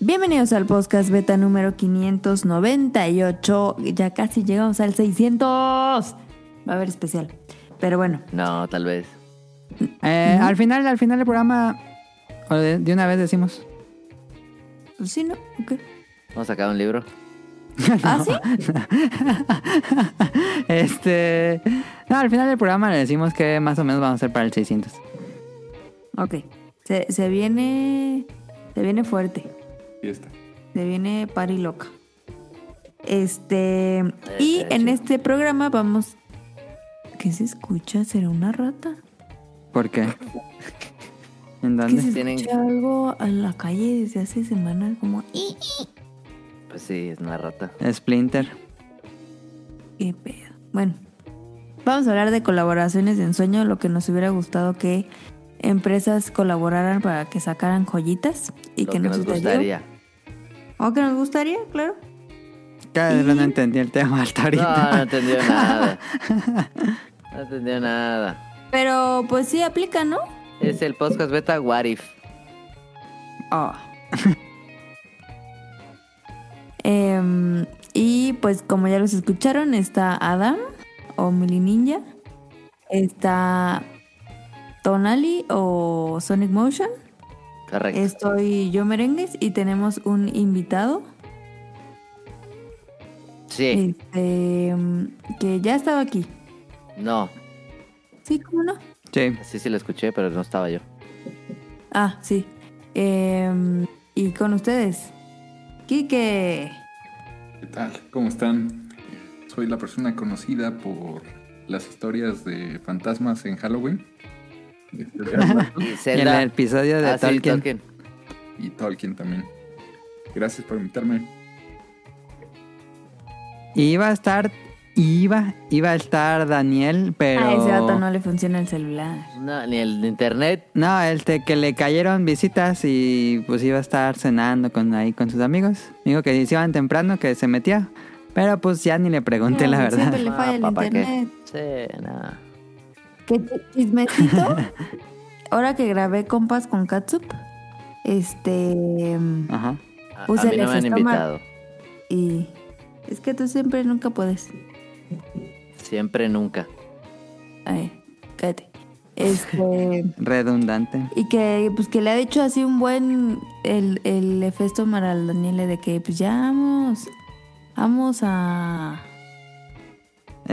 Bienvenidos al podcast beta número 598. Ya casi llegamos al 600. Va a haber especial. Pero bueno, No, tal vez. Eh, Al final, al final del programa, o de, de una vez decimos. pues sí, ¿no? Ok. Vamos a sacar un libro. ¿Ah, sí? Este. No, al final del programa le decimos que más o menos vamos a hacer para el 600. Ok. Se, se viene. Se viene fuerte. Fiesta. Se viene pari loca. Este. Y está en chido. este programa vamos. ¿Qué se escucha? ¿Será una rata? ¿Por qué? ¿En Que dónde? se tienen- escucha algo en la calle desde hace semanas, como. "Ih, Pues sí, es una rata. Splinter. Qué pedo. Bueno, vamos a hablar de colaboraciones de ensueño, lo que nos hubiera gustado que empresas colaboraran para que sacaran joyitas y Lo que, nos sucedió. gustaría. O que nos gustaría, claro. Cada vez no entendí el tema hasta ahorita. No, no entendió nada. No entendió nada. Pero pues sí aplica, ¿no? Es el podcast beta What If. Oh, Ah. Em, y pues como ya los escucharon, está Adam o Mili Ninja. Está Tonali o Sonic Motion. Correcto. Estoy yo merengues y tenemos un invitado. Sí. Este, mm, que ya estaba aquí. No. Sí, ¿cómo no? sí. Sí, sí lo escuché, pero no estaba yo. Ah, sí. Em, y con ustedes, Quique. ¿Qué tal? ¿Cómo están? Soy la persona conocida por las historias de fantasmas en Halloween. Este, el gran Marco Y Y en Zelda. el episodio de Ah, sí, Tolkien. Tolkien. y Tolkien también. Gracias por invitarme. Iba a estar. Iba. Iba a estar Daniel, pero. Ah, A ese vato no le funciona el celular. No, ni el de internet. No, este que le cayeron visitas y pues iba a estar cenando con ahí con sus amigos. Dijo que se iban temprano, que se metía. Pero pues ya ni le pregunté No, la verdad. Siempre le falla el Ah, papá, ¿qué? internet. Sí, nada. Que ch- chismecito. Ahora que grabé compas con Katsup, este. em, Ajá. A, Pues a mí el no me han estómago. invitado. Y. Es que tú siempre nunca puedes. Siempre, nunca. Ay, cállate. Este. Redundante. Y que pues que le ha dicho así un buen el, el Hefesto Maral Daniele de que pues ya vamos, vamos a,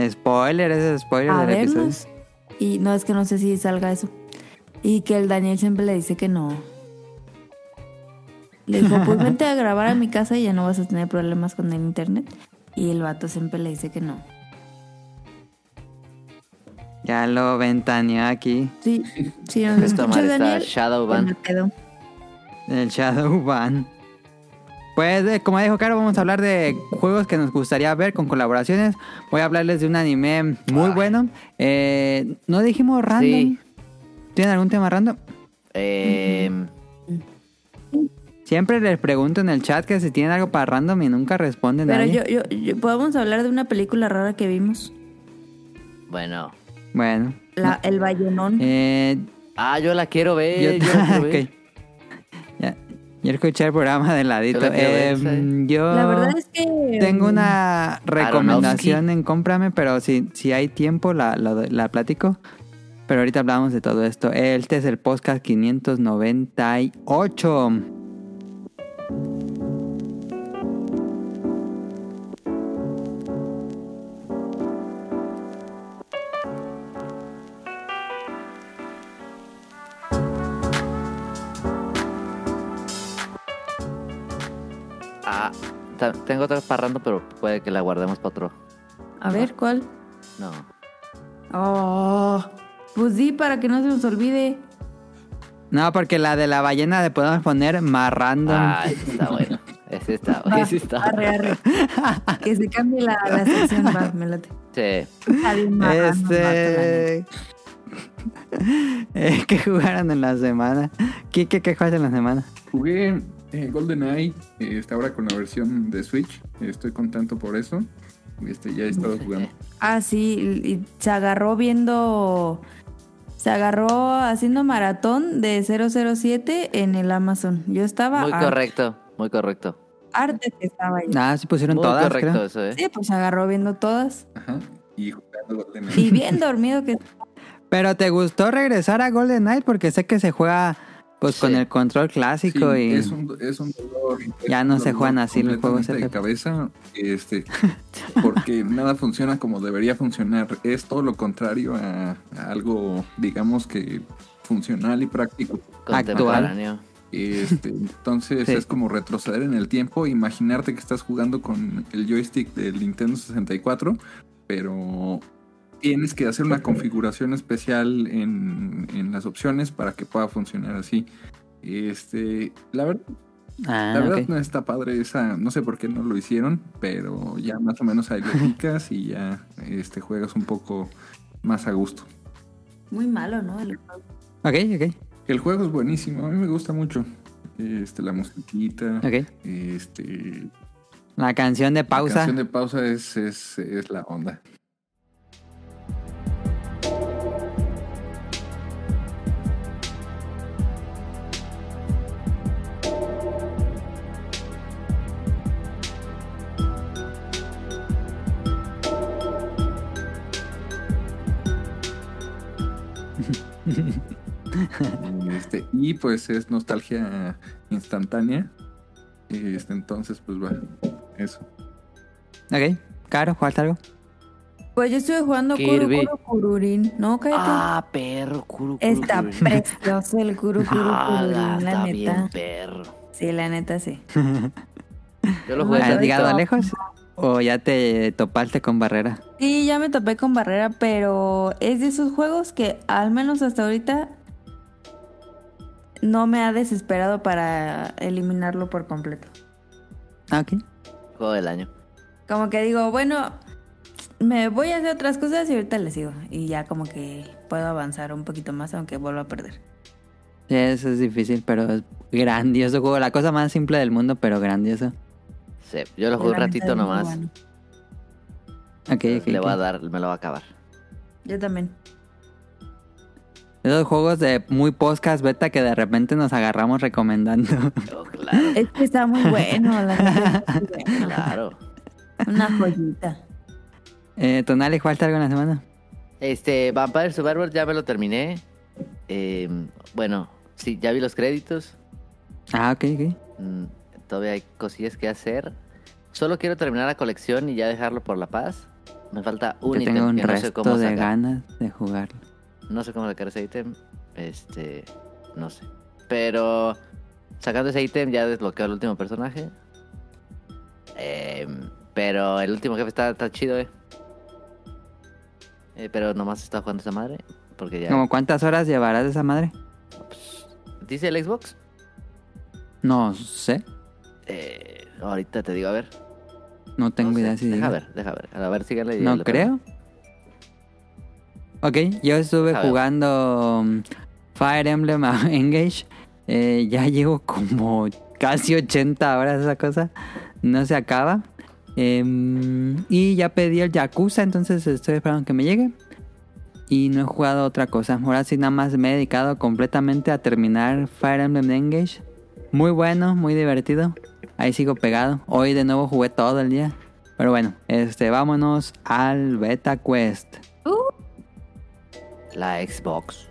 Spoiler, ese es spoiler a del vernos. episodio. Y no es que no sé si salga eso. Y que el Daniel siempre le dice que no. Le dijo, pues vente a grabar a mi casa y ya no vas a tener problemas con el internet. Y el vato siempre le dice que no. Ya lo ventaneó aquí. Sí, sí, nos Tomar escuchas, esta Daniel. Shadowban. Bueno, quedó. El Shadowban. Pues eh, como dijo Caro, vamos a hablar de juegos que nos gustaría ver con colaboraciones. Voy a hablarles de un anime muy bueno. Eh, no dijimos random. Sí. ¿Tienen algún tema random? Eh, Siempre les pregunto en el chat que si tienen algo para random y nunca responden Pero nadie. yo, yo, yo- podemos hablar de una película rara que vimos. Bueno. Bueno. La, el Bayonón. Eh, Ah, yo la quiero ver. Yo, la quiero ver. ok. Ya. Yo escuché el programa de ladito. Yo la quiero ver, Eh, sí. yo La verdad es que. em, tengo una recomendación Aronofsky. en cómprame, pero si, si hay tiempo la, la, doy- la platico. Pero ahorita hablamos de todo esto. Este es el podcast 598. Ah, ta- tengo otra parrando, pero puede que la guardemos para otro. A ver, ¿cuál? No. Oh. Pues sí, para que no se nos olvide. No, porque la de la ballena le podemos poner más random. Ah, ese está bueno. Ese está bueno. Ese está Arre, arre. que se cambie la, la sección, va, me late. Sí. Está bien marrano, vato, la neta. Este. Eh, ¿Qué jugaron en la semana? ¿Qué, qué, qué jugaste en la semana? Jugué eh, GoldenEye, eh, está ahora con la versión de Switch. Estoy contento por eso. Este, ya he estado jugando. Ah, sí, y se agarró viendo. Se agarró haciendo maratón de 007 en el Amazon. Yo estaba. Muy a- correcto. Muy correcto. Arte que estaba ahí. Ah, sí pusieron Muy todas, correcto creo. eso, ¿eh? Sí, pues se agarró viendo todas. Ajá. Y jugando Golden Y bien dormido que Pero ¿te gustó regresar a Golden Knight? Porque sé que se juega pues con Sí. el control clásico Sí, y... es, un, es un dolor. es Ya un no se dolor juegan así los juegos completamente de FP. cabeza, este, porque nada funciona como debería funcionar. Es todo lo contrario a, a algo, digamos que funcional y práctico. Contemporáneo. Este, entonces Sí. es como retroceder en el tiempo, imaginarte que estás jugando con el joystick del Nintendo 64, pero tienes que hacer una configuración especial en, en las opciones para que pueda funcionar así. Este, la verdad la Ah, verdad ok. no está padre esa, no sé por qué no lo hicieron, pero ya más o menos ahí lo picas y ya este, juegas un poco más a gusto. Muy malo, ¿no? El- Ok, El juego es buenísimo, a mí me gusta mucho. Este, la musiquita, ok, ok. este, La canción de la pausa. canción de pausa es, es, es la onda. Este, y pues es nostalgia instantánea. Este, entonces, pues bueno, eso. Ok. Caro, ¿jugaste algo? Pues yo estuve jugando Kuru Kirby. Kuru Kururin. No, cállate. Ah, perro, curu, curu, está curu. precioso el Kuru Kuru Ah, Kururin, la, está neta. bien, perro. Sí, la neta sí. Yo lo jugué. Bueno, ¿Has ahorita- solito. Ah, llegado lejos? ¿O ya te topaste con barrera? Sí, ya me topé con barrera, pero es de esos juegos que al menos hasta ahorita no me ha desesperado para eliminarlo por completo. Ah, ok. Juego del año. Como que digo, bueno, me voy a hacer otras cosas y ahorita le sigo. Y ya como que puedo avanzar un poquito más, aunque vuelva a perder. Sí, Eso es difícil, pero es grandioso juego. La cosa más simple del mundo, pero grandioso. Sí, yo lo jugué un La neta ratito es muy nomás. bueno. Ok, ok. Le ok. voy a dar, me lo va a acabar. Yo también. Esos juegos de muy podcast beta que de repente nos agarramos recomendando. Oh, claro, Es que está muy bueno, la neta, es muy bueno. claro. Una joyita. eh, Tonali, ¿jugaste algo en la semana? Este, Vampire Survivor ya me lo terminé. Eh, bueno, sí, ya vi los créditos. Ah, ok, ok. Mm, todavía hay cosillas que hacer. Solo quiero terminar la colección y ya dejarlo por la paz. Me falta un Que ítem tengo un que no sé resto cómo de sacar. ganas de jugarlo. No sé cómo sacar ese ítem. Este, no sé. Pero sacando ese ítem ya desbloqueo al último personaje. Em, pero el último jefe está, está chido, eh. Eh, Pero nomás está jugando esa madre. Porque ya. ¿Cómo cuántas horas llevarás de esa madre? ¿Dice el Xbox? No sé. Eh, ahorita te digo, a ver. No tengo No sé, idea si Deja diga. ver, deja ver. A ver, síganle. y No le creo. Ok, yo estuve A ver. jugando mm, Fire Emblem Engage. Eh, ya llevo como casi 80 horas esa cosa. No se acaba. Em, y ya pedí el Yakuza, entonces estoy esperando que me llegue. Y no he jugado otra cosa. Ahora sí nada más me he dedicado completamente a terminar Fire Emblem Engage. Muy bueno, muy divertido. Ahí sigo pegado. Hoy de nuevo jugué todo el día. Pero bueno, este, vámonos al Beta Quest. pego. La Xbox.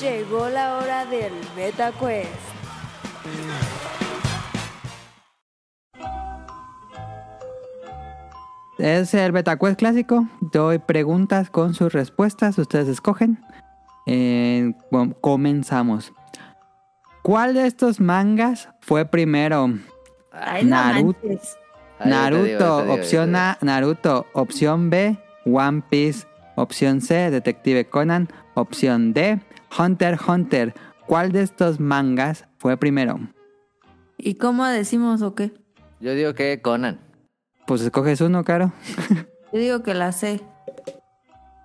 Llegó la hora del Beta Quest. Es el Beta Quest clásico. Doy preguntas con sus respuestas. Ustedes escogen. Eh, com- comenzamos. ¿Cuál de estos mangas fue primero? Ay, no Naruto. manches. Ahí te Naruto, digo, ahí te digo, ahí te opción digo. A, Naruto, opción B, One Piece, opción C, Detective Conan, opción D, Hunter x Hunter. ¿Cuál de estos mangas fue primero? ¿Y cómo decimos o qué? Yo digo que Conan. Pues escoges uno, Caro. Yo digo que la sé.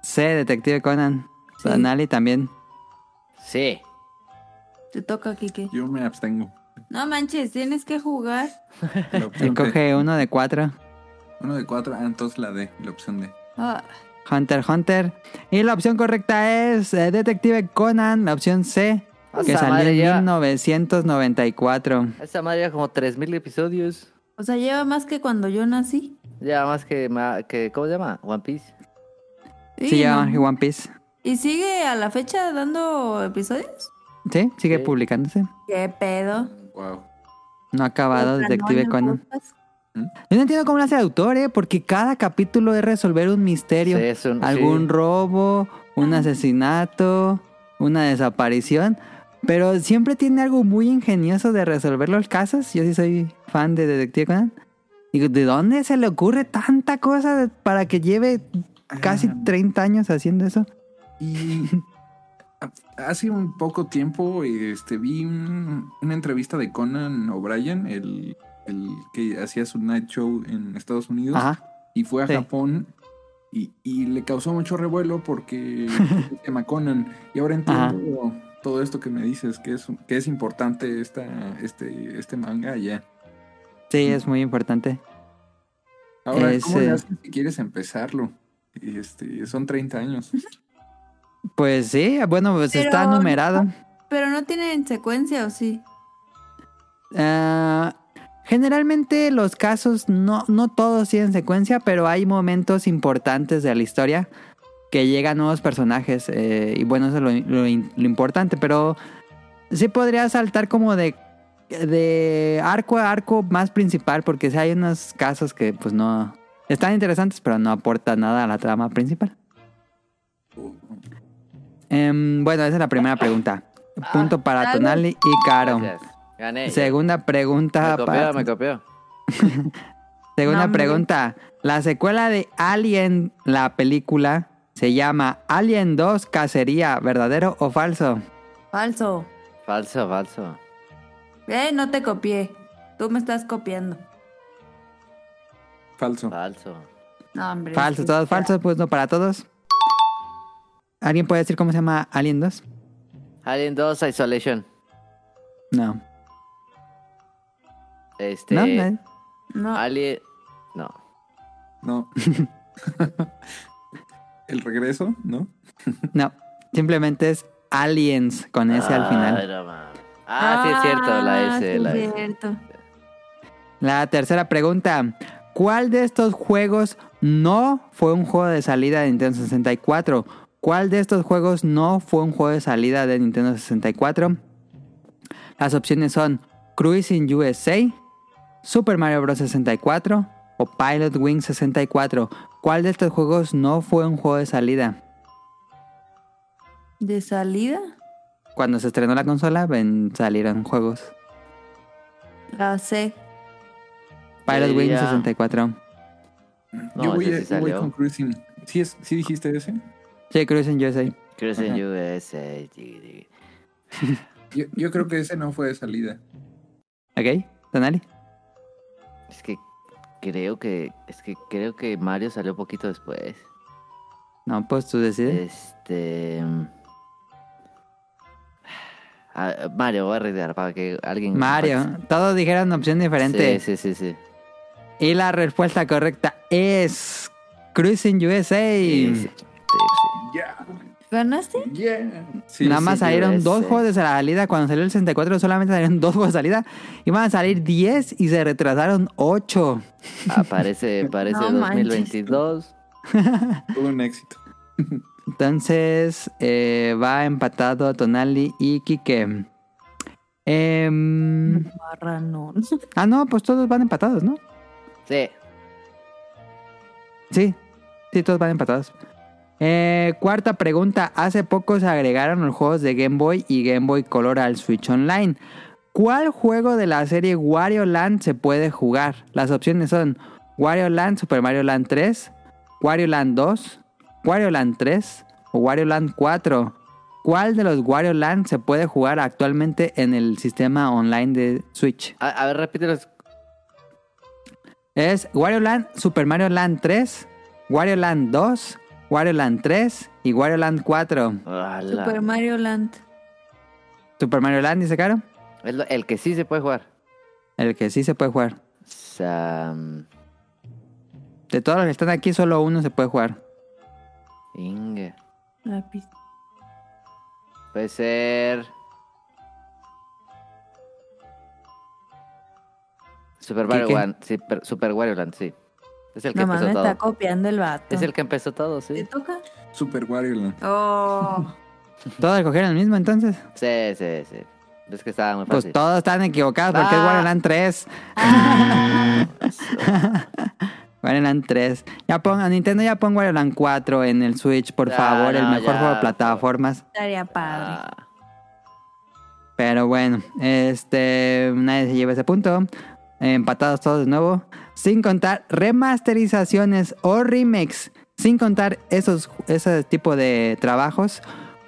C, Detective Conan. Sí. Anali también. Sí. Te toca, Kike. Yo me abstengo. No manches, tienes que jugar. La Y opción D. coge uno de cuatro. Uno de cuatro. Ah, entonces la D, la opción D. Ah, Hunter x Hunter. Y la opción correcta es eh, Detective Conan, la opción C, que Esa salió madre en lleva- 1994. Esta madre ya como 3000 episodios. o sea, lleva más que cuando yo nací. Ya más que, ma- que. ¿Cómo se llama? One Piece. Sí, Sí, lleva no. One Piece. ¿Y sigue a la fecha dando episodios? Sí, sigue Sí. publicándose. ¿Qué pedo? Wow. No ha acabado Otra Detective no en el Conan. podcast. Yo no entiendo cómo lo hace el autor, ¿eh? Porque cada capítulo es resolver un misterio. Sí, es un- Algún sí. robo, un asesinato, una desaparición. Pero siempre tiene algo muy ingenioso de resolver los casos. Yo sí soy fan de Detective Conan. Digo, ¿de dónde se le ocurre tanta cosa de- para que lleve casi Ah. 30 años haciendo eso? Y hace un poco tiempo este, vi un- una entrevista de Conan O'Brien, el, el que hacía su night show en Estados Unidos, Ajá. y fue a sí. Japón y, y le causó mucho revuelo porque se llama Conan. Y ahora entiendo todo esto que me dices, que es, que es importante esta, este, este manga allá. Sí, es muy importante. Ahora, ¿cómo le eh, Ese- haces si quieres empezarlo? Este, son 30 años. Pues sí, bueno, pues Pero está no- numerado. Pero no tienen secuencia, ¿o sí? Ah, generalmente los casos no, no todos tienen secuencia, pero hay momentos importantes de la historia que llegan nuevos personajes. eh, y bueno, eso es lo, lo in- lo importante. Pero sí podría saltar como de, de arco a arco más principal, porque sí hay unos casos que pues no... Están interesantes, pero no aportan nada a la trama principal. Em, bueno, esa es la primera pregunta. Punto para claro. Tonali y Caro. Gracias. Gané. Segunda pregunta Eh, Me para- copió, me copió. Segunda No, pregunta. La secuela de Alien, la película, se llama Alien 2 Cacería, ¿verdadero o falso? Falso. Falso, falso. Eh, no te copié. Tú me estás copiando. Falso. Falso. No, hombre. Falso, sí. todos falsos, pues no para todos. ¿Alguien puede decir cómo se llama Alien 2? Alien 2 Isolation. No. Este. No, no. No, Alien. No. No. El regreso, ¿no? no. Simplemente es Aliens con ese al Ay, final. Ah, no mames. ah, sí es cierto, la S, Ah, sí la es S. cierto. La tercera pregunta. ¿Cuál de estos juegos no fue un juego de salida de Nintendo 64? ¿Cuál de estos juegos no fue un juego de salida de Nintendo 64? Las opciones son Cruising USA, Super Mario Bros. 64 o Pilot Wing 64. ¿Cuál de estos juegos no fue un juego de salida? ¿De salida? Cuando se estrenó la consola, ven, salieron juegos. La C. Pilot Yo Wing diría- 64. No, yo voy, ese a- sí yo voy salió. con Cruising. ¿Sí, es, ¿Sí dijiste ese? Sí, Cruising USA. Cruising Ajá. USA. tiki, tiki. Yo, yo creo que ese no fue de salida. ¿Ok? ¿Tonali? Es que creo que. Es que creo que Mario salió poquito después. No, pues tú decides. Este. mm, ah, Mario, voy a arreglar para que alguien. Mario, todos dijeron opción diferente. Pues, Sí, sí, sí, sí. Y la respuesta correcta es Cruising USA. Sí, sí, sí, sí. Ya, ¿Ganaste? ya. Sí, Nada sí, más yo- salieron USA. dos juegos de salida. Cuando salió el 64 solamente salieron dos juegos de salida. Iban a salir 10 y se retrasaron 8. Aparece, aparece No manches. 2022. Tuvo un éxito. Entonces eh, va empatado Tonali y Kike. Mm. Em, Marranón. ah, no, pues todos van empatados, ¿no? Sí. Sí, sí, todos van empatados. Eh, cuarta pregunta. Hace poco se agregaron los juegos de Game Boy y Game Boy Color al Switch Online. ¿Cuál juego de la serie Wario Land se puede jugar? Las opciones son Wario Land, Super Mario Land 3, Wario Land 2, Wario Land 3 o Wario Land 4. ¿Cuál de los Wario Land se puede jugar actualmente en el sistema online de Switch? A, a ver, repítelo. Es Wario Land, Super Mario Land 3, Wario Land 2, Wario Land 3 y Wario Land 4. Ah, la- Super Mario Land. Super Mario Land, dice Caro. Es lo- el que sí se puede jugar. El que sí se puede jugar. Sam. De todos los que están aquí, solo uno se puede jugar. Inga. Lápiz. Puede ser. Super Mario ¿Qué, qué? Land. sí, per- Super Wario Land, sí. Es el que No mames, empezó me está todo. copiando el vato. Es el que empezó todo, sí. ¿Te toca? Super Wario Land. Oh. ¿Todos escogieron el mismo entonces? Sí, sí, sí. Es que estaba muy Pues fácil. todos están equivocados porque es Ah. Wario Land 3. Ah, Wario Land 3. Ya pon, a Nintendo ya pon Wario Land 4 en el Switch, por Ah, favor. el no, mejor ya, juego por de favor. plataformas. Estaría padre. Ah, Pero bueno, este nadie se lleva ese punto. Empatados todos de nuevo. Sin contar remasterizaciones o remakes. Sin contar esos, ese tipo de trabajos.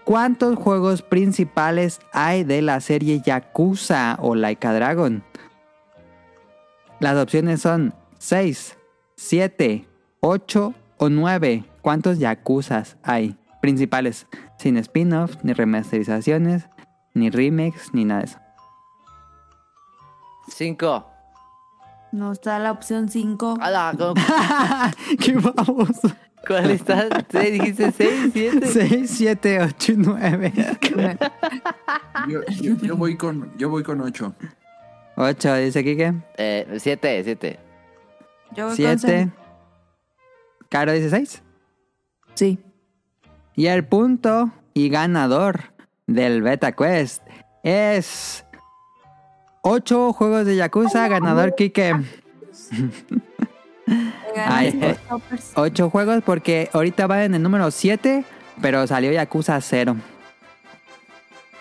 ¿Cuántos juegos principales hay de la serie Yakuza o Laika Dragon? Las opciones son 6, 7, 8 o 9. ¿Cuántos Yakuzas hay principales? Sin spin-off, ni remasterizaciones, ni remakes, ni nada de eso. cinco. No está la opción 5. Ala, ¿cómo- ¡Qué baboso! ¿Cuál está? Sí, dijiste seis, siete. 6, 7, 8 y 9. Yo, yo- yo voy con yo voy con 8. 8, dice Kike. Eh, siete, siete. Yo voy con 7. seis. Caro dice 6. Sí. Y el punto y ganador del Beta Quest es 8 juegos de Yakuza, ganador Kike. Ah, Ay, eh. Toppers. 8 juegos porque ahorita va en el número 7, pero salió Yakuza 0.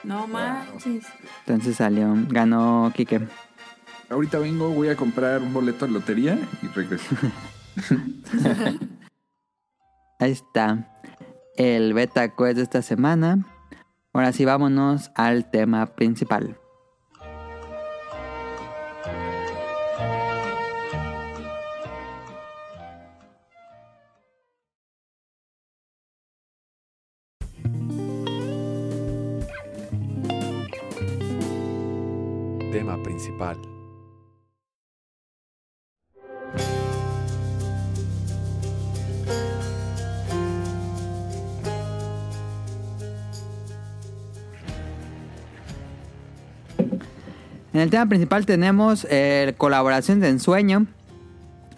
No manches. Entonces salió, ganó Kike. Ahorita vengo, voy a comprar un boleto de lotería y regreso. Ahí está. El beta quest de esta semana. Ahora sí, vámonos al tema principal. Tema principal. En el tema principal tenemos eh, colaboración de ensueño.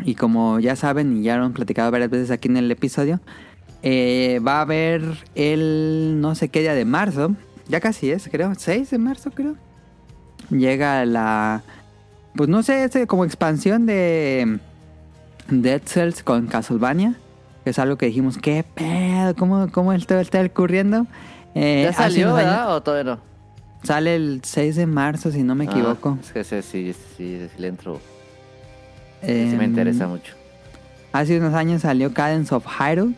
Y como ya saben y ya lo han platicado varias veces aquí en el episodio, eh, va a haber el no sé qué día de marzo. Ya casi es, creo. 6 de marzo, creo. Llega la... Pues no sé, es eh, como expansión de Dead Cells con Castlevania. Que es algo que dijimos, ¿qué pedo? ¿Cómo, cómo esto está ocurriendo? Eh, ¿Ya hace salió, unos años- verdad? ¿O todavía no? Sale el 6 de marzo, si no me Ah, equivoco. es que ese sí, ese sí, ese sí le entro. Eh, sí me interesa mucho. Hace unos años salió Cadence of Hyrule.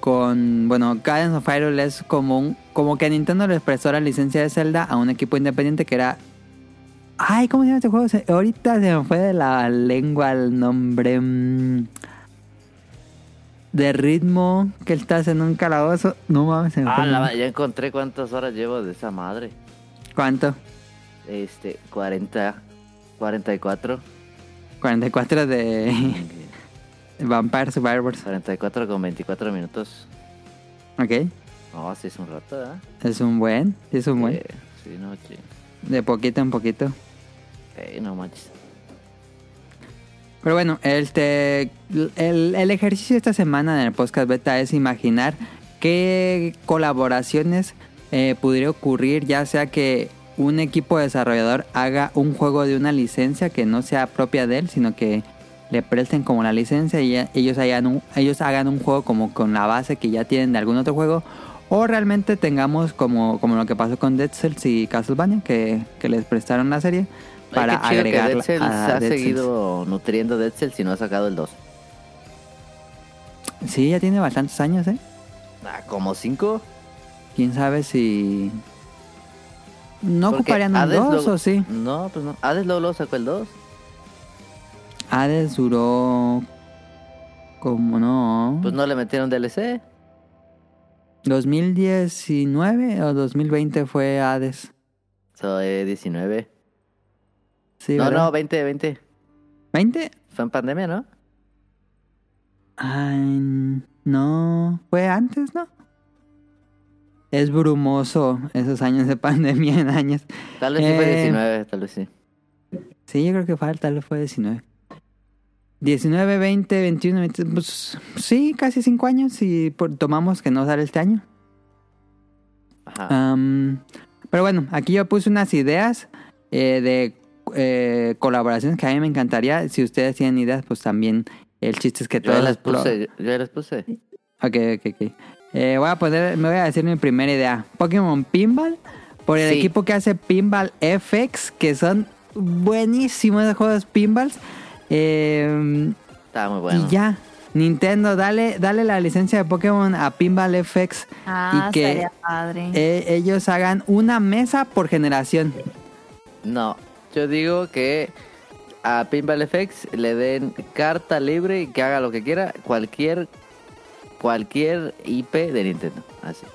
Con, bueno, Cadence of Hyrule es como un, como que Nintendo le prestó la licencia de Zelda a un equipo independiente que era. Ay, ¿cómo se llama este juego? Se- ahorita se me fue de la lengua el nombre. mm, De ritmo que estás en un calabozo. No mames, se me fue Ah, el la, nombre. ya encontré cuántas horas llevo de esa madre. ¿Cuánto? Este, 40, 44. 44 de Vampire Survivors. 44 con 24 minutos. Ok. No, sí es un rato, ¿verdad? Es un buen. sí Es un buen. Eh, sí, no, sí. De poquito en poquito. Eh, no manches. Pero bueno, este, el, el ejercicio de esta semana en el podcast beta es imaginar qué colaboraciones eh, pudiera ocurrir, ya sea que un equipo desarrollador haga un juego de una licencia que no sea propia de él, sino que le presten como la licencia y ya- ellos hagan un, ellos hagan un juego como con la base que ya tienen de algún otro juego. O realmente tengamos como, como lo que pasó con Dead Cells y Castlevania, que, que les prestaron la serie Ay, qué para chido que agregar Dead Cells ha seguido nutriendo Dead Cells y no ha sacado el 2. Sí, ya tiene bastantes años, ¿eh? Ah, como 5. Quién sabe si. No ocuparían un 2 o sí. Ah. No, pues no. Hades luego, luego sacó el 2. Hades duró. Como no. Pues no le metieron DLC. 2019 o 2020 fue Hades. Soy 19. Sí, eh, no, ¿verdad? no, 20, 20. ¿20? Fue en pandemia, ¿no? Ay, no. Fue antes, ¿no? Es brumoso esos años de pandemia en años. Tal vez sí fue Eh. 19, tal vez sí. Sí, yo creo que falta, tal vez fue 19. 19, 20, 21, 20, pues sí, casi 5 años si por- tomamos que no sale este año. Ah, Ajá. Am, pero bueno, aquí yo puse unas ideas eh, de eh, colaboraciones que a mí me encantaría. Si ustedes tienen ideas, pues también el chiste es que yo ya todas las las... pro- puse, yo, yo ya las puse. Ok, ok, ok. Eh, voy a poner, me voy a decir mi primera idea. Pokémon Pinball, por el Sí. equipo que hace Pinball FX, que son buenísimos los juegos Pinballs. Eh, Estaba muy bueno. Y ya, Nintendo, dale, dale la licencia de Pokémon a Pinball FX. Ah, y que estaría padre. eh, ellos hagan una mesa por generación. No, yo digo que a Pinball FX le den carta libre y que haga lo que quiera, cualquier cualquier IP de Nintendo. Así.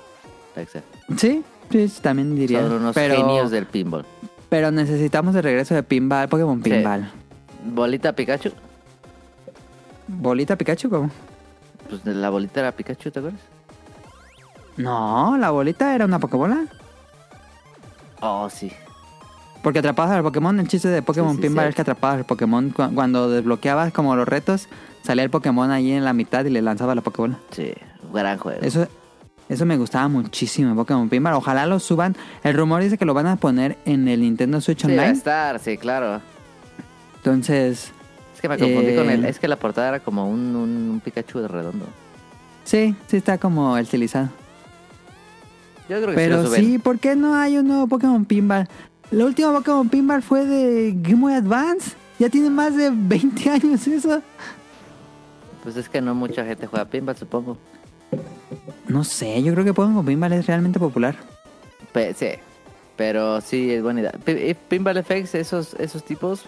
Exacto. Sí, sí, también diría. Son unos pero, genios del pinball. pero necesitamos el regreso de Pinball, Pokémon Sí. Pinball. Bolita Pikachu. ¿Bolita Pikachu cómo? Pues la bolita era Pikachu, ¿te acuerdas? No, la bolita era una Pokébola. Oh, sí. Porque atrapabas al Pokémon, el chiste de Pokémon Sí, sí, Pinball sí. es que atrapabas al Pokémon cu- cuando desbloqueabas como los retos, salía el Pokémon ahí en la mitad y le lanzaba la Pokébola. Sí, gran juego. Eso, eso me gustaba muchísimo, Pokémon Pinball. Ojalá lo suban. El rumor dice que lo van a poner en el Nintendo Switch sí, va a Online. estar, sí, claro. Entonces, Es que me confundí Eh. con él. Es que la portada era como un, un, un Pikachu de redondo. sí, sí está como estilizado. Yo creo que sí Pero lo suben. sí, ¿por qué no hay un nuevo Pokémon Pinball? La última Pokémon Pinball fue de Game Boy Advance. Ya tiene más de 20 años eso. Pues es que no mucha gente juega pinball, supongo. No sé, yo creo que Pokémon Pinball es realmente popular. Pe- sí, pero sí es buena idea. Pi- eh, Pinball FX, esos, esos tipos.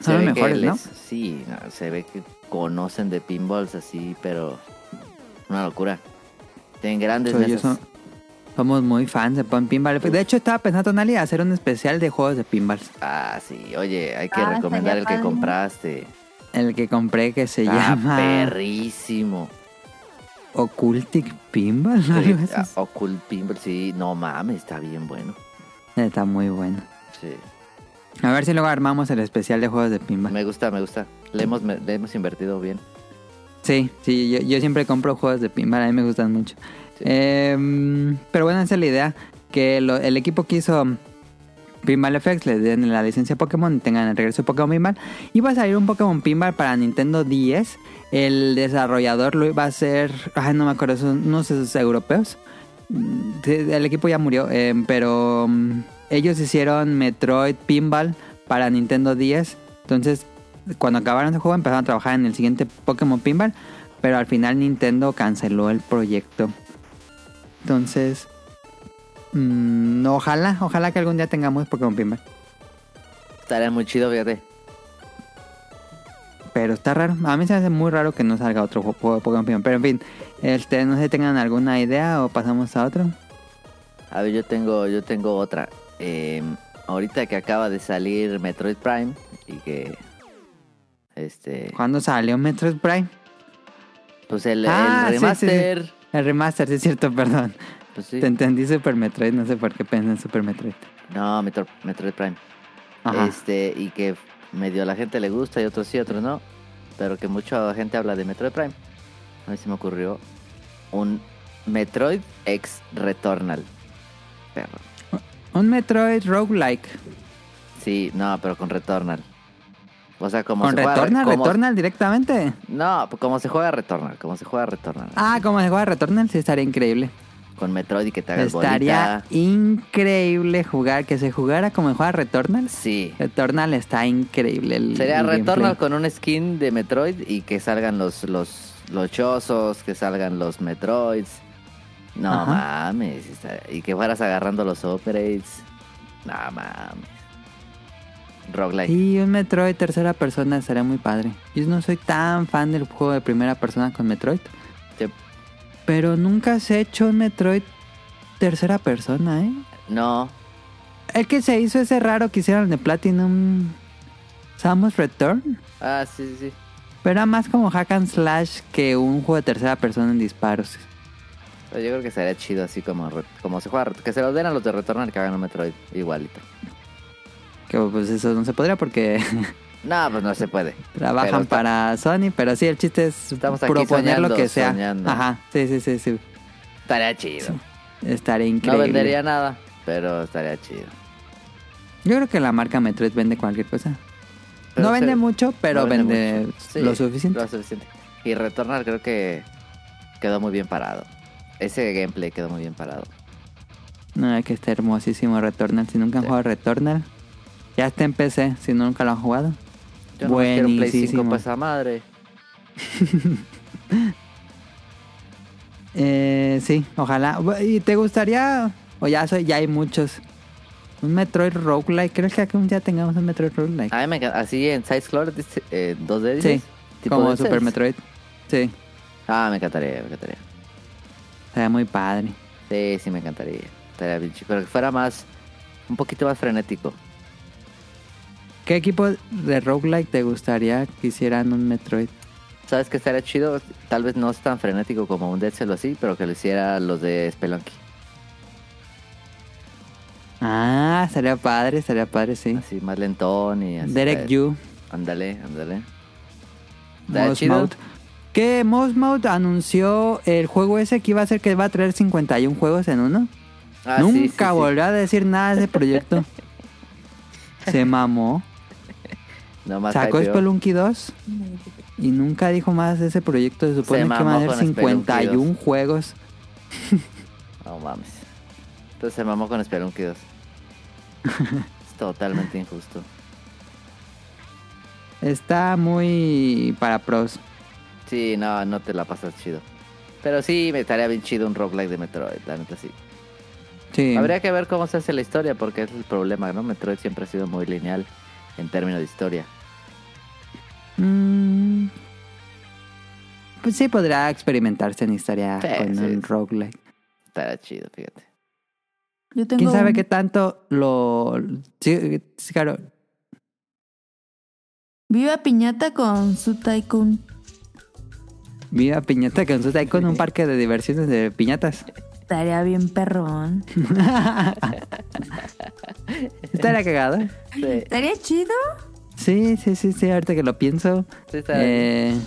se Son ve los que mejores, ¿no? Sí, no, se ve que conocen de pinballs así, pero. Una locura. Tienen grandes Soy yo, mesas. so- somos muy fans de Pokémon Pinball. De hecho, estaba pensando, Nali, hacer un especial de juegos de pinballs. Ah, sí, oye, hay que Ah, recomendar estaría el que padre. compraste. El que compré que se Está llama perrísimo. Occultic Pinball. Sí, algo así. ah, Occult Pinball, sí, no mames, está bien bueno. Está muy bueno. Sí, A ver si luego armamos el especial de juegos de pinball. me gusta, me gusta. Le hemos, le hemos invertido bien. Sí, sí, yo, yo siempre compro juegos de pinball, a mí me gustan mucho. Eh, pero bueno, esa es la idea. Que lo- el equipo que hizo Pinball FX le den la licencia Pokémon y tengan el regreso de Pokémon Pinball. Y va a salir un Pokémon Pinball para Nintendo 10. El desarrollador lo iba a ser, ay, no me acuerdo, son unos esos europeos. Mm, sí, El equipo ya murió, eh, pero mm, ellos hicieron Metroid Pinball para Nintendo 10. Entonces, cuando acabaron ese juego, empezaron a trabajar en el siguiente Pokémon Pinball. Pero al final Nintendo canceló el proyecto. Entonces, mm, ojalá, ojalá que algún día tengamos Pokémon Pinball. Estaría muy chido, fíjate. Pero está raro. A mí se me hace muy raro que no salga otro ju- juego de Pokémon Pinball. Pero en fin, este, no sé si tengan alguna idea o pasamos a otro. A ver, yo tengo, yo tengo otra. Eh, ahorita que acaba de salir Metroid Prime y que este, ¿Cuándo salió Metroid Prime? pues el, Ah, el sí, sí, sí. remaster, El remaster, sí es cierto, perdón. pues sí. Te entendí Super Metroid, no sé por qué pensé en Super Metroid. No, Metro- Metroid Prime. Ajá. Este y que medio a la gente le gusta y otros sí, otros no, pero que mucha gente habla de Metroid Prime. A mí se me ocurrió un Metroid X Returnal. Perro. Un Metroid roguelike. Sí, no, pero con Returnal. O sea, como ¿Con se juega- Returnal? como- ¿Returnal directamente? No, pues como se juega Returnal, como se juega Returnal. Ah, como se juega Returnal, sí estaría increíble. Con Metroid y que te hagas Estaría bolita. increíble jugar, que se jugara como juega Returnal. Sí. Returnal está increíble. el- Sería el Returnal gameplay. con un skin de Metroid y que salgan los los los chozos, que salgan los Metroids. No Ajá. mames, está- y que fueras agarrando los upgrades. No mames. Roguelike. Sí, un Metroid tercera persona estaría muy padre. Yo no soy tan fan del juego de primera persona con Metroid. Sí. Pero nunca se ha hecho un Metroid tercera persona, ¿eh? No, El que se hizo ese raro que hicieron de Platinum. Samus Return, Ah, sí, sí, sí. pero era más como hack and slash que un juego de tercera persona en disparos. Pero yo creo que sería chido así como, re- como se juega. Que se lo den a los de Returnal que hagan un Metroid igualito. Que pues eso no se podría porque No, pues no se puede. trabajan Pero está- para Sony, pero sí, el chiste es Estamos aquí proponer lo soñando, que sea. soñando. Ajá, sí, sí, sí, sí. Estaría chido. Estaría No increíble. vendería nada, pero estaría chido. Yo creo que la marca Metroid vende cualquier cosa. Pero no se- vende mucho, pero no vende, mucho. Sí, lo suficiente. Lo suficiente. Y Returnal creo que quedó muy bien parado. Ese gameplay quedó muy bien parado. No, que está hermosísimo Returnal. Si nunca han Sí. jugado Returnal, ya está en PC, si nunca lo han jugado. Yo no quiero un Play 5 Buenísimo. para esa madre. Eh, sí, ojalá. ¿Y te gustaría? O ya soy, ya hay muchos. Un Metroid Roguelike. ¿Crees que algún día tengamos un Metroid Roguelike? A mí me encanta. Así en Side Scroller, dice, eh, 2D. sí, dices, tipo como de Super Cells. Metroid. Sí, Ah, me encantaría, me encantaría. estaría muy padre. Sí, sí, me encantaría. Estaría bien chido. Pero que fuera más. Un poquito más frenético. ¿Qué equipo de roguelike te gustaría que hicieran un Metroid? ¿Sabes qué estaría chido? Tal vez no es tan frenético como un Dead Cell o así, pero que lo hiciera los de Spelunky. Ah, estaría padre, estaría padre, sí. Así, más lentón y así. Derek Estaría- Yu, Ándale, ándale. Estaría Mouse chido. Mode. Que Mouse Mode anunció el juego ese que iba a ser que va a traer 51 juegos en uno. Ah, sí, sí, Nunca sí. volvió a decir nada de ese proyecto. Se mamó. Nomás Sacó hypeó. Spelunky 2 y nunca dijo más de ese proyecto. Se supone que mamó van a ser con Spelunky 51 juegos. No mames. Entonces se mamó con Spelunky 2. es totalmente injusto. Está muy para pros. Sí, no, no te la pasas chido. Pero sí, me estaría bien chido un roguelike de Metroid, la neta sí. Sí. Habría que ver cómo se hace la historia, porque ese es el problema, ¿no? Metroid siempre ha sido muy lineal en términos de historia. Mm. Pues sí, podrá experimentarse en historia Sí, con sí. un roguelike. Estaría chido, fíjate. Yo tengo ¿Quién sabe un- qué tanto lo... Sí, sí, claro. Viva Piñata con su Tycoon. Viva Piñata que nosotros ahí con un parque de diversiones de piñatas. Estaría bien perrón. Estaría cagado. Sí, Estaría chido. Sí, sí, sí, sí, ahorita que lo pienso. sí estaría bien. eh,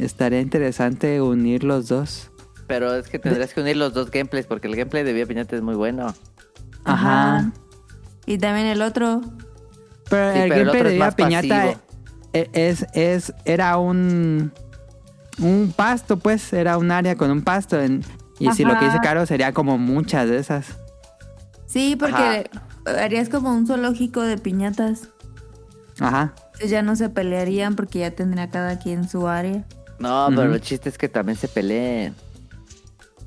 estaría interesante unir los dos. Pero es que tendrías que unir los dos gameplays, porque el gameplay de Vía Piñata es muy bueno. Ajá. Y también el otro. Pero Sí, el pero el gameplay otro de es Viva más Piñata pasivo. e- es, es, era un... Un pasto, pues. Era un área con un pasto. en- y si lo que dice Ajá. Caro sería como muchas de esas. Sí, porque harías como un zoológico de piñatas. Ajá. Entonces ya no se pelearían porque ya tendría cada quien su área. No, pero Ujú. el chiste es que también se peleen.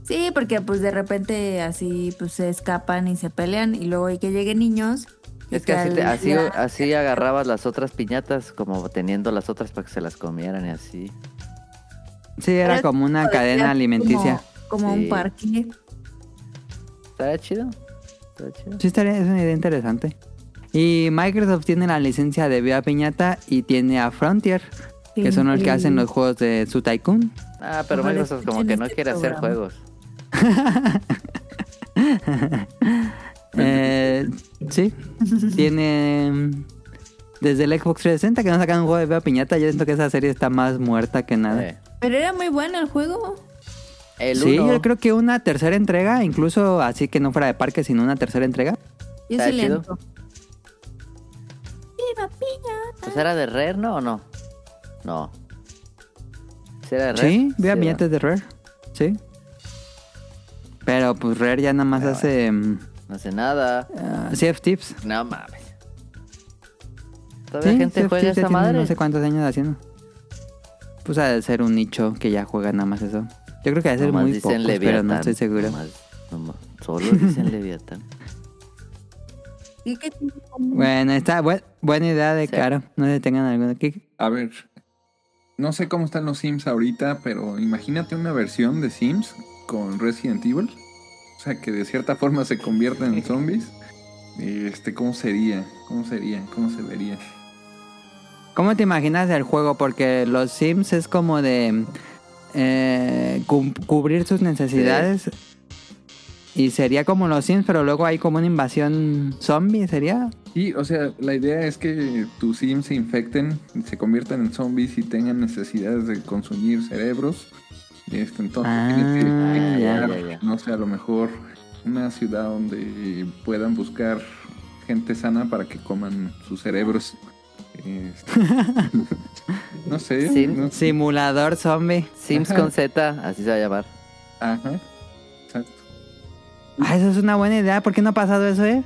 Sí, porque pues de repente así pues se escapan y se pelean y luego hay que lleguen niños. y Es que así, al te- así, día- así agarrabas las otras piñatas, como teniendo las otras para que se las comieran y así. Sí, era Pero como una podría cadena ser alimenticia. Como, como Sí. un parque. Estaría chido. Estaría chido. Sí, estaría, es una idea interesante. Y Microsoft tiene la licencia de Viva Piñata y tiene a Frontier, que son los que hacen los juegos de su Tycoon. Ah, pero Ojalá Microsoft como escuchen que no este quiere hacer programa. juegos. Eh, sí, tiene mm, desde el Xbox 360 que no sacan un juego de Viva Piñata. Yo siento que esa serie está más muerta que nada. Eh, Pero era muy bueno el juego. El Sí, uno, yo creo que una tercera entrega, incluso así que no fuera de parque, sino una tercera entrega. Yo Está soy chido. lento. ¡Viva Piña! pues era de Rare, ¿no? ¿O no? No. ¿Sí era de Rare? Sí, Viva ¿verdad? Piñata es de Rare. Sí. Pero pues Rare ya nada más Pero hace mm, No hace nada. ah, CF Tips. No mames. ¿Todavía gente Surf juega Tips ya esa tiene madre? No sé cuántos años haciendo. Pues ha de ser un nicho que ya juega nada más eso. Yo creo que ha de ser Nomás muy dicen pocos, pero Leviatán, no estoy seguro. nomás- nomás- solo dicen Leviatán. ¿Y qué tiene como- Bueno, está bu- buena idea de Sí. Caro. No sé si tengan alguna. ¿Qué- A ver, no sé cómo están los Sims ahorita, pero imagínate una versión de Sims con Resident Evil. O sea, que de cierta forma se convierten en zombies. Este, ¿cómo sería? ¿Cómo sería? ¿Cómo se vería? ¿Cómo te imaginas el juego? Porque los Sims es como de eh, cum- cubrir sus necesidades. Y sería como los Sims, pero luego hay como una invasión zombie, ¿sería? Sí, o sea, la idea es que tus sims se infecten, se conviertan en zombies y tengan necesidades de consumir cerebros. Este, entonces, Ah, tienes que ya, crear, ya, ya. no sé, a lo mejor una ciudad donde puedan buscar gente sana para que coman sus cerebros. Este, no sé. Sim- no- Simulador zombie. Sims Ajá. con Z, así se va a llamar. Ajá. Exacto. Ah, eso es una buena idea. ¿Por qué no ha pasado eso, eh?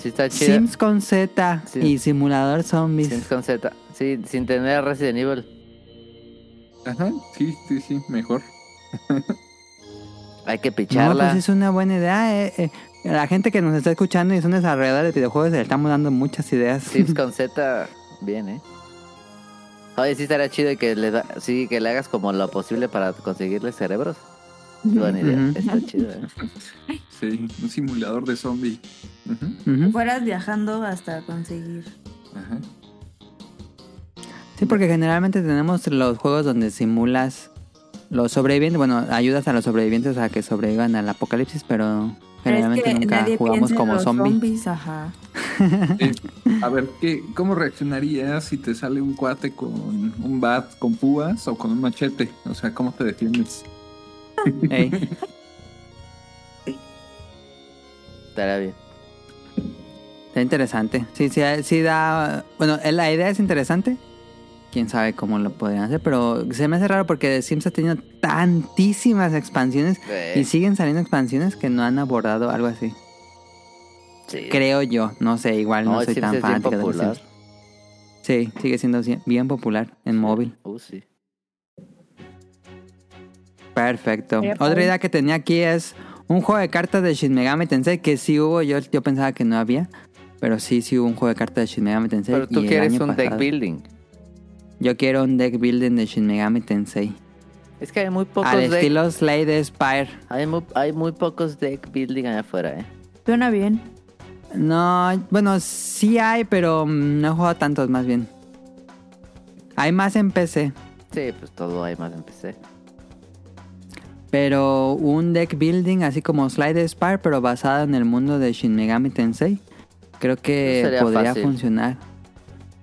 Sí está chida. Sims con Z Sí. y simulador zombies. Sims con Z. Sí, sin tener Resident Evil. Ajá. Sí, sí, sí, mejor. Hay que No, picharla. pues es una buena idea. eh, eh. La gente que nos está escuchando y son desarrolladores de videojuegos, le estamos dando muchas ideas. Sims con Z, bien, ¿eh? Oye, sí estaría chido que le, da- sí, que le hagas como lo posible para conseguirle cerebros. Buena idea, Ujú. está chido, ¿eh? Sí, un simulador de zombie. Ujú, Ujú. Fueras viajando hasta conseguir. Ajá. Sí, porque generalmente tenemos los juegos donde simulas los sobrevivientes, bueno, ayudas a los sobrevivientes a que sobrevivan al apocalipsis, pero Pero es generalmente que nunca nadie jugamos piensa en como los zombie. zombies, ajá. Eh, a ver, ¿qué, ¿cómo reaccionarías si te sale un cuate con un bat, con púas o con un machete? O sea, ¿cómo te defiendes? Ey. Estaría bien. Está interesante. Sí, sí, sí da... Bueno, eh, la idea es interesante. Quién sabe cómo lo podrían hacer, pero se me hace raro porque Sims ha tenido tantísimas expansiones Eh, y siguen saliendo expansiones que no han abordado algo así. sí. Creo yo, no sé, igual no, No, el soy Sims tan es bien fanático de los popular. Sims. Sí, sigue siendo si- bien popular en móvil. Uh, sí. Perfecto. Sería Otra padre. idea que tenía aquí es un juego de cartas de Shin Megami Tensei, que sí hubo, yo, yo pensaba que no había, pero sí, sí hubo un juego de cartas de Shin Megami Tensei. Pero y tú el quieres año un deck pasado- building. Yo quiero un deck building de Shin Megami Tensei. Es que hay muy pocos Al deck- estilo Slay the Spire. Hay muy, hay muy pocos deck building allá afuera, ¿eh? Suena bien. No, bueno, sí hay, pero mm, no he jugado tantos más bien. Hay más en PC, Sí, pues todo hay más en PC. pero un deck building así como Slay the Spire, pero basado en el mundo de Shin Megami Tensei. Creo que Sería podría fácil. funcionar.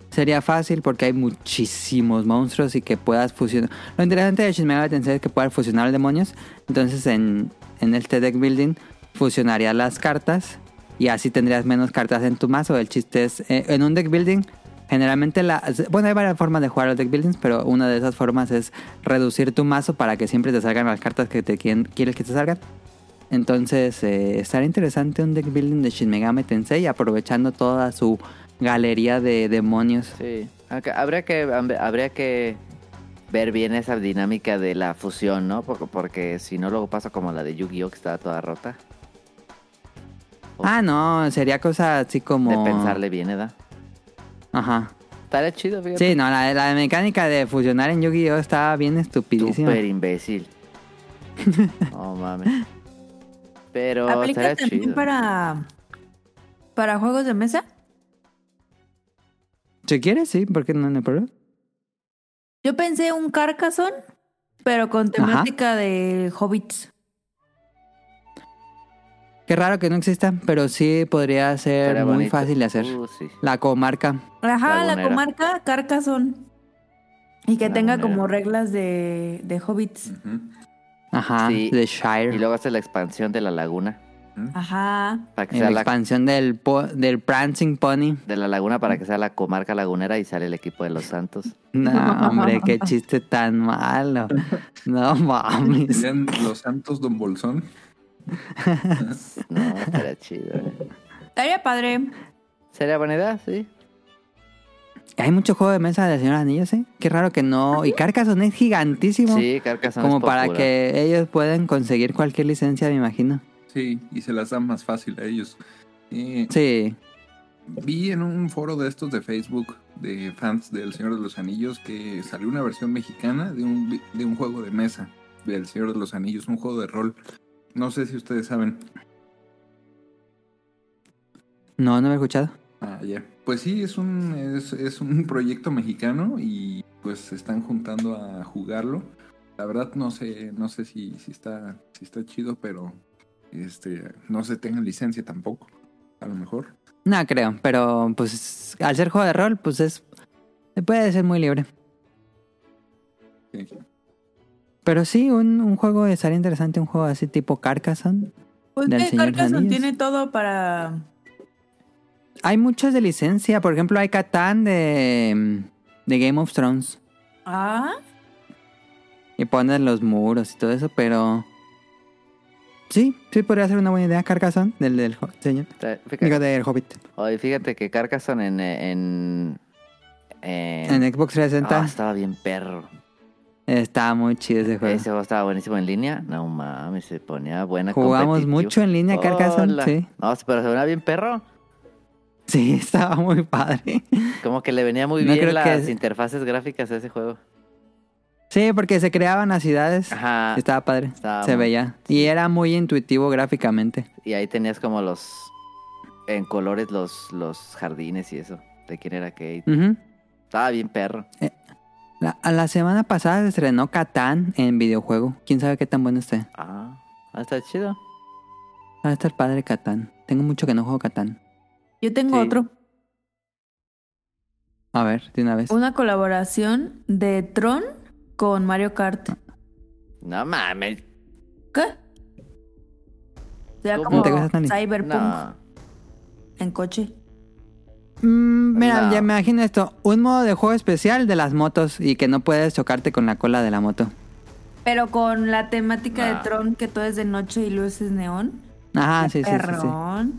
Sería fácil porque hay muchísimos monstruos y que puedas fusionar. Lo interesante de Shin Megami Tensei es que puedas fusionar demonios. Entonces en, en este deck building fusionarías las cartas y así tendrías menos cartas en tu mazo. El chiste es, eh, en un deck building, generalmente la... Bueno, hay varias formas de jugar los deck buildings, pero una de esas formas es reducir tu mazo para que siempre te salgan las cartas que te quieren- quieres que te salgan. Entonces, eh, estará interesante un deck building de Shin Megami Tensei aprovechando toda su galería de demonios. Sí. Aunque habría que habría que ver bien esa dinámica de la fusión, ¿no? Porque, porque si no luego pasa como la de Yu-Gi-Oh que estaba toda rota. Ah, no, sería cosa así como... Oh. De pensarle bien, ¿verdad? Ajá. Estaría chido, fíjate. Sí, no, la, la mecánica de fusionar en Yu-Gi-Oh! está bien estupidísima. Súper imbécil. No mames. Pero ¿Aplica Oh, estaría también chido. para para juegos de mesa? Si quieres, sí, porque no, no hay problema. Yo pensé un Carcassonne, pero con temática de hobbits. Qué raro que no exista, pero sí podría ser Estaría muy bonito. fácil de hacer. Uh, sí. La comarca. Ajá, la Lagunera. comarca Carcassonne. Y que tenga Lagunera. como reglas de, de hobbits. Ujú, Ajá, Sí. de Y Shire. luego hace la expansión de la laguna. ujú. Ajá. Para que En la sea la, expansión del, po- del Prancing Pony. de la laguna para que sea la comarca lagunera y sale el equipo de los santos. No, hombre, qué chiste tan malo. No mames. Serían los santos Don Bolsón. No, estaría chido. ¿eh? Estaría padre. Sería buena idea, sí. Hay mucho juego de mesa de Señor de los Anillos, ¿eh? Qué raro que no. Y Carcassonne es gigantísimo. Sí, Carcassonne como es para popular. que ellos puedan conseguir cualquier licencia, me imagino. Sí, y se las dan más fácil a ellos. Eh, Sí. Vi en un foro de estos de Facebook de fans del Señor de los Anillos que salió una versión mexicana de un, vi- de un juego de mesa del Señor de los Anillos, un juego de rol. No sé si ustedes saben. No, no me he escuchado. Ah, ya. Pues sí, es un, es, es un proyecto mexicano y pues se están juntando a jugarlo. La verdad no sé, no sé si, si está, si está chido, pero este, no se tengan licencia tampoco. A lo mejor. No creo, pero pues al ser juego de rol, pues es. Puede ser muy libre. Sí. Pero sí, un, un juego estaría interesante, un juego así tipo Carcassonne. Pues Del ve, Señor de los Carcassonne Anillos. tiene todo para. Hay muchos de licencia, por ejemplo, hay Catán de, de Game of Thrones. Ah, Y ponen los muros y todo eso, pero. Sí, sí podría ser una buena idea, Carcassonne, del, del jo- señor. Tra- fíjate- Digo, del Hobbit. Oye, fíjate que Carcassonne en... En, en- En Xbox Ah, 360 estaba bien perro. está muy chido ese juego. Ese juego estaba buenísimo en línea. No mames, se ponía buena. Jugamos competitivo. mucho en línea Carcassonne, Hola. sí. No, pero se ponía bien perro. Sí, estaba muy padre. Como que le venía muy No bien creo las que es- interfaces gráficas a ese juego. Sí, porque se creaban las ciudades. Ajá. Estaba padre. Estaba se muy- veía. Y era muy intuitivo gráficamente. Y ahí tenías como los... En colores los, los jardines y eso. De quién era Kate. Ujú. Estaba bien perro. la, a la semana pasada se estrenó Catán en videojuego. ¿Quién sabe qué tan bueno esté? Ah, ah, está chido. Va a estar padre Catán. Tengo mucho que no juego Catán. Yo tengo Sí. otro. A ver, de una vez. Una colaboración de Tron con Mario Kart. No mames. ¿Qué? Sea ¿Cómo? como ¿Te gusta, Tani? Cyberpunk No. en coche. Mm, mira, No. ya me imagino esto. Un modo de juego especial de las motos y que no puedes chocarte con la cola de la moto. Pero con la temática Ah. Nah. de Tron que todo es de noche y luces neón. Ajá, Ah, sí, sí, sí, sí. Perrón.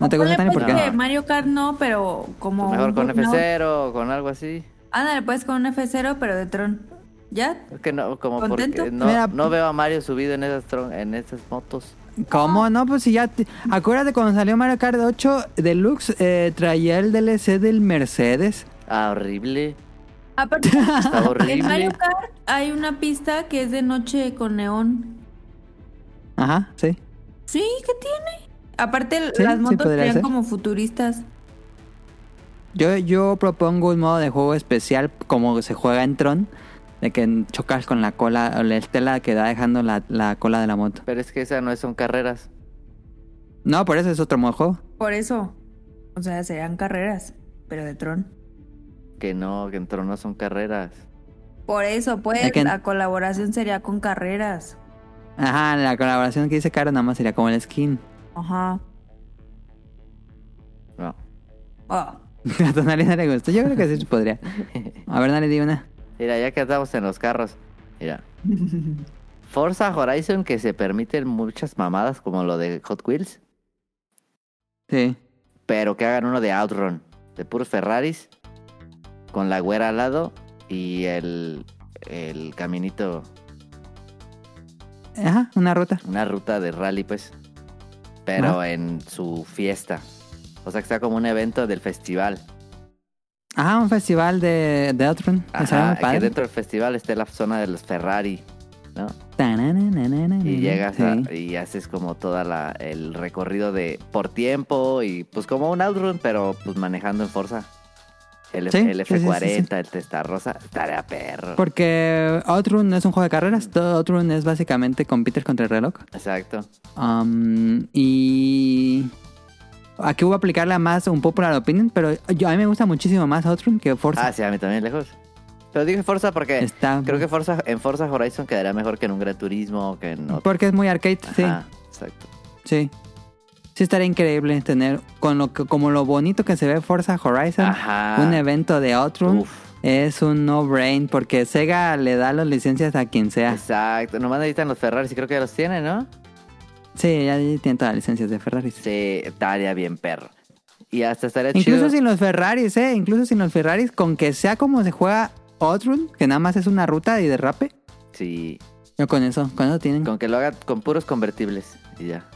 ¿No te gusta Ponle, Tani? ¿Por pues, qué? Pues que Mario Kart no, pero como. Pues Mejor un con Burnout. F0 o con algo así. Ándale, pues con un F0, pero de Tron. ¿Ya? Es que no, como ¿Contento? porque no, Mira. no veo a Mario subido en esas, tron- en esas motos. ¿Cómo no? Pues si ya. te- Acuérdate cuando salió Mario Kart 8 Deluxe, eh, traía el DLC del Mercedes. Ah, horrible. Aparte, Está en Mario horrible. Kart hay una pista que es de noche con neón. Ajá, sí. Sí, ¿qué tiene? Aparte, Sí, las sí motos podría serían ser. como futuristas. Yo, yo propongo un modo de juego especial como se juega en Tron, de que chocas con la cola o la estela que da dejando la, la cola de la moto. Pero es que esas no son carreras. No, por eso es otro modo de juego. Por eso. O sea, serían carreras, pero de Tron. Que no, que entró no son carreras. Por eso, pues, Es que- la colaboración sería con carreras. Ajá, la colaboración que dice Caro nada más sería como el skin. Ajá. No. Ah. A Tonali no le gustó. Yo creo que sí se podría. A ver, dale, di una. Mira, ya que estamos en los carros. Mira. Forza Horizon que se permiten muchas mamadas como lo de Hot Wheels. Sí. Pero que hagan uno de Outrun. De puros Ferraris. Con la güera al lado. Y el, el caminito. Ajá, una ruta. Una ruta de rally, pues. Pero Ajá. en su fiesta. O sea que sea como un evento del festival. Ajá, un festival de, de Outrun. Estaría Ajá, muy que Ah, padre. dentro del festival esté la zona de los Ferrari, ¿no? Tananananana. Y llegas Sí. a- y haces como toda la el recorrido de por tiempo y pues como un outrun, pero pues manejando en fuerza. El, Sí, el sí, sí, sí, F40, el Testarrosa, tarea perro. Porque Outrun no es un juego de carreras. Todo Outrun es básicamente compites contra el reloj. Exacto. Um, y aquí voy a aplicarla más un popular opinion, pero yo, a mí me gusta muchísimo más Outrun que Forza. Ah, sí, a mí también lejos. Pero dije Forza porque Está- creo que Forza, en Forza Horizon quedaría mejor que en un Gran Turismo o que en otro. Porque es muy arcade, Ajá, exacto. sí, sí. Sí estaría increíble tener, con lo que- como lo bonito que se ve Forza Horizon, Ajá. un evento de Outrun Uf. es un no-brain, porque Sega le da las licencias a quien sea. Exacto. Nomás necesitan los Ferraris y creo que ya los tienen, ¿no? Sí, ya tiene todas las licencias de Ferrari. Sí, estaría bien perro. Y hasta estaría Incluso chido. sin los Ferraris, ¿eh? Incluso sin los Ferraris, con que sea como se juega Outrun, que nada más es una ruta y derrape. Sí, Yo con eso, con eso tienen. con que lo haga con puros convertibles y ya.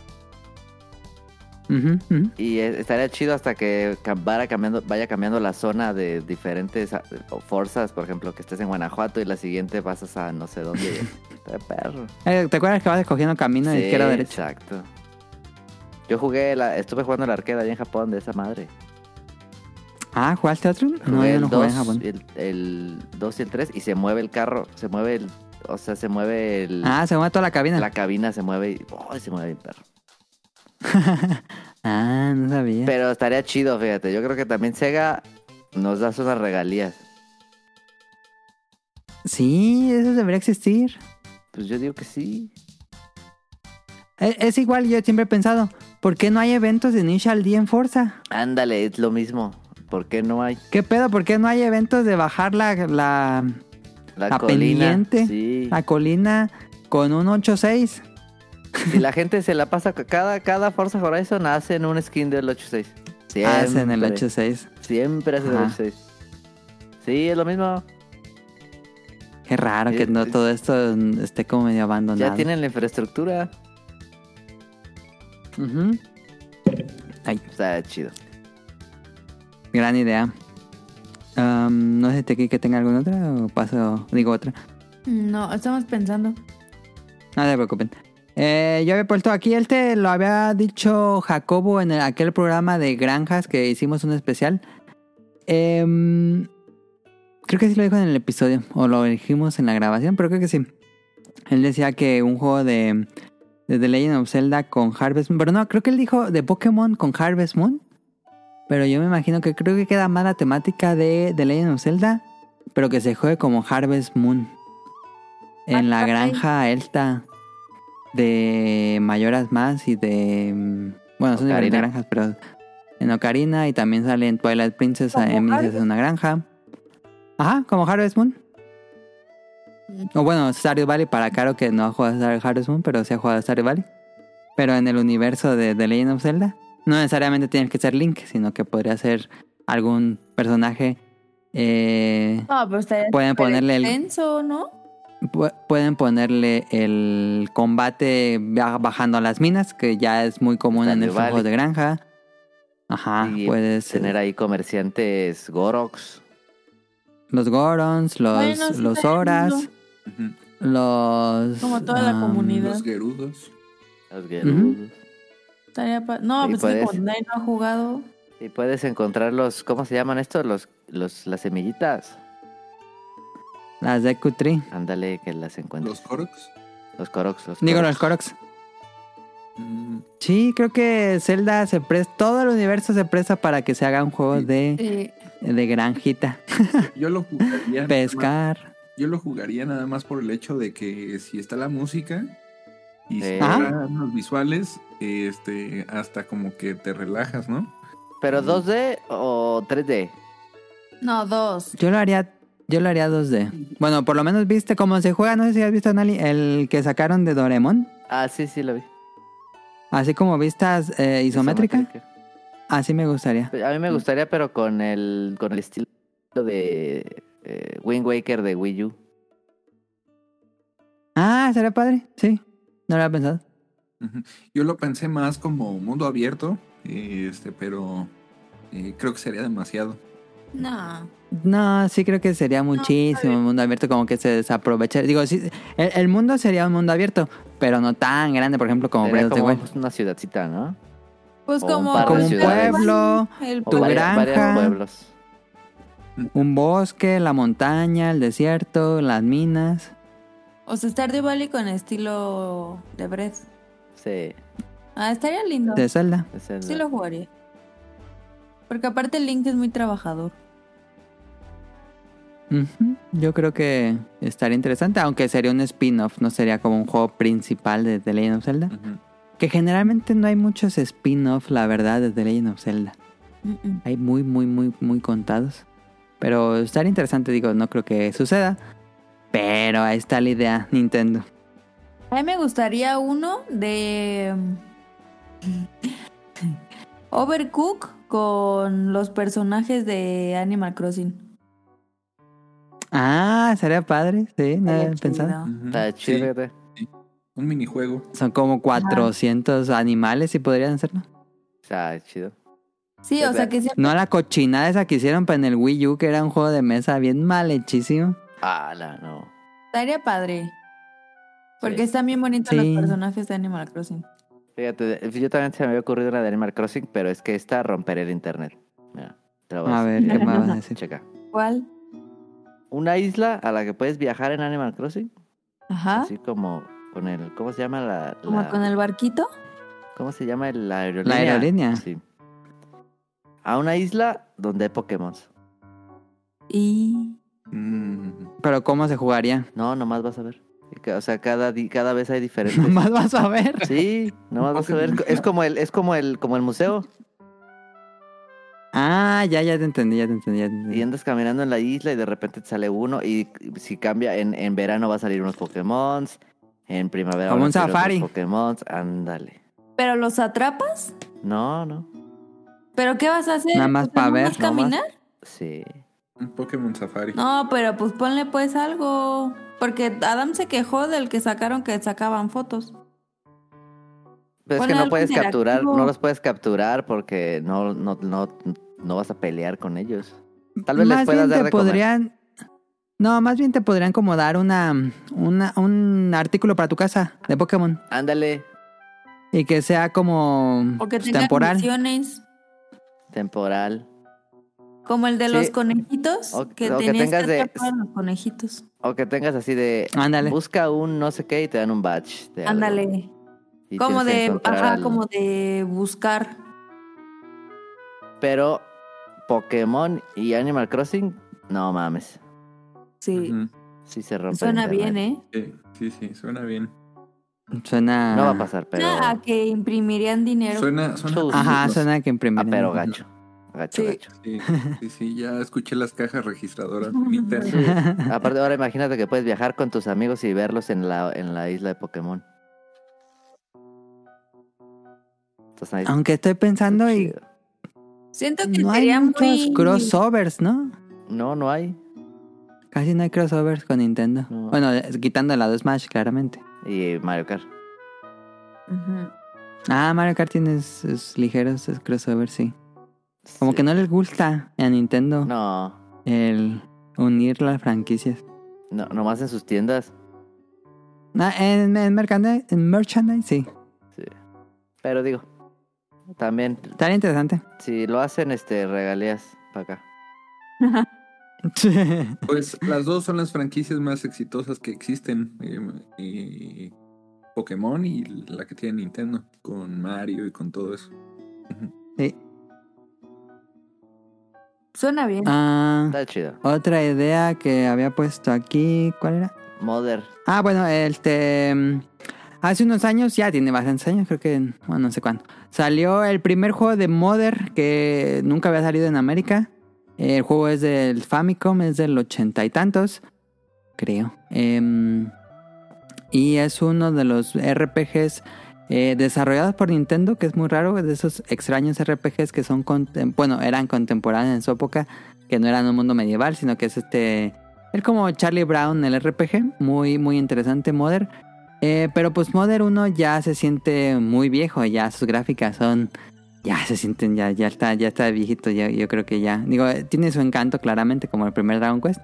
Ujú, ujú. Y eh, estaría chido hasta que cam- vara cambiando, vaya cambiando la zona de diferentes ah, o forzas, por ejemplo, que estés en Guanajuato y la siguiente pasas a no sé dónde. Está de perro. Eh, ¿Te acuerdas que vas escogiendo camino de Sí, izquierda a derecha? Exacto. Yo jugué, la, estuve jugando la arcade allá en Japón de esa madre. Ah, ¿jugaste otro? No, Jugué yo el no jugué dos, en Japón. El, el 2 y el 3 y se mueve el carro, se mueve el... O sea, se mueve el... Ah, se mueve toda la cabina. La cabina se mueve y oh, se mueve bien perro. Ah, no sabía. Pero estaría chido, fíjate. Yo creo que también Sega nos da unas regalías. Sí, eso debería existir. Pues yo digo que sí. Es, E-, es igual, yo siempre he pensado, ¿por qué no hay eventos de Initial D en Forza? Ándale, es lo mismo. ¿Por qué no hay ¿Qué pedo? ¿Por qué no hay eventos de bajar la, la, la, La colina? pendiente. Ah, Sí. la colina con un 8.6? Si la gente se la pasa, cada, cada Forza Horizon hacen un skin del 86. Siempre, Hacen el 8.6. Siempre hacen el Ajá. 86. Sí, es lo mismo. Qué raro Eh, que no eh. todo esto mm, esté como medio abandonado. Ya tienen la infraestructura. Ujú. Ay, Está chido. gran idea. Am, no sé si que tenga alguna otra o paso, digo otra. No, estamos pensando. No se preocupen. Eh, yo había puesto aquí, él te lo había dicho Jacobo en el- aquel programa de granjas que hicimos un especial. Em, creo que sí lo dijo en el episodio, o lo dijimos en la grabación, pero creo que sí. Él decía que un juego de, de The Legend of Zelda con Harvest Moon, pero no, creo que él dijo de Pokémon con Harvest Moon. Pero yo me imagino que creo que queda más la temática de The Legend of Zelda, pero que se juegue como Harvest Moon. En la Ah, caray. granja Elta de Mayoras Más y de... mm, Bueno, son diferentes Ocarina. granjas, pero en Ocarina y también sale en Twilight Princess, Como en Princess Harvest. en una granja. Ajá, como Harvest Moon. O bueno, Stardew Valley para Caro que no ha jugado a Harvest Moon, pero sí ha jugado a Stardew Valley. Pero en el universo de The Legend of Zelda, no necesariamente tienes que ser Link, sino que podría ser algún personaje. eh, No, pero estaría Pueden súper ponerle el- extenso, ¿no? pu- pueden ponerle el combate ba- bajando a las minas, que ya es muy común en Stardew el juego Valley. de granja. Ajá, Y puedes eh, Tener ahí comerciantes Goroks. los Gorons, los, Bueno, sí los estaría Horas, lindo. Ujú. los. Como toda la ah, comunidad. Los Gerudos. los Gerudos. Estaría pa- No, Sí, pues es que puedes. como nadie no ha jugado. Y puedes encontrar los, ¿cómo se llaman estos? Los, los, las semillitas. Las Deku Tree. Ándale, que las encuentres. Los Koroks. Los Koroks. Los Digo, Koroks. los Koroks. Mm, Sí, creo que Zelda se presta, todo el universo se presta para que se haga un juego Sí. de, Eh, de granjita. Yo lo jugaría. Pescar. Yo lo jugaría nada más por el hecho de que si está la música y si Eh. están los visuales, este, hasta como que te relajas, ¿no? ¿Pero 2D o 3D? no, dos. Yo lo haría, yo lo haría 2D. Bueno, por lo menos viste cómo se juega, no sé si has visto Nali, el que sacaron de Doremon. Ah, sí, sí, lo vi. Así como vistas eh, isométrica, Mm. Isométrica. así me gustaría. A mí me gustaría, pero con el, con el estilo de eh, Wind Waker de Wii U. Ah, será padre, sí. No lo había pensado. Yo lo pensé más como mundo abierto, este, pero eh, creo que sería demasiado. No. No, sí creo que sería muchísimo un mundo abierto, como que se desaprovecha. Digo, sí, el, el mundo sería un mundo abierto, pero no tan grande, por ejemplo, como Sería Breath of the como Wild. pues, una ciudadcita, ¿no? Pues O un como. par de Como un ciudades. pueblo, El O Tu pueblo. varias- varios granja. pueblos. un bosque, la montaña, el desierto, las minas. O sea, Stardew Valley con estilo de Breath. Sí, Ah, estaría lindo. De Zelda. es el- Sí lo jugaría. Porque aparte Link es muy trabajador. Ujú. Yo creo que estaría interesante, aunque sería un spin-off, no sería como un juego principal de The Legend of Zelda. Ujú. Que generalmente no hay muchos spin-off, la verdad, de The Legend of Zelda. Mm-mm. Hay muy, muy, muy, muy contados. Pero estaría interesante, digo, no creo que suceda. Pero ahí está la idea, Nintendo. A mí me gustaría uno de. mm, Overcook con los personajes de Animal Crossing. Ah, sería padre, sí, no había Estaría pensado. chido. Ujú. Está Sí, chido, fíjate. un minijuego. Son como 400 animales y podrían ser, ¿no? Está chido. Sí, o sea que sea No a la cochinada esa que hicieron para en el Wii U, que era un juego de mesa bien mal hechísimo. Ala, Ah, no. Estaría padre. Porque Sí. están bien bonitos Sí. los personajes de Animal Crossing. Fíjate, pues, yo también se me había ocurrido una de Animal Crossing, pero es que esta romperé el internet. Mira, te Pues la voy A ver, decir. ¿qué más vas a decir? Checa. ¿Cuál? Una isla a la que puedes viajar en Animal Crossing, Ah. Ajá. así como con el, ¿cómo se llama la, Como la- con el barquito. ¿Cómo se llama el- la aerolínea? La aerolínea. Sí. A una isla donde hay Pokémon. Y. Mm. Pero ¿cómo se jugaría? No, nomás vas a ver. O sea, cada, di- cada vez hay Pues diferentes. Nomás vas a ver. Sí, nomás vas a ver. Es como el, es como el, como el museo. Ah, ya, ya te entendí, ya te entendí. Ya te entendí. Y andas caminando en la isla y de repente te sale uno y si cambia, en, en verano va a salir unos Pokémon, en primavera Como van un a salir safari. otros Pokémon, ándale. ¿Pero los atrapas? No, no, ¿Pero qué vas a hacer? Nada más O sea, pa' ver, más nada más. caminar? sí. Un Pokémon Safari. No, pero pues ponle pues algo. Porque Adam se quejó del que sacaron que sacaban fotos. Pero es Ponle que no algo puedes capturar, interactivo. no los puedes capturar porque no, no, no, no vas a pelear con ellos. Tal vez les más puedas bien dar te de comer. podrían... No, más bien te podrían como dar una, una, un artículo para tu casa de Pokémon. Ándale, Y que sea como O que pues, tengan temporal. misiones, temporal. Como el de Sí. los conejitos. O- que o que tenías tengas de- que atrapar a los conejitos. O que tengas así de, Ándale. busca un no sé qué y te dan un badge. de algo. Ándale. Y Como tienes que de. encontrar Ajá, al- como de buscar. Pero Pokémon y Animal Crossing, no mames. Sí. Ujú. Sí se rompe. Suena bien, ¿eh? Sí, sí, sí, suena bien. Suena... No va a pasar, pero. Suena a que imprimirían dinero. Suena, suena. Chus. Ajá, Sí, suena que Ah, imprimir. pero gacho. Gacho, Sí. gacho. Sí, sí, sí, ya escuché las cajas registradoras de Nintendo. Aparte, ahora imagínate que puedes viajar con tus amigos y verlos en la, en la isla de Pokémon. Entonces, ahí- Aunque estoy pensando y chido. Siento que no hay sería muchos muy. crossovers, ¿no? No, no hay. Casi no hay crossovers con Nintendo. No. Bueno, es- quitando la de Smash, claramente. Y Mario Kart. Ujú. Ah, Mario Kart tiene sus ligeros sus crossovers, sí. Como Sí. que no les gusta a Nintendo No, el unir las franquicias. no, nomás en sus tiendas. Ah, en, en, merchandise, en merchandise, sí. Pero digo, también, Estaría interesante. si lo hacen, este, regalías para acá. Pues las dos son las franquicias más exitosas que existen. eh, eh, Pokémon y la que tiene Nintendo. Con Mario y con todo eso. sí. Suena bien. Ah, Está chido. otra idea que había puesto aquí, ¿cuál era? Mother. Ah, bueno, este. mm, Hace unos años, ya tiene bastantes años, creo que. Bueno, no sé cuándo. Salió el primer juego de Mother que nunca había salido en América. El juego es del Famicom, es del ochenta y tantos, creo. Em, y es uno de los RPGs eh, desarrollados por Nintendo, que es muy raro, es de esos extraños RPGs que son. contem- Bueno, eran contemporáneos en su época, que no eran un mundo medieval, sino que es este. Es como Charlie Brown, el RPG, muy, muy interesante, Modern. Eh, pero pues Modern 1 ya se siente muy viejo, ya sus gráficas son. Ya se sienten, ya, ya está, ya está viejito, ya, yo creo que ya. Digo, eh, tiene su encanto claramente, como el primer Dragon Quest.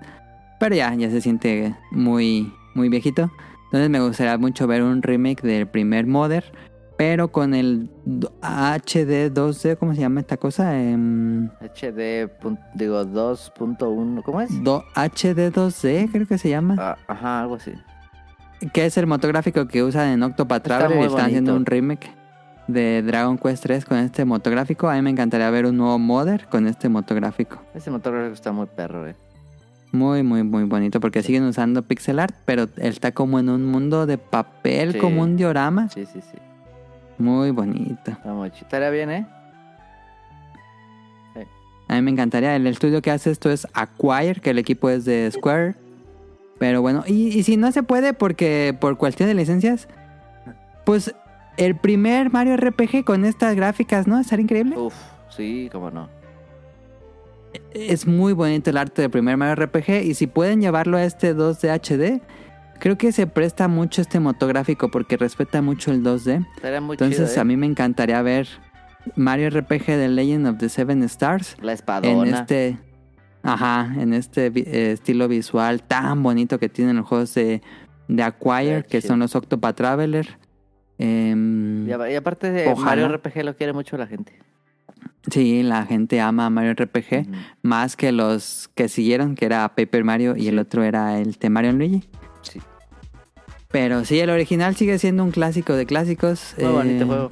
Pero ya, ya se siente muy, muy viejito. Entonces me gustaría mucho ver un remake del primer Modern. Pero con el do- HD 2D, ¿cómo se llama esta cosa? Em, HD, pun- digo, 2.1, ¿cómo es? do- HD 2D creo que se llama. Ah, ajá, algo así. que es el motográfico que usan en Octopath Está Traveler y muy están haciendo bonito. un remake de Dragon Quest 3 con este motográfico. A mí me encantaría ver un nuevo modder con este motográfico. Ese motor gráfico está muy perro, eh. Muy, muy, muy bonito porque siguen usando pixel art, pero está como en un mundo de papel, Sí. como un diorama. Sí, sí, sí. Está Muy bonito. muy chido. Estaría bien, eh. A mí me encantaría. El estudio que hace esto es Acquire, que el equipo es de Square. Pero bueno, y, y si no se puede porque por cuestión de licencias, pues el primer Mario RPG con estas gráficas, ¿no? Estaría increíble. Uf, sí, cómo no. Eh, Es muy bonito el arte del primer Mario RPG y si pueden llevarlo a este 2D HD, creo que se presta mucho este motográfico porque respeta mucho el 2D. Estaría muy Entonces chido. ¿eh? a mí me encantaría ver Mario RPG de Legend of the Seven Stars La en espadona. este ajá, en este vi- eh, estilo visual tan bonito que tienen los juegos de, de Acquire, Está que chido. son los Octopath Traveler. Em, Y, a- y aparte de Ojalá. Mario RPG lo quiere mucho la gente. sí, la gente ama a Mario RPG Ujú. más que los que siguieron, que era Paper Mario y el otro era el Temario en Luigi. Sí. Pero sí, el original sigue siendo un clásico de clásicos. Muy bonito Eh, juego.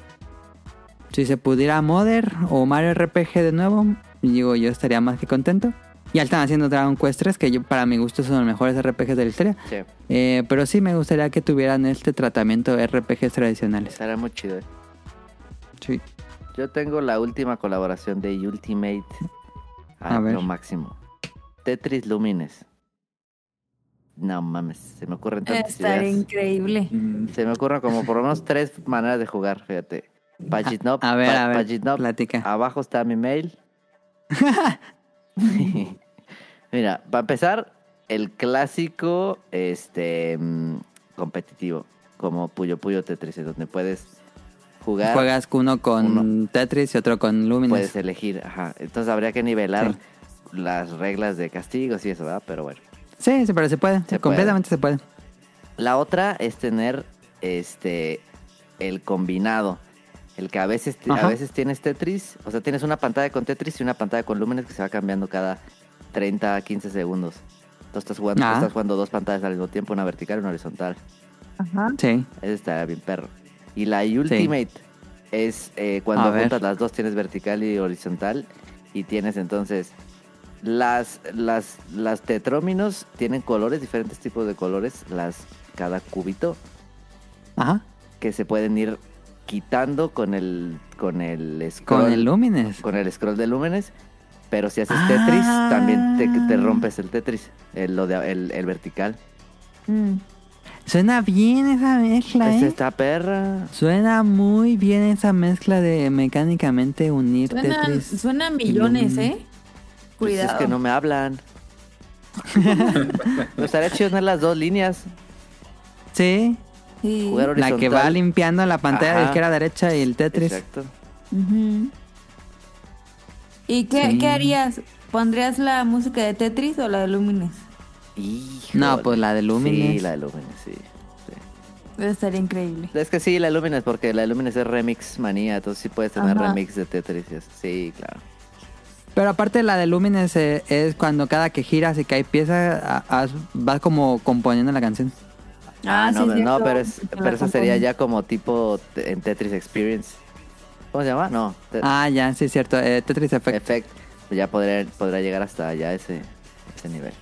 Si se pudiera Modder o Mario RPG de nuevo, digo, yo estaría más que contento. Ya están haciendo Dragon Quest 3, que yo, para mi gusto son los mejores RPGs de la historia. Sí, Eh, pero sí me gustaría que tuvieran este tratamiento de RPGs tradicionales. estará muy chido. eh. Sí. Yo tengo la última colaboración de Ultimate a, A ver. lo máximo. Tetris Lumines. No mames, se me ocurren tantas Estar ideas. increíble. Mm, Se me ocurren como por lo menos tres maneras de jugar, fíjate. Pagitnop, A ver, pa- a ver, Pagitnop, platica. abajo está mi mail. Mira, para empezar, el clásico este mm, competitivo, como Puyo Puyo Tetris, en donde puedes jugar Juegas uno con Uno. Tetris y otro con Lumines. puedes elegir, ajá. Entonces habría que nivelar las reglas de castigos y eso, ¿verdad? Pero bueno. Sí, sí, pero se puede. Se completamente se puede. La otra es tener este el combinado. El que a veces, a Ajá. veces tienes Tetris, o sea, tienes una pantalla con Tetris y una pantalla con Lúmenes que se va cambiando cada 30 a 15 segundos. Entonces estás jugando, Ah. estás jugando dos pantallas al mismo tiempo, una vertical y una horizontal. Ajá. Sí. Ese está bien perro. Y la Ultimate es eh, cuando A ver. juntas las dos, tienes vertical y horizontal. Y tienes entonces las, las, las tetróminos tienen colores, diferentes tipos de colores, las cada cubito, Ajá. que se pueden ir quitando con el con el scroll, Con el Lumines. con el scroll de lúmenes. Pero si haces Ah. Tetris, también te, te rompes el Tetris, el, lo de- el- el vertical. Mm. Suena bien esa mezcla, Es ¿eh? Pues esta perra. Suena muy bien esa mezcla de mecánicamente unir Suenan, Tetris. suenan millones, ¿eh? Mm. Pues Cuidado. Es que no me hablan. me gustaría chido tener las dos líneas. Sí. Sí. Jugar La que va horizontal. limpiando la pantalla de Ajá. izquierda a derecha y el Tetris. Exacto. Ujú. ¿Y qué, Sí. qué harías? ¿Pondrías la música de Tetris o la de Lumines? Híjole. No, pues la de Lumines. Sí, la de Lumines, sí. Sí. Estaría increíble. Es que sí, la de Lumines, porque la de Lumines es remix manía, entonces sí puedes tener Ajá. remix de Tetris. y eso. Sí, claro. Pero aparte la de Lumines eh, es cuando cada que giras y cae pieza, a- haz- vas como componiendo la canción. Ah, no, sí, pero, no, cierto. pero, es, Que la pero esa sería componen. ya como tipo te- en Tetris Experience. ¿Cómo se llama? No, Te- Ah, ya, sí, es cierto. eh, Tetris Effect. Effect. Ya podría, podrá llegar hasta allá ese, ese nivel.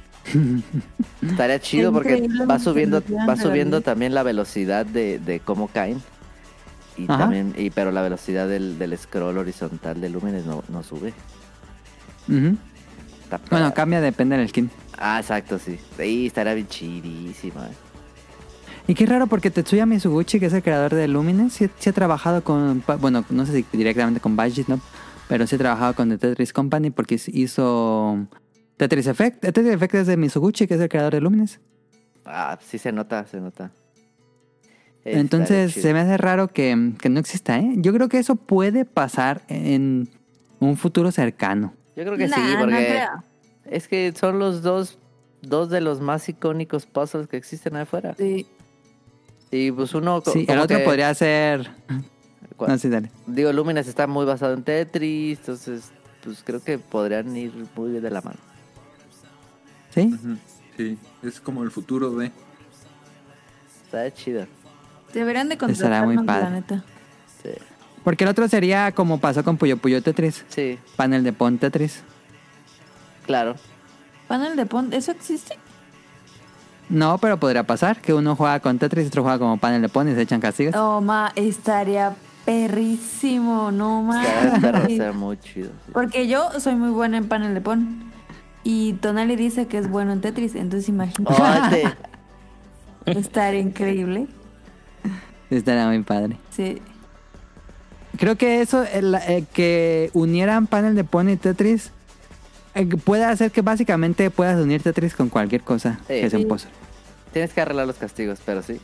Estaría chido porque increíble va que subiendo, nos dieran va subiendo regalías. también la velocidad de, de cómo caen. Y Ajá. también, y pero la velocidad del, del scroll horizontal de Lúmenes no, no sube. Ujú. Está Bueno, padre. cambia, depende del skin. Ah, exacto, sí. Sí, estaría bien chidísima. eh. Y qué raro porque Tetsuya Mizuguchi, que es el creador de Lumines, sí, sí ha trabajado con, pa- bueno, no sé si directamente con Bajit, ¿no? Pero sí ha trabajado con The Tetris Company porque hizo Tetris Effect. Eh, Tetris Effect es de Mizuguchi, que es el creador de Lumines. Ah, sí se nota, se nota. Estaría Entonces chido. se me hace raro que, que no exista, ¿eh? Yo creo que eso puede pasar en un futuro cercano. Yo creo que Nah, sí, no porque creo. es que son los dos, dos de los más icónicos puzzles que existen ahí afuera. Sí. Y pues uno... co- Sí, el como otro que- podría ser... cua- No, sí, dale. Digo, Lumines está muy basado en Tetris, entonces pues creo que podrían ir muy bien de la mano. ¿Sí? ujú. Sí, es como el futuro de... Está chido. Deberían de Estará muy contratarnos, la padre. neta. Sí. Porque el otro sería como pasó con Puyo Puyo Tetris. Sí, Panel de Pon Tetris. claro. Panel de pon, ¿eso existe? No, pero podría pasar que uno juega con Tetris y otro juega como panel de pon y se echan castigos. Oh. No, ma, estaría perrísimo, no ma. Está perro, está muy chido. sí. Porque yo soy muy buena en panel de pon. Y Tonali dice que es bueno en Tetris, entonces imagínate. Órale. Oh, Estar increíble. Estaría muy padre. Sí. Creo que eso, el- eh, que unieran panel de pon y Tetris, eh, puede hacer que básicamente puedas unir Tetris con cualquier cosa que sea un Sí. puzzle. Tienes que arreglar los castigos, pero sí. sí,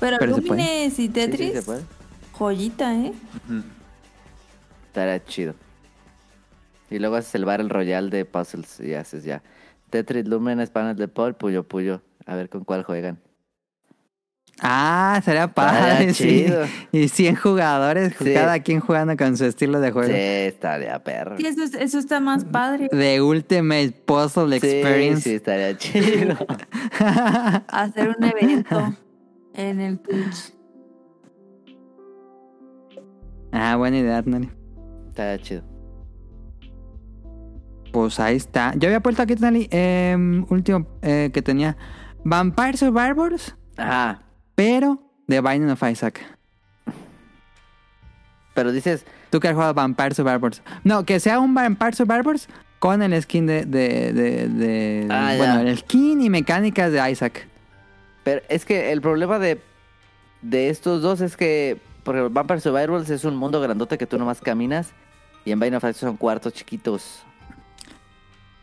Pero, Pero se puede. Lumines y sí, Tetris, se puede. joyita, ¿eh? Ujú. Estaría chido. Y luego haces el Battle Royale de puzzles y haces ya. Tetris, Lumen, Panel de Paul, Puyo Puyo. A ver con cuál juegan. Ah, sería padre, Estaría sí. chido. Y 100 jugadores, Sí. cada quien jugando con su estilo de juego. Sí, estaría perro. Sí, eso, es- eso está más padre. The Ultimate Puzzle Sí, Experience. sí, estaría chido. Hacer un evento en el Twitch. Ah, buena idea, Tonali. estaría chido. Pues ahí está. Yo había puesto aquí, Tonali, em, último eh, que tenía. Vampire Survivors, Ajá. pero de Binding of Isaac. Pero dices, Tú que has jugado Vampire Survivors. No, que sea un Vampire Survivors con el skin de... de, de, de- Ah, ya. bueno, el skin y mecánicas de Isaac. pero es que el problema de, de estos dos es que, por ejemplo, Vampire Survivors es un mundo grandote que tú nomás caminas y en Binding of Isaac son cuartos chiquitos.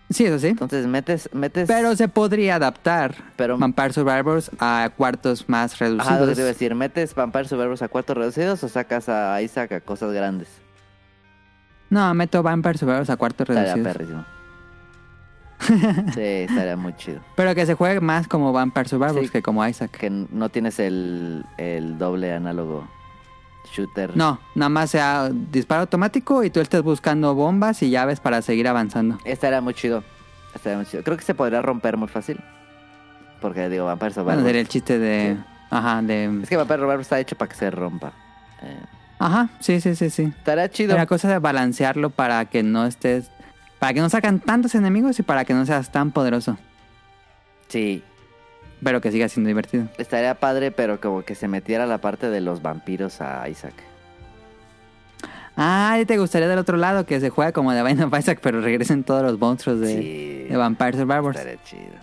Sí, eso sí. Entonces metes, metes. Pero se podría adaptar Pero- Vampire Survivors a cuartos más Ajá, lo que reducidos. te iba a decir, ¿metes Vampire Survivors a cuartos reducidos o sacas a Isaac a cosas grandes? no, meto Vampire Survivors a cuartos Estaría reducidos. perrísimo. sí, estaría muy chido. Pero que se juegue más como Vampire Survivors Sí. que como Isaac. Que no tienes el, el doble análogo shooter. No, nada más sea disparo automático y tú estés buscando bombas y llaves para seguir avanzando. Estaría Este muy chido. Estaría muy chido. Creo que se podría romper muy fácil. Porque digo, Vampire Bueno, Survivors. sería el chiste de... Sí. Ajá, de... Es que Vampire Survivors está hecho para que se rompa. Eh, Ajá, sí, sí, sí, sí. estaría chido. La cosa de balancearlo para que no estés... Para que no sacan tantos enemigos y para que no seas tan poderoso. Sí, Pero que siga siendo divertido. estaría padre, pero como que se metiera la parte de los vampiros a Isaac. Ah, ¿y te gustaría del otro lado que se juega como de Binding of Isaac, pero regresen todos los monstruos de, sí, de Vampire Survivors? estaría chido.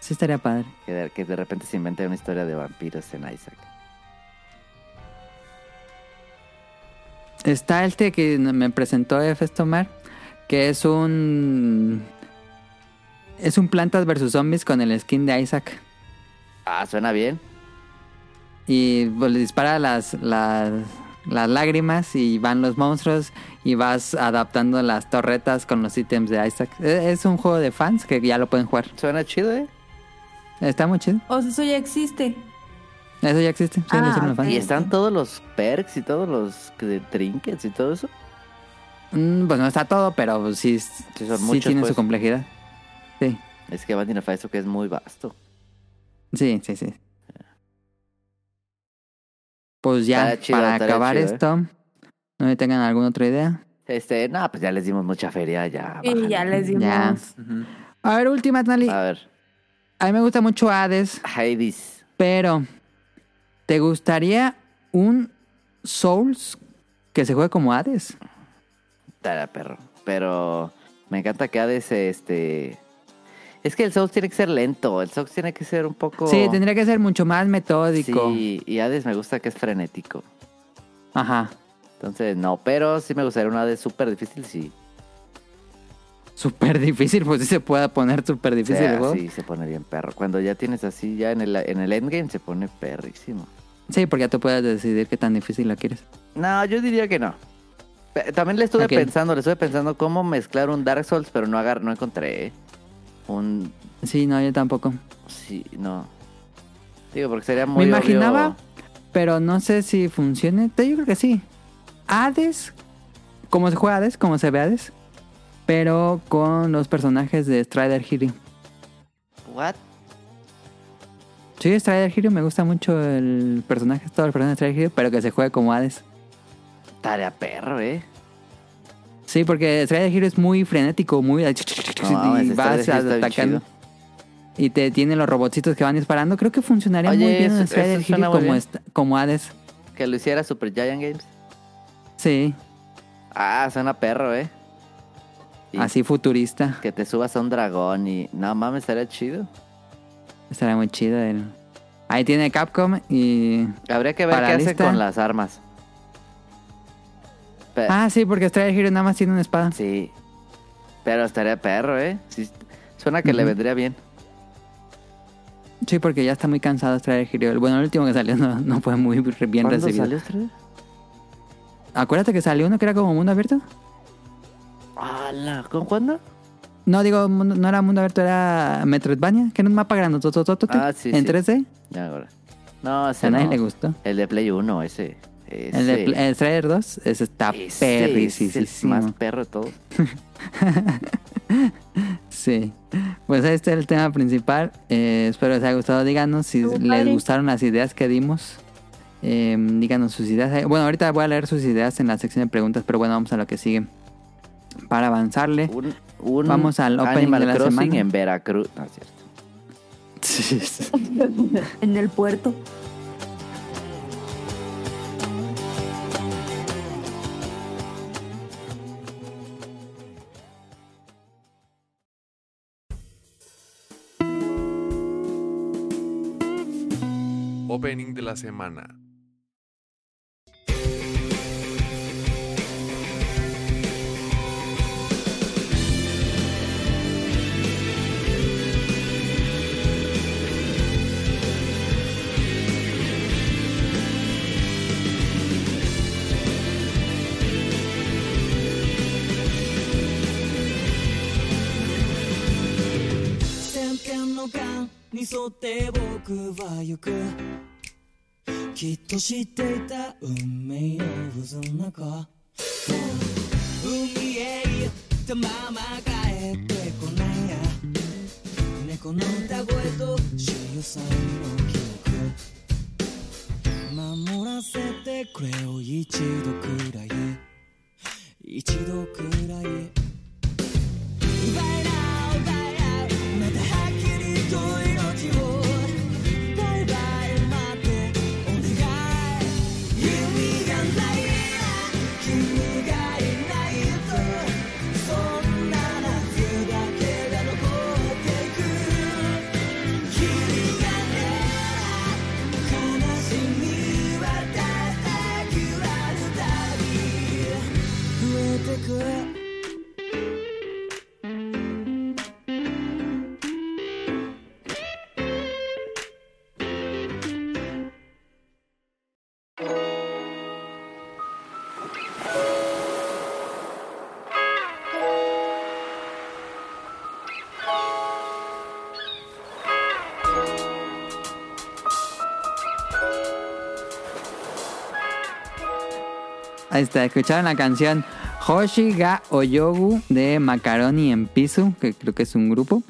Sí, estaría padre. Que de, que de repente se invente una historia de vampiros en Isaac. Está este que me presentó Efes Tomar, que es un. Es un Plantas versus Zombies con el skin de Isaac. Ah, suena bien. Y pues, le dispara las, las, las lágrimas y van los monstruos y vas adaptando las torretas con los ítems de Isaac. E- Es un juego de fans que ya lo pueden jugar. Suena chido, ¿eh? Está muy chido. O sea, eso ya existe. Eso ya existe. Sí, lo Ah, hicieron los fans. Y están todos los perks y todos los que- trinkets y todo eso. Mm, pues no está todo, pero pues, sí, sí, son muchos, tiene su pues. complejidad. Sí, Es que Bandina eso que es muy vasto. sí, sí, sí. Pues ya, Estaría chido, para estaría acabar chido, ¿eh? esto, no me tengan alguna otra idea. Este, no, pues ya les dimos mucha feria, ya. Y bájale. ya les dimos. Ya. A ver, última, Nali. A ver, A mí me gusta mucho Hades, Hades. pero ¿te gustaría un Souls que se juegue como Hades? Tara, perro. Pero me encanta que Hades, este. Es que el Souls tiene que ser lento. El Souls tiene que ser un poco. Sí, tendría que ser mucho más metódico. Oh. Sí, y Hades me gusta que es frenético. Ajá. Entonces, no, pero sí me gustaría un Hades súper difícil, sí. Súper difícil, pues sí se puede poner súper O sea, difícil el juego. sí, se pone bien perro. Cuando ya tienes así, ya en el, en el endgame se pone perrísimo. Sí, porque ya tú puedes decidir qué tan difícil lo quieres. No, yo diría que no. Pe- También le estuve Ok. pensando, le estuve pensando cómo mezclar un Dark Souls, pero no agar, no encontré ¿eh? un Sí, no, yo tampoco. sí, no. Digo, porque sería muy Me obvio. imaginaba, pero no sé si funcione. Te- Yo creo que sí. Hades, como se juega Hades, como se ve Hades, pero con los personajes de Strider Hero. What? Sí, Strider Hero me gusta mucho el personaje, todo el personaje de Strider Hero, pero que se juegue como Hades. Tarea perro, ¿eh? Sí, porque Strider Hero es muy frenético, muy... y ese Strider vas Hero está bien atacando. chido. Y te tiene los robotcitos que van disparando. Creo que funcionaría Oye, muy bien eso- en eso Strider suena Hero muy como, bien. esta- como Hades. Que lo hiciera Super Giant Games. Sí, Ah, suena perro, ¿eh? Y así futurista. que te subas a un dragón y no mames, estaría chido. Estará muy chido. el- Ahí tiene Capcom y... Habría que ver Para qué hace lista. con las armas. Pe- Ah, sí, porque Strider Hero nada más tiene una espada. Sí. Pero estaría perro, ¿eh? Sí, suena que le Ujú. vendría bien. Sí, porque ya está muy cansado Strider Hero. Bueno, el último que salió no, no fue muy re- bien ¿Cuándo recibido. salió Strider? Acuérdate que salió uno que era como mundo abierto. ¡Hala! ¿Con cuándo? No, digo, mundo- no era mundo abierto, era Metroidvania, que era un mapa grandotototote Ah, sí, en sí. 3D. Ya, ahora. No, ese a nadie no. le gustó. El de Play 1, ese. ese El de Pl- el Strider 2, ese está ese es el más perricisísimo. perro de todos. Sí. Pues este es el tema principal. Eh, espero les haya gustado. Díganos si les gustaron las ideas que dimos. Eh, díganos sus ideas. Eh, Bueno, ahorita voy a leer sus ideas en la sección de preguntas, pero bueno, vamos a lo que sigue. Para avanzarle. Un, un Eh, Vamos al opening Animal de la Crossing semana. en Veracruz. No, es cierto. En el puerto. Opening de la semana. 戦艦の艦に沿って僕は行くきっと知っていた運命の渦の中海へ行ったまま帰ってこないや猫の歌声と潮さんの記憶守らせてくれよ一度くらい一度くらい奪えな奪え合うまたはっきりと命をバイバイ待ってお願い意味がない君がいないとそんな夏だけが残ってく君がね悲しみは叩き割るたび増えてく Ahí está, escucharon la canción Hoshi ga Oyogu de Macaroni en Piso, que creo que es un grupo.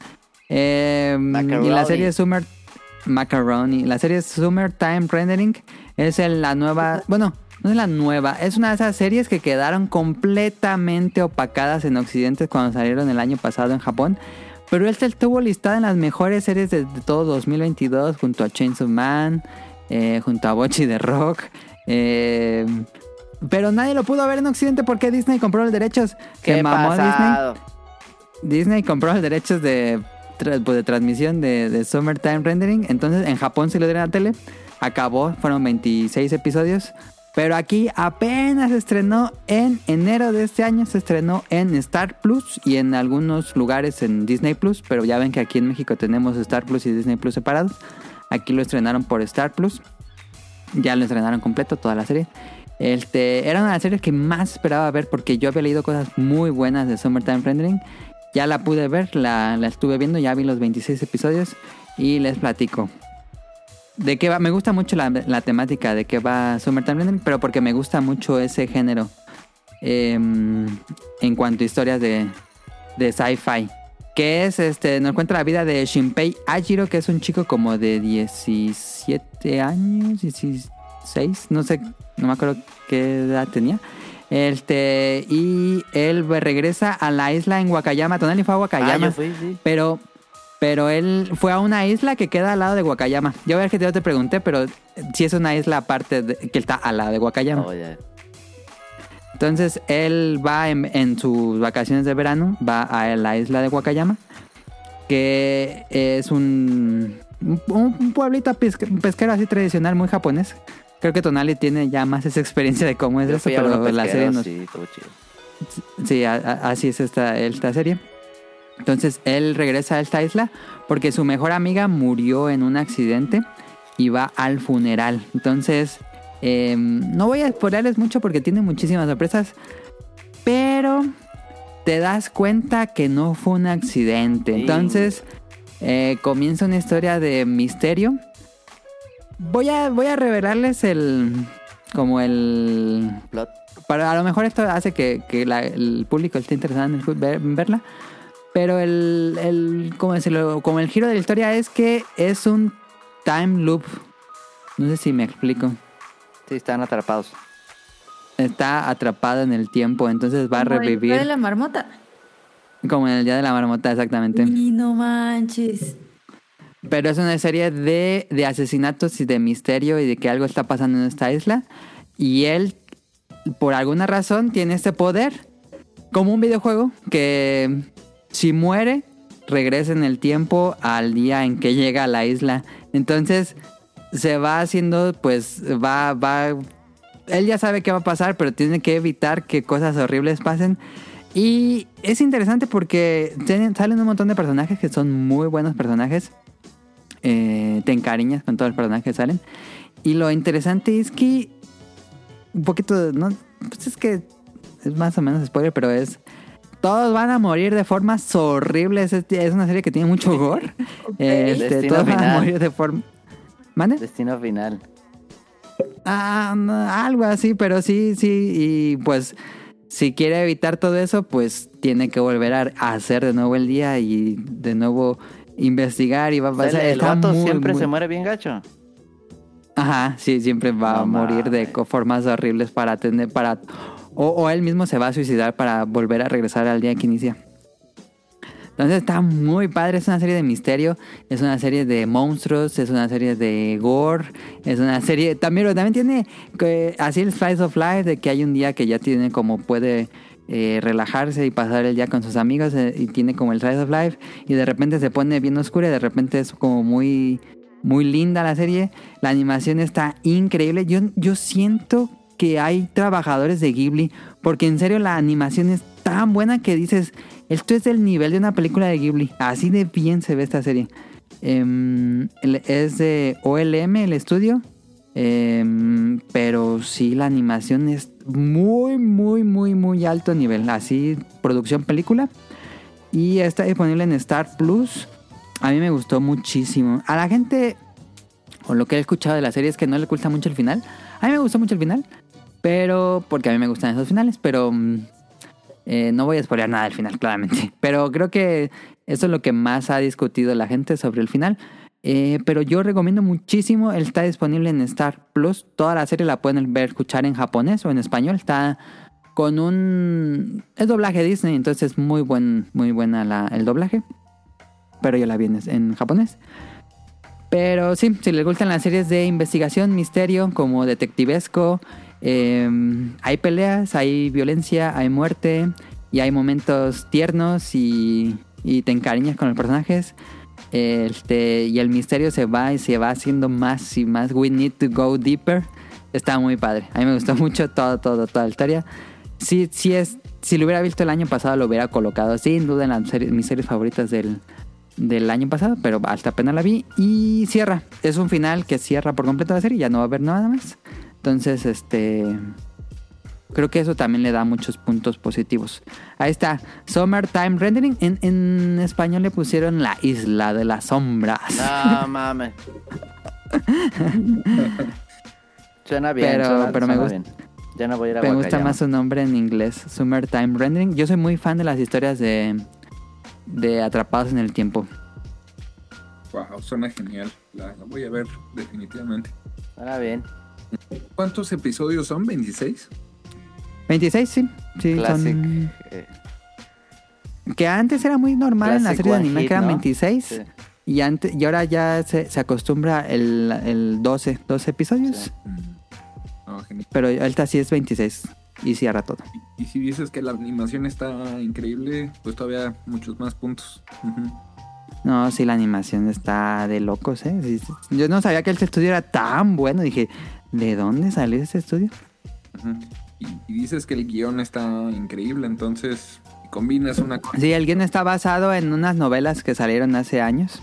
Eh, y la Macaroni. serie Summer Macaroni, la serie Summer Time Rendering es el- la nueva, bueno, no es la nueva, es una de esas series que quedaron completamente opacadas en Occidente cuando salieron el año pasado en Japón. Pero esta estuvo listada en las mejores series de, de todo 2022 junto a Chainsaw Man, eh, junto a Bochi de Rock. eh, pero nadie lo pudo ver en Occidente porque Disney compró los derechos. ¿Qué Se mamó pasado? Ah, Disney. Disney compró los derechos de, tra- pues, de transmisión de, de Summertime Rendering. Entonces en Japón se lo dieron a la tele. Acabó, fueron 26 episodios. Pero aquí apenas se estrenó en enero de este año. Se estrenó en Star Plus y en algunos lugares en Disney Plus. Pero ya ven que aquí en México tenemos Star Plus y Disney Plus separados. Aquí lo estrenaron por Star Plus. Ya lo estrenaron completo, toda la serie. Este, era una de las series que más esperaba ver porque yo había leído cosas muy buenas de Summertime Rendering. Ya la pude ver, la, la estuve viendo, ya vi los 26 episodios y les platico. De qué va, me gusta mucho la, la temática de qué va Summertime Rendering, pero porque me gusta mucho ese género em, en cuanto a historias de, de sci-fi. Que es, este, nos cuenta la vida de Shinpei Ajiro, que es un chico como de 17 años, 16, no sé, no me acuerdo qué edad tenía. Este, y él pues, regresa a la isla en Wakayama. Tonali fue a Wakayama. Ah, yo fui, sí. Pero, pero él fue a una isla que queda al lado de Wakayama. Yo a ver que yo te pregunté, pero si es una isla aparte de- que está al lado de Wakayama. Oh, ya. Entonces él va en, en sus vacaciones de verano, va a la isla de Wakayama, que es un, un, un pueblito pesque- pesquero así tradicional, muy japonés. Creo que Tonali tiene ya más esa experiencia de cómo es Yo eso, fui a uno pero la serie pesquero, nos, sí, estuvo chido. Sí, a- a- así es esta, esta serie. Entonces él regresa a esta isla porque su mejor amiga murió en un accidente y va al funeral. Entonces, em, no voy a spoilerles mucho porque tiene muchísimas sorpresas, pero te das cuenta que no fue un accidente. Entonces, eh, comienza una historia de misterio Voy a, voy a revelarles el. Como el. Plot. Para, a lo mejor esto hace que, que la- el público esté interesado en el- ver- en verla. Pero el. el como, se lo- como el giro de la historia es que es un time loop. No sé si me explico. Sí, están atrapados. Está atrapado en el tiempo, entonces va a Como el revivir. día de la marmota. Como en el día de la marmota, exactamente. Y no manches. Pero es una serie de, de asesinatos y de misterio y de que algo está pasando en esta isla. Y él, por alguna razón, tiene este poder, como un videojuego, que si muere, regresa en el tiempo al día en que llega a la isla. Entonces, se va haciendo, pues, va, va... Él ya sabe qué va a pasar, pero tiene que evitar que cosas horribles pasen. Y es interesante porque tienen- salen un montón de personajes que son muy buenos personajes eh, te encariñas con todos los personajes que salen. Y lo interesante es que un poquito, no, pues es que es más o menos spoiler, pero es todos van a morir de formas horribles. Es, es una serie que tiene mucho gore. Este, Destino todos van a final. morir de forma. ¿Mande? Destino final. Ah, no, algo así, pero sí, sí. Y pues, si quiere evitar todo eso, pues tiene que volver a a hacer de nuevo el día y de nuevo investigar y va a O sea, pasar. el- el Pues Está vato muy, siempre muy- se muere bien gacho. Ajá, sí, siempre va a No morir de mames. co- formas horribles para tener, para... O, o él mismo se va a suicidar para volver a regresar al día que inicia. Entonces está muy padre, es una serie de misterio, es una serie de monstruos, es una serie de gore, es una serie... También, pero también tiene que- así el slice of life de que hay un día que ya tiene como puede eh, relajarse y pasar el día con sus amigos eh, y tiene como el slice of life y de repente se pone bien oscura y de repente es como muy muy linda la serie. La animación está increíble. Yo, yo siento que hay trabajadores de Ghibli, porque en serio la animación es tan buena que dices, esto es el nivel de una película de Ghibli. Así de bien se ve esta serie. Em, el- es de OLM el estudio, em, pero sí la animación es muy, muy, muy, muy alto nivel. Así, producción película. Y está disponible en Star Plus. A mí me gustó muchísimo. A la gente, o lo que he escuchado de la serie, es que no le gusta mucho el final. A mí me gustó mucho el final, pero. Porque a mí me gustan esos finales, pero. mm, eh, no voy a spoilear nada del final, claramente. Pero creo que eso es lo que más ha discutido la gente sobre el final. Eh, pero yo recomiendo muchísimo. Está disponible en Star Plus. Toda la serie la pueden ver, escuchar en japonés o en español. Está con un. Es doblaje Disney, entonces muy, buen, muy buena la- el doblaje pero yo la vi en, en japonés. Pero sí, si les gustan las series de investigación, misterio, como detectivesco, eh, hay peleas, hay violencia, hay muerte, y hay momentos tiernos y, y te encariñas con los personajes. Este, y el misterio se va y se va haciendo más y más. We need to go deeper. Está muy padre. A mí me gustó mucho todo, todo, toda la historia. Sí, sí es, si lo hubiera visto el año pasado, lo hubiera colocado sin duda en las series- mis series favoritas del, del año pasado, pero hasta apenas la vi. Y cierra. Es un final que cierra por completo la serie, ya no va a haber nada más. Entonces, este. Creo que eso también le da muchos puntos positivos. Ahí está, Summertime Rendering. En, en español le pusieron La Isla de las Sombras. No mames. suena bien, Pero- suena- pero me suena gusta- bien. Ya no voy a ir a Me gusta Guacayama. más su nombre en inglés, Summertime Rendering. Yo soy muy fan de las historias de, de Atrapados en el Tiempo. Wow, suena genial. La, la voy a ver definitivamente. Suena bien. ¿Cuántos episodios son? ¿26? 26, sí. sí son- Classic. eh, Que antes era muy normal en la Classic serie de One anime Hit, que eran ¿no? 26. sí. Y, antes, y ahora ya se, se acostumbra el, el 12, 12 episodios. Sí. Mm. No, genial. Pero ahorita sí es 26 y cierra todo. Y si dices que la animación está increíble, pues todavía muchos más puntos. Ujú. No, sí, la animación está de locos, ¿eh? Sí, sí. Yo no sabía que este estudio era tan bueno. Dije, ¿de dónde salió ese estudio? Ujú. Y, y dices que el guión está increíble, entonces combinas una cosa. Sí, el guion está basado en unas novelas que salieron hace años.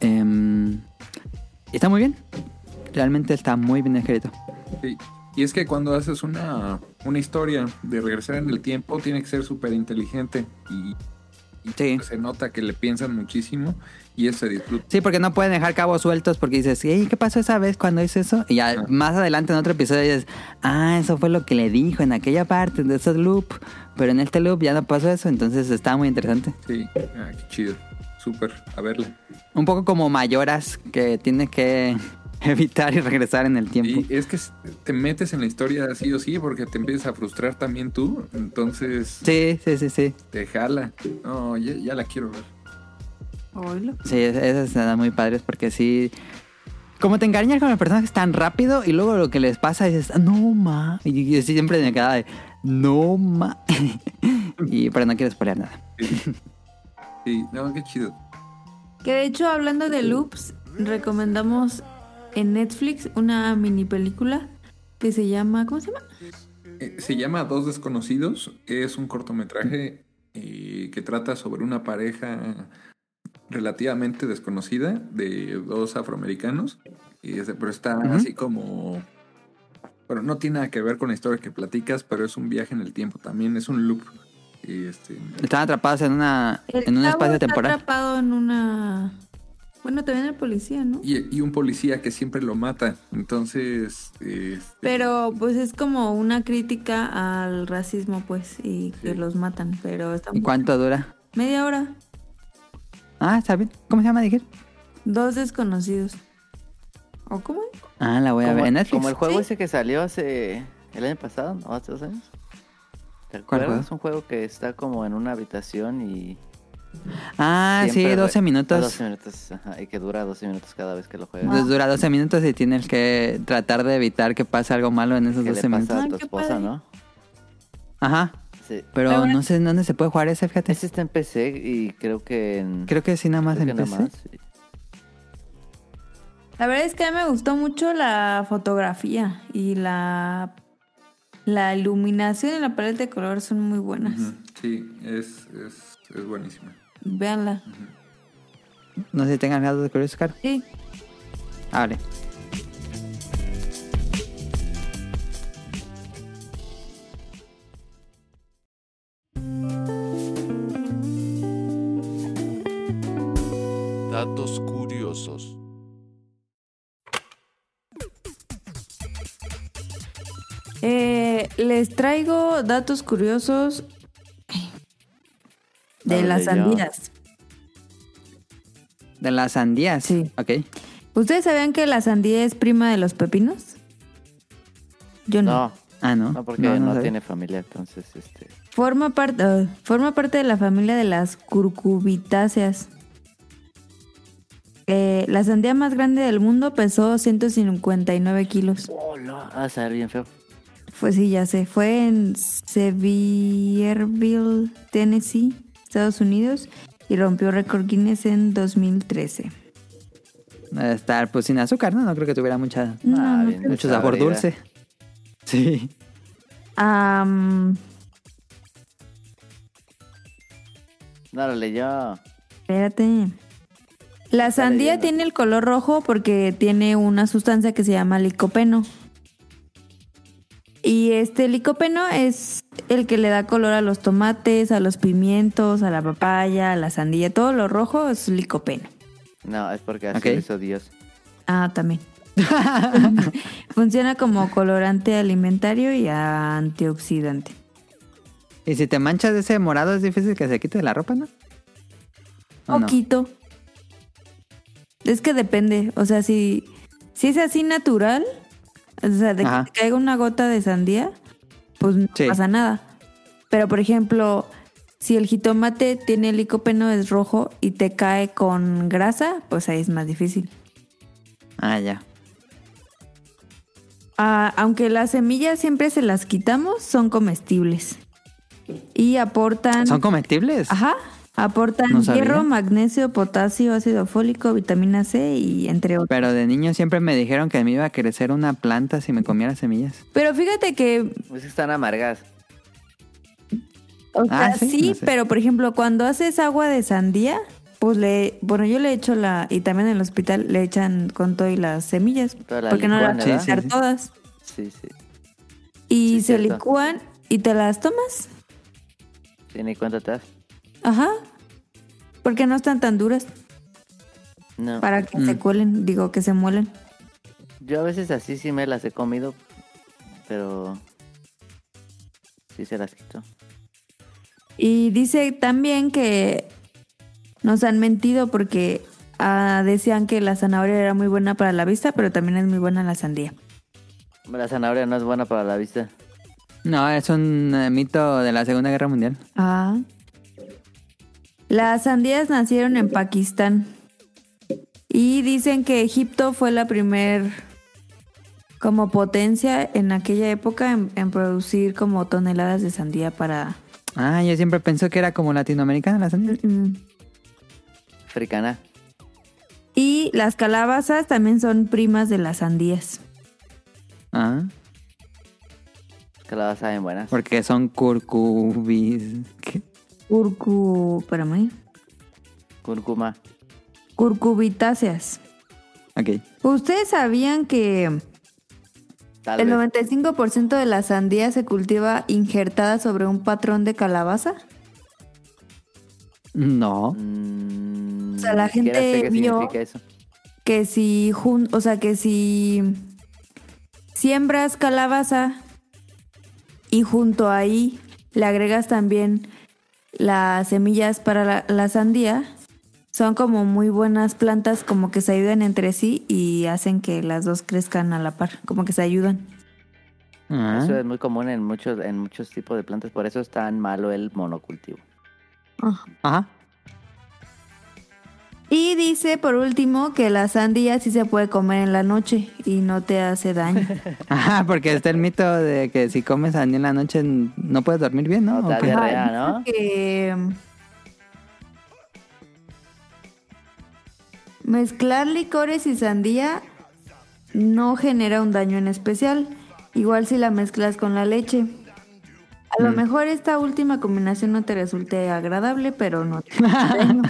Em, y está muy bien. Realmente está muy bien escrito. Sí. Y es que cuando haces una, una historia de regresar en el tiempo, tiene que ser súper inteligente. Y Y Sí. se nota que le piensan muchísimo y eso se disfruta. Sí, porque no pueden dejar cabos sueltos porque dices, hey, ¿qué pasó esa vez cuando hizo eso? Y ya más adelante en otro episodio dices, ah, eso fue lo que le dijo en aquella parte de ese loop, pero en este loop ya no pasó eso, entonces está muy interesante. Sí, ah, qué chido. Súper, a verla. Un poco como mayoras que tienes que evitar y regresar en el tiempo. Y es que te metes en la historia sí o sí porque te empiezas a frustrar también tú. Entonces Sí, sí, sí, sí. te jala. No, ya, ya la quiero ver. Oilo. Sí, es- esas están muy padres porque sí... Como te engañas con los personajes tan rápido y luego lo que les pasa dices, "Ah, no ma. Y yo siempre me quedaba de, no ma. y, pero no quiero spoilear nada. Sí, no, qué chido. Que de hecho, hablando de loops, recomendamos en Netflix una mini película que se llama. ¿Cómo se llama? Eh, Se llama Dos Desconocidos. Es un cortometraje eh, que trata sobre una pareja relativamente desconocida de dos afroamericanos. Y es- pero está Ujú. así como. Bueno, no tiene nada que ver con la historia que platicas, pero es un viaje en el tiempo también. Es un loop. Y este, Están atrapados en una El en un chavo espacio está temporal. atrapado en una. Bueno, también el policía, ¿no? y, y un policía que siempre lo mata. Entonces. este, Pero pues es como una crítica al racismo, pues, y que Sí. los matan, pero está ¿Y cuánto dura? media hora, Ah, está bien. ¿Cómo se llama, dije? dos desconocidos. ¿O cómo? es? Ah, la voy a ver en Netflix. como el juego Sí. ese que salió hace el año pasado o hace dos años. ¿Te ¿Cuál acuerdas? Es un juego que está como en una habitación y... Ah, sí, siempre- 12 Ah, minutos. 12 minutos, ajá, y que dura 12 minutos cada vez que lo juegas. Entonces Dura 12 minutos y tienes que tratar de evitar que pase algo malo en esos que le 12 minutos. Ah, pasa a Ay, tu qué esposa, padre. ¿no? Ajá, Sí. pero Pero bueno. no sé en dónde se puede jugar ese, fíjate. Ese está en PC y creo que en... Este Creo que sí, nada más creo que en nada PC. más. La verdad es que a mí me gustó mucho la fotografía y la, la iluminación y la paleta de color son muy buenas. ujú, sí, es, es, es buenísima. Véanla. No sé si tengan ganas de curioso, Caro. Sí. Abre. Datos curiosos. Eh, les traigo datos curiosos de Dale, las ya. sandías. De las sandías. Sí. Ok. ¿Ustedes sabían que la sandía es prima de los pepinos? Yo no. No, Ah, no. no, porque no, sabía. tiene familia, entonces, este... Forma, parte forma parte de la familia de las curcubitáceas. Eh, la sandía más grande del mundo pesó 159 kilos. Oh, no, va a saber bien feo. Fue, Pues sí, ya sé. Fue en Sevierville, Tennessee, Estados Unidos, y rompió récord Guinness en 2013. Debe estar pues sin azúcar, ¿no? No creo que tuviera mucha, No, Ah, no bien creo. mucho sabor desabrida. dulce. Sí. Am, No, lo leyó. espérate. La sandía leyendo. tiene el color rojo porque tiene una sustancia que se llama licopeno. Y este licopeno es el que le da color a los tomates, a los pimientos, a la papaya, a la sandía. Todo lo rojo es licopeno. No, es porque así Ok. lo hizo Dios. Ah, también. Funciona como colorante alimentario y antioxidante. Y si te manchas de ese morado es difícil que se quite de la ropa, ¿no? ¿O no? Poquito. Es que depende. O sea, si, si es así natural, o sea, de Ajá. que te caiga una gota de sandía, pues no Sí. pasa nada. Pero, por ejemplo, si el jitomate tiene licopeno, es rojo y te cae con grasa, pues ahí es más difícil. Ah, ya. Ah, aunque las semillas siempre se las quitamos, son comestibles. Y aportan. ¿Son comestibles? Ah, Ajá. Aportan No sabía. hierro, magnesio, potasio, ácido fólico, vitamina C y entre otros. Pero de niño siempre me dijeron que me iba a crecer una planta si me comiera semillas. Pero fíjate que. Es que están amargas. O Ah, sea, sí, sí, no sé. pero por ejemplo, cuando haces agua de sandía, pues le. Bueno, yo le echo la. Y también en el hospital le echan con todo y las semillas. Toda la porque no las licuan, puedes ¿verdad? echar Sí, todas. Sí, sí, sí. sí. Y Sí, se cierto. licúan y te las tomas. Tiene cuenta atrás. Ajá. Porque no están tan duras No. para que Mm. se cuelen, digo que se muelen. Yo a veces así sí me las he comido, pero sí se las quito. Y dice también que nos han mentido porque ah, decían que la zanahoria era muy buena para la vista, pero también es muy buena la sandía. La zanahoria no es buena para la vista. No, es un eh, mito de la Segunda Guerra Mundial. Ah. Las sandías nacieron en Pakistán. Y dicen que Egipto fue la primer como potencia en aquella época en, en producir como toneladas de sandía para... Ah, yo siempre pensé que era como latinoamericana la sandía. Mm. Fricana. Y las calabazas también son primas de las sandías. Ah, Calabazas saben buenas. porque son curcubis. ¿Qué? Curcu... mí. Cúrcuma. Curcubitáceas. Ok. ¿Ustedes sabían que Tal el vez. 95% de la sandía se cultiva injertada sobre un patrón de calabaza? No. Mm, O sea, la ni gente siquiera sé qué vio- significa eso. que si jun- o sea que si siembras calabaza y junto ahí le agregas también las semillas para la, la sandía son como muy buenas plantas como que se ayudan entre sí y hacen que las dos crezcan a la par como que se ayudan Ah. Eso es muy común en muchos, en muchos tipos de plantas, por eso es tan malo el monocultivo. Ajá. y dice por último que la sandía sí se puede comer en la noche y no te hace daño Ajá, porque está el mito de que si comes sandía en la noche no puedes dormir bien, ¿no? No, ¿O tal qué? vez. Ajá, diarrea, ¿no? dice que, mm, Mezclar licores y sandía no genera un daño en especial, igual si la mezclas con la leche. A lo mejor esta última combinación no te resulte agradable, pero no te hace daño.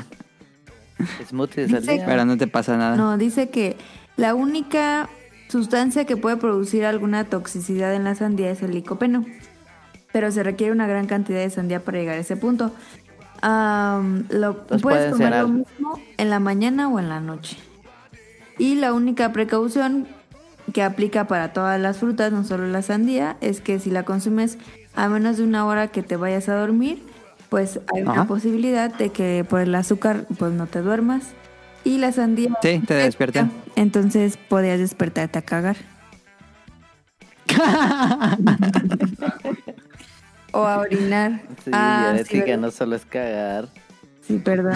Smoothie Dice de sandía. Pero no te pasa nada. No, dice que la única sustancia que puede producir alguna toxicidad en la sandía es el licopeno. Pero se requiere una gran cantidad de sandía para llegar a ese punto. Am, lo, Pues puedes pueden comer cenar. lo mismo en la mañana o en la noche. Y la única precaución que aplica para todas las frutas, no solo la sandía, es que si la consumes a menos de una hora que te vayas a dormir, pues hay Ajá. una posibilidad de que por el azúcar pues no te duermas. Y la sandía Sí, te despiertan. entonces podías despertarte a cagar. o a orinar. Sí, ah, sí, diurética, ¿verdad? no solo es cagar. Sí, perdón.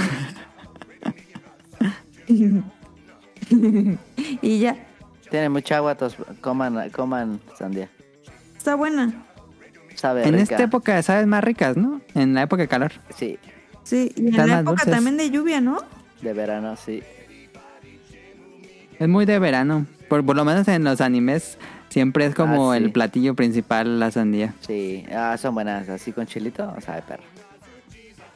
y ya. Tiene mucha agua, tos- coman, coman sandía. Está buena. Sabe En rica. esta época sabes más ricas, ¿no? En la época de calor. Sí, Sí, y en Están la más época dulces. también de lluvia, ¿no? de verano, sí. Es muy de verano. Por, por lo menos en los animes siempre es como Ah, sí. el platillo principal la sandía. Sí, ah, son buenas, así con chilito, sabe perro.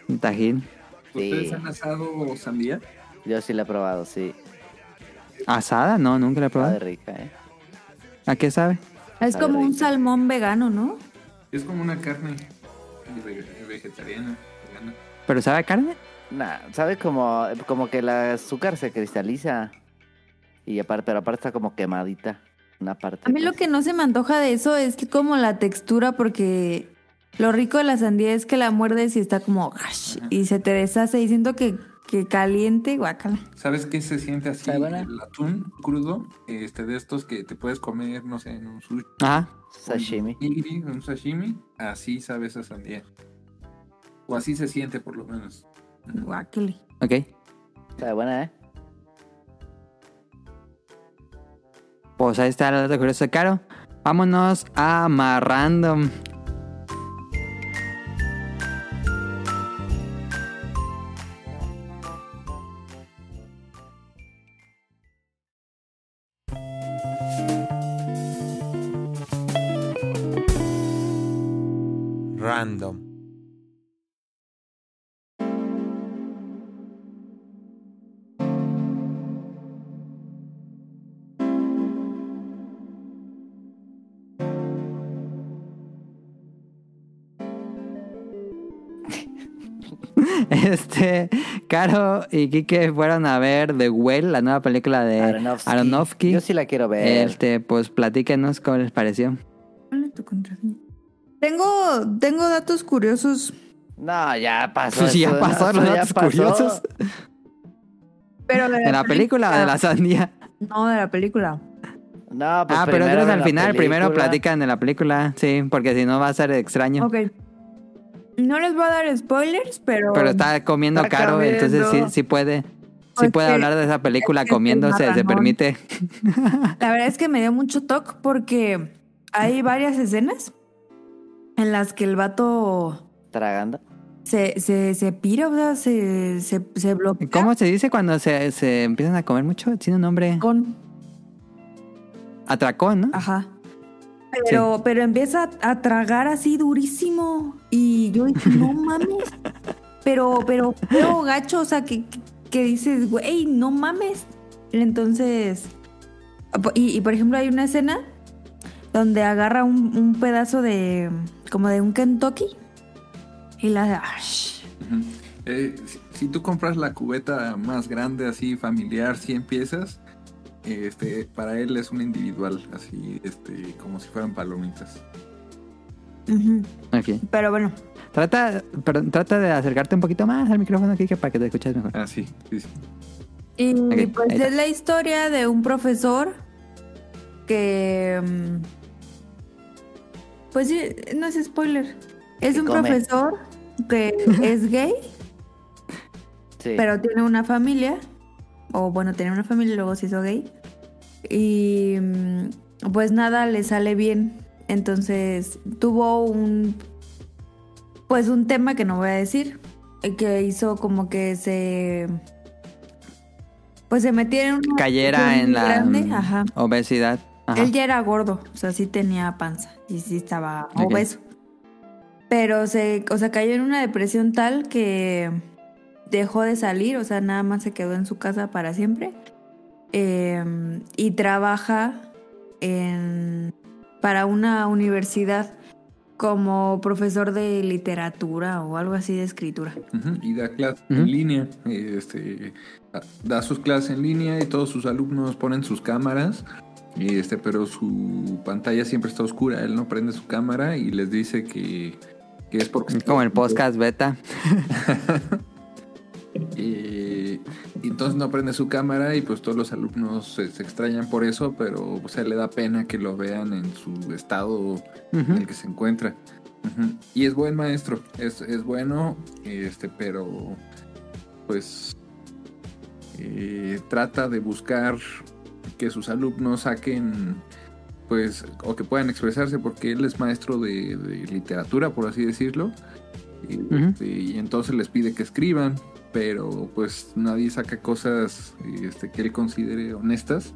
Un tajín. ¿Ustedes Sí. han asado sandía? Yo sí la he probado, sí. ¿Asada? No, nunca la Sabe he probado. rica, ¿eh? ¿A qué sabe? Es Sabe como un rico. salmón vegano, ¿no? Es como una carne ve- vegetariana. vegana. ¿Pero sabe a carne? Nah, sabe como, como que el azúcar se cristaliza. Y aparte, pero aparte está como quemadita. Una parte. A mí lo pues. que no se me antoja de eso es que como la textura, porque lo rico de la sandía es que la muerdes y está como "Ash", y se te deshace y siento que, que caliente, guacala. ¿Sabes qué se siente así? ¿Sabe buena? El atún crudo, este de estos que te puedes comer, no sé, en un sushi, Ajá. Sashimi. un nigiri, un sashimi. Así sabe esa sandía. O así se siente, por lo menos. Guácale. Ok. Sabe buena, ¿eh? Pues ahí está el dato curioso de Caro. Vámonos a Marrandom. Random. Este, Caro y Kike fueron a ver The Whale, la nueva película de Aronofsky. Aronofsky. Yo sí la quiero ver. Este, pues platíquenos cómo les pareció. Ponle tu contraseña. Tengo, tengo datos curiosos, No, ya pasó. Pues ya eso, pasó eso los ya datos pasó. curiosos. pero ¿De la película o de la sandía? No, de la película. No, pues Ah, pero primero otros ven al la final, primero película. platican de la película, sí, porque si no va a ser extraño. Ok. No les voy a dar spoilers, pero... Pero está comiendo Está caro, comiendo. entonces sí, sí puede. Sí Pues puede que- hablar de esa película es que es comiéndose, el se marranón. permite. La verdad es que me dio mucho toque porque hay varias escenas en las que el vato Tragando. se, se, se pira, o sea, se, se, se bloquea. ¿Cómo se dice cuando se, se empiezan a comer mucho? Tiene un nombre Con, atracón, ¿no? ajá. Pero, pero empieza a, a tragar así durísimo. Y yo dije, no mames. Pero, pero, pero gacho, o sea, que, que dices, güey, no mames. Entonces, y, y, por ejemplo, hay una escena donde agarra un, un pedazo de, como de un Kentucky. Y la hace, "Ash". Ujú. Eh, si, si tú compras la cubeta más grande, así familiar, 100 piezas, eh, este, para él es un individual, así este, como si fueran palomitas. Ujú. Ok. Pero bueno, Trata, perdón, trata de acercarte un poquito más al micrófono, Kike, para que te escuches mejor. Ah, sí, sí, sí. Y Ok, pues ahí está. es la historia de un profesor que. mm, Pues sí, no es spoiler. Es Que un come. profesor que es gay, Sí. pero tiene una familia. O bueno, tenía una familia y luego se hizo gay. Y mm, pues nada le sale bien. Entonces tuvo un. Pues un tema que no voy a decir. eh, Que hizo como que se. Pues se metiera en una. Cayera depresión en la grande, mm, Ajá. obesidad. Ajá. Él ya era gordo, o sea, sí tenía panza y sí estaba Ok. obeso. Pero se, o sea, cayó en una depresión tal que dejó de salir, o sea, nada más se quedó en su casa para siempre. Eh, y trabaja en, para una universidad como profesor de literatura o algo así de escritura. Ujú, Y da clases Ujú. en línea. eh, Este, da- da sus clases en línea y todos sus alumnos ponen sus cámaras. y, Este, pero su pantalla siempre está oscura. Él no prende su cámara y les dice que, que es porque. Como el podcast beta. Eh, y entonces no prende su cámara y pues todos los alumnos se, se extrañan por eso, pero o sea, le da pena que lo vean en su estado en el que se encuentra. Ujú. Y es buen maestro, es, es bueno, este, pero pues eh, trata de buscar que sus alumnos saquen pues o que puedan expresarse porque él es maestro de, de literatura por así decirlo y, Ujú. este, y entonces les pide que escriban pero pues nadie saca cosas este, que él considere honestas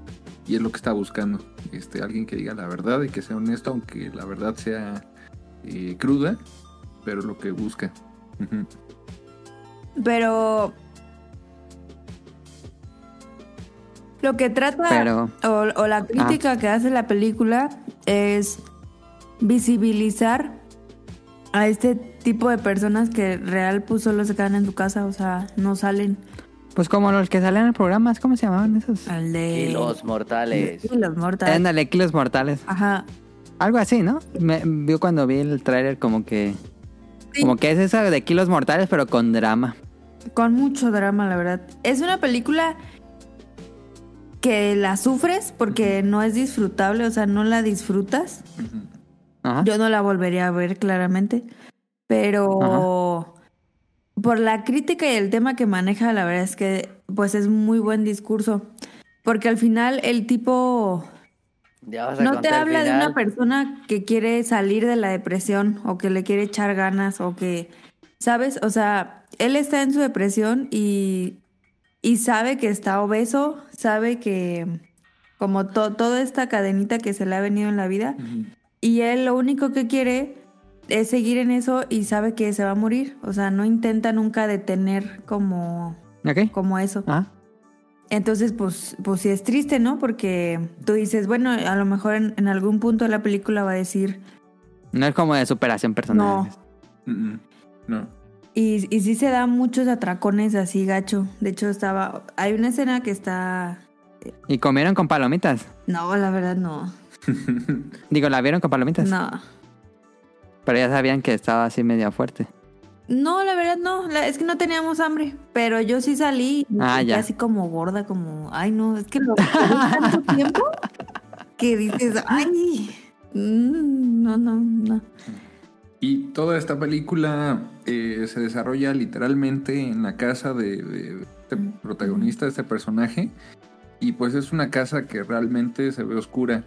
y es lo que está buscando este alguien que diga la verdad y que sea honesto aunque la verdad sea eh, cruda pero lo que busca Ujú. Pero lo que trata Pero- o, o la crítica ah. que hace la película es visibilizar a este tipo de personas que real pues solo se quedan en su casa, o sea, no salen Pues como los que salen en programas, ¿cómo se llamaban esos? al de Y los mortales. Y los mortales. Ándale, Kilos Mortales. Ajá. Algo así, ¿no? Me, yo cuando vi el tráiler como que... Sí. Como que es esa de Kilos Mortales, pero con drama. Con mucho drama, la verdad. Es una película que la sufres porque no es disfrutable, o sea, no la disfrutas. Ajá. Yo no la volvería a ver, claramente. Pero por la crítica y el tema que maneja, la verdad es que pues es muy buen discurso. Porque al final el tipo Ya vas a no te contar el habla de una final. persona que quiere salir de la depresión o que le quiere echar ganas o que, ¿sabes? O sea, él está en su depresión y, y sabe que está obeso, sabe que como to- toda esta cadenita que se le ha venido en la vida, y él lo único que quiere es seguir en eso y sabe que se va a morir. O sea, no intenta nunca detener como, ¿Ok? como eso. Ajá. Entonces, pues, pues sí es triste, ¿no? Porque tú dices, bueno, a lo mejor en, en algún punto de la película va a decir, No es como de superación personal. no. Mm, mm. no Y, y sí se dan muchos atracones así, gacho. De hecho, estaba. Hay una escena que está. Y comieron con palomitas. No, la verdad no. Digo, la vieron con palomitas. No. Pero ya sabían que estaba así media fuerte. No, la verdad no. La- es que no teníamos hambre. Pero yo sí salí. y Ah, me ya. Así como gorda, como. Ay, no, es que lo tanto tiempo que dices, ay. mm, No, no, no. Y toda esta película eh, se desarrolla literalmente en la casa de, de este protagonista, de este personaje. Y pues es una casa que realmente se ve oscura.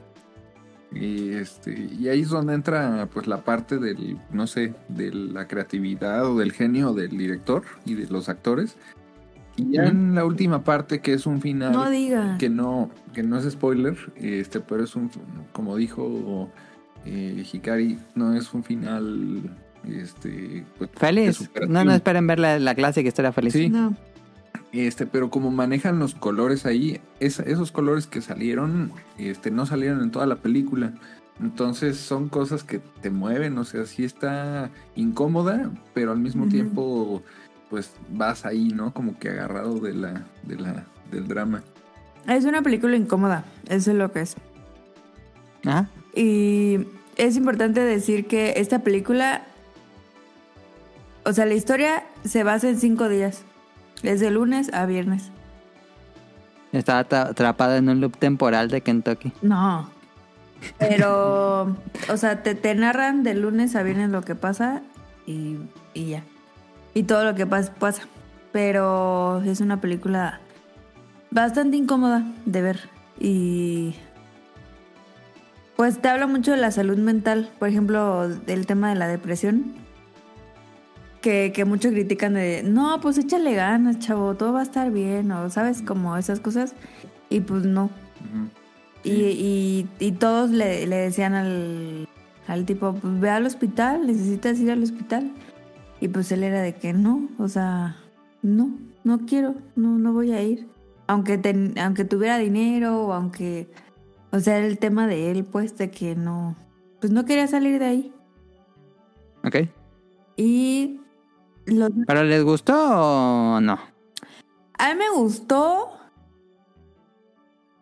Y, este, y ahí es donde entra pues la parte del, no sé, de la creatividad o del genio del director y de los actores. Y ya en la última parte, que es un final No digas. que no, que no es spoiler, este, pero es un, como dijo eh, Hikari, no es un final, este, pues, de Feliz. superación. No, no esperen ver la, la clásica historia feliz. Sí. No. Este, pero como manejan los colores ahí, es- esos colores que salieron, este, no salieron en toda la película. Entonces son cosas que te mueven, o sea, sí está incómoda, pero al mismo Ujú. tiempo, pues vas ahí, ¿no? Como que agarrado de la, de la, del drama. Es una película incómoda. Eso es lo que es. Ajá. Y es importante decir que esta película, o sea, la historia se basa en cinco días, desde lunes a viernes. Estaba atra- atrapada en un loop temporal de Kentucky. No. Pero, o sea, te, te narran de lunes a viernes lo que pasa y, y ya. Y todo lo que pas- pasa. Pero es una película bastante incómoda de ver. Y pues te habla mucho de la salud mental. Por ejemplo, del tema de la depresión. Que, que muchos critican de, no, pues échale ganas, chavo, todo va a estar bien. O sabes, como esas cosas. Y pues no. Ujú. Y, y, y todos le, le decían al, al tipo, pues ve al hospital, necesitas ir al hospital. Y pues él era de que no, o sea, no, no quiero, no, no voy a ir. Aunque, ten- aunque tuviera dinero o aunque... O sea, era el tema de él, pues, de que no... Pues no quería salir de ahí. ¿Ok? Y... Los, ¿Pero les gustó o no? A mí me gustó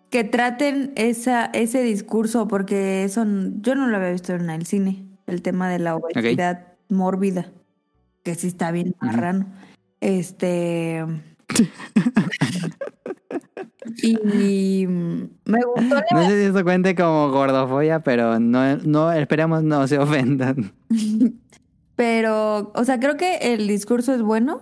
que traten esa, ese discurso, porque eso n- yo no lo había visto en el cine, el tema de la obesidad mórbida, que sí está bien marrano. Este. y me gustó la No sé si esto cuente como gordofobia, pero no, no esperemos no se ofendan. Pero, o sea, creo que el discurso es bueno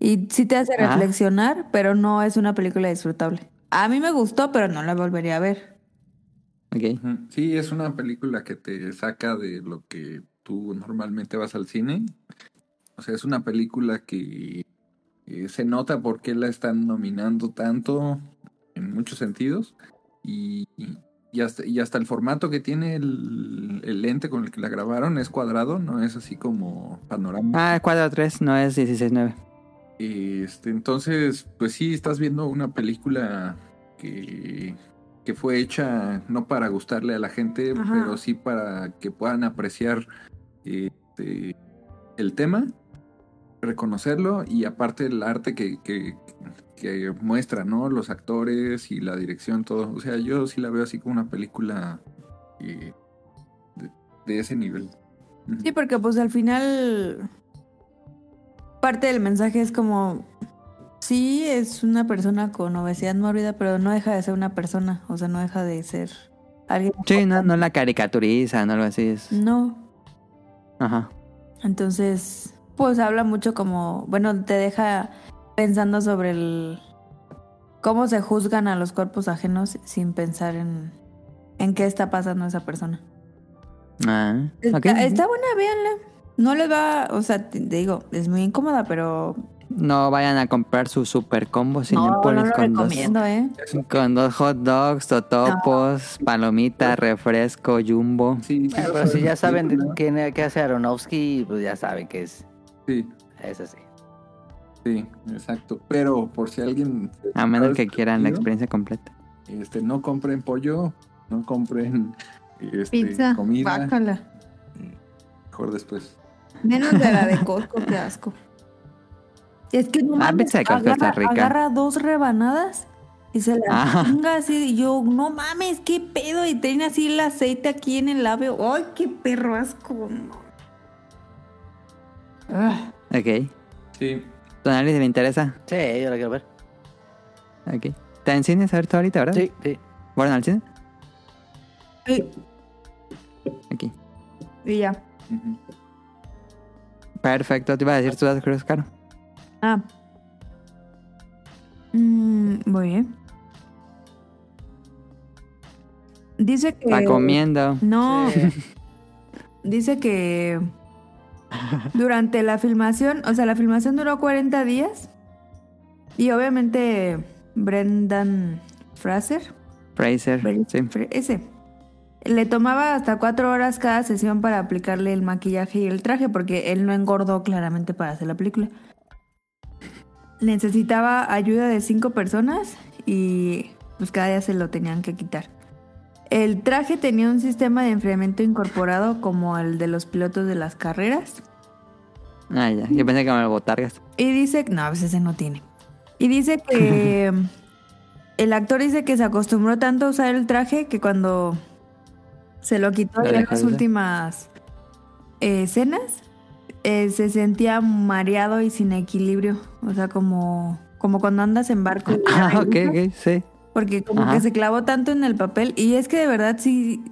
y sí te hace Ajá. reflexionar, pero no es una película disfrutable. A mí me gustó, pero no la volvería a ver. ¿Ok? Ujú. Sí, es una película que te saca de lo que tú normalmente vas al cine. O sea, es una película que eh, se nota por qué la están nominando tanto en muchos sentidos. Y, y hasta, y hasta el formato que tiene el, el lente con el que la grabaron es cuadrado, no es así como panorama. Ah, es 4-3, no es 16-9. Este, entonces, pues sí, estás viendo una película que, que fue hecha no para gustarle a la gente, Ajá. pero sí para que puedan apreciar este, el tema, reconocerlo y aparte el arte que, que- que muestra, ¿no? Los actores y la dirección, todo. O sea, yo sí la veo así como una película eh, de, de ese nivel. Ujú. Sí, porque pues al final parte del mensaje es como, sí, es una persona con obesidad mórbida, pero no deja de ser una persona, o sea, no deja de ser alguien. Sí, no, no la caricaturiza, no algo así. es- No, Ajá. Entonces, pues habla mucho como, bueno, te deja pensando sobre el cómo se juzgan a los cuerpos ajenos sin pensar en, en qué está pasando esa persona. Ah, Está, ok. está buena, véanla. No les va, o sea, te te digo, es muy incómoda, pero No vayan a comprar su super combo sin no, no empujes lo con dos. recomiendo, ¿eh? Con dos hot dogs, totopos, palomita, refresco, jumbo. Sí, sí, Bueno, vas a pero si ver ya la saben de película. quién, qué hace Aronofsky, pues ya saben que es, Sí. es así. Sí, exacto. Pero por si alguien. A menos que está quieran la perdido, experiencia completa. Este, no compren pollo, no compren este, comida. Guácala. Mejor después. Menos de la de Costco, qué asco. Es que no Ah, mames, pizza de Costa agarra, Rica. agarra dos rebanadas y se Ah. las chinga así. Y yo, no mames, qué pedo. Y tiene así el aceite aquí en el labio. ¡Ay, qué perro asco! no. Ah, Ok. Sí. ¿Don Alice le interesa? Sí, yo la quiero ver. Ok. ¿Está en cines ahorita, ahorita, verdad? Sí, sí. ¿Fueron al cine? y, Aquí. y ya. Ujú. Perfecto. Te iba a decir tú, Cruz Caro. Ah. Mm, muy bien. Dice que. La Ah, comiendo. No. Sí. Dice que durante la filmación, o sea, la filmación duró 40 días y obviamente Brendan Fraser, Fraser. Sí. Fre- ese, le tomaba hasta cuatro horas cada sesión para aplicarle el maquillaje y el traje porque él no engordó claramente para hacer la película. Necesitaba ayuda de cinco personas y pues cada día se lo tenían que quitar. El traje tenía un sistema de enfriamiento incorporado como el de los pilotos de las carreras. Ah, ya. Yo pensé que me lo botargas. Y dice, no, a veces no tiene. Y dice que el actor dice que se acostumbró tanto a usar el traje que cuando se lo quitó Lo ya en dejó las de usar. últimas eh, escenas, eh, se sentía mareado y sin equilibrio. O sea, como, como cuando andas en barco. y- Ah, ok, ok. Sí. Porque como Ajá. que se clavó tanto en el papel. Y es que de verdad sí,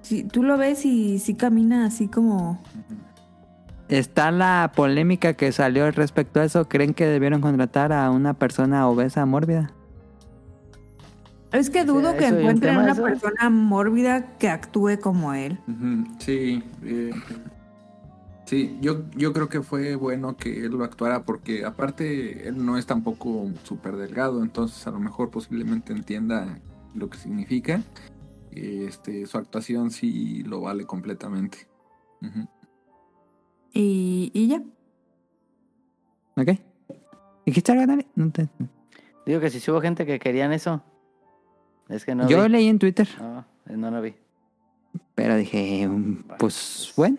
sí, tú lo ves y sí camina así como... Está la polémica que salió respecto a eso. ¿Creen que debieron contratar a una persona obesa mórbida? Es que dudo que eso hay un encuentren tema una de eso. persona mórbida que actúe como él. Ujú, Sí, eh, sí, yo, yo creo que fue bueno que él lo actuara porque aparte él no es tampoco súper delgado, entonces a lo mejor posiblemente entienda lo que significa. Este, su actuación sí lo vale completamente. Ujú. Y, y ya. Ok. ¿Dijiste algo, Dani? No te- Digo que si sí hubo gente que querían eso. Es que no. Yo vi. leí en Twitter, No, no lo vi. pero dije, mm, pues bueno.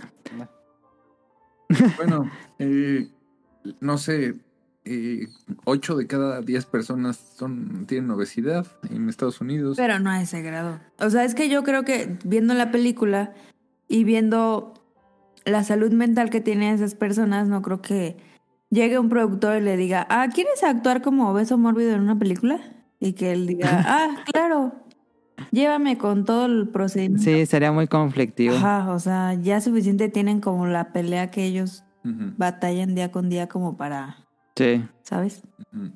Bueno, eh, no sé, eh, 8 de cada 10 personas son, tienen obesidad en Estados Unidos. Pero no a ese grado. O sea, es que yo creo que viendo la película y viendo la salud mental que tienen esas personas, no creo que llegue un productor y le diga, ah, ¿quieres actuar como obeso mórbido en una película? Y que él diga, ah, claro, llévame con todo el procedimiento. Sí, sería muy conflictivo. Ajá, o sea, ya suficiente tienen como la pelea que ellos Ujú, batallan día con día como para, Sí. ¿sabes? ujú.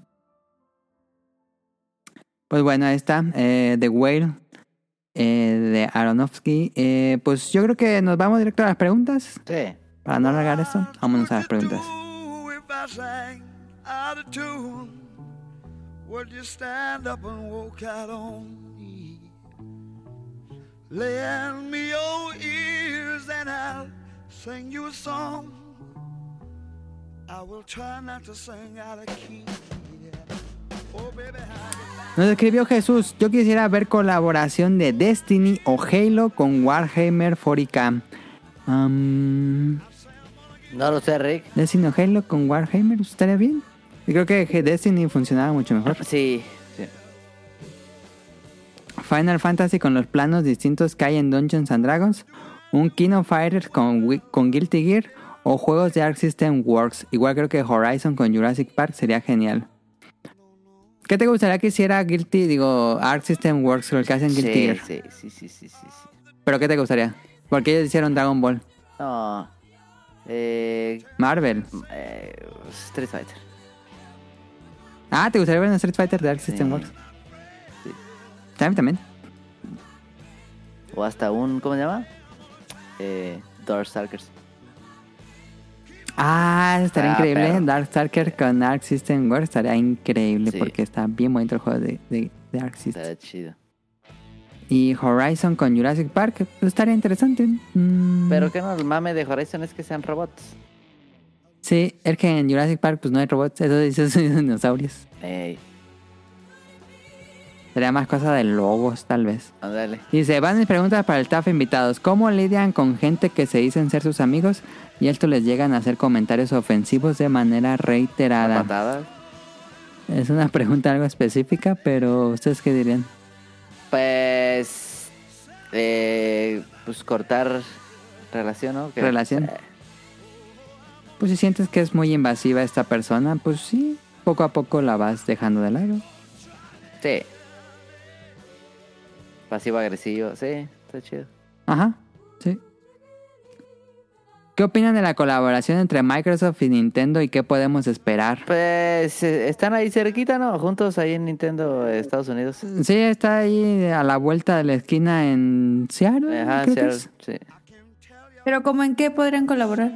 Pues bueno, ahí está, eh, The Whale eh, de Aronofsky. Eh, pues yo creo que nos vamos directo a las preguntas. Sí. Para no alargar esto, vámonos a las preguntas. If I sang out of tune, would you stand up and walk out on me? Lend me your ears and I'll sing you a song. I will try not to sing out of key. Oh, baby, how Nos escribió Jesús, yo quisiera ver colaboración de Destiny o Halo con Warhammer 40k. Am, No lo sé, Rick. Destiny o Halo con Warhammer, ¿estaría bien? Yo creo que Destiny funcionaba mucho mejor. Sí. sí. Final Fantasy con los planos distintos que hay en Dungeons and Dragons, un Kino Fighters con, Wi- con Guilty Gear o juegos de Arc System Works. Igual creo que Horizon con Jurassic Park sería genial. ¿Qué te gustaría que hiciera Guilty, digo, Arc System Works, lo que hacen Guilty Sí, Gear? sí, sí, sí, sí, sí, sí. ¿Pero qué te gustaría? Porque ellos hicieron Dragon Ball, No. Eh, Marvel. eh, Street Fighter. Ah, ¿te gustaría ver un Street Fighter de Arc System Sí. Works? Sí. También, también. O hasta un. ¿Cómo se llama? Eh, Darkstalkers. Ah, eso estaría Ah, increíble. perro. Darkstalker con Arc System Works estaría increíble Sí. porque está bien bonito el juego de, de, de Arc System. Está chido. Y Horizon con Jurassic Park pues, estaría interesante. Mm, Pero que no, el mame de Horizon es que sean robots. Sí, es que en Jurassic Park pues no hay robots, eso dices dinosaurios. Ey. Sería más cosa de lobos, tal vez. Ándale. Dice, van mis preguntas para el staff invitados. ¿Cómo lidian con gente que se dicen ser sus amigos y esto les llegan a hacer comentarios ofensivos de manera Una reiterada? patada. Es una pregunta algo específica, pero ¿ustedes qué dirían? Pues. eh, pues cortar relación, ¿no? Que- Relación. eh, Pues si sientes que es muy invasiva esta persona, pues sí, poco a poco la vas dejando de lado. Eh, sí. Pasivo agresivo, sí, está chido. Ajá, sí. ¿Qué opinan de la colaboración entre Microsoft y Nintendo y qué podemos esperar? Pues eh, están ahí cerquita, ¿no? Juntos ahí en Nintendo eh, Estados Unidos. Sí, está ahí a la vuelta de la esquina en Seattle. Ajá, creo que Seattle, es. sí. Pero como en qué podrían colaborar?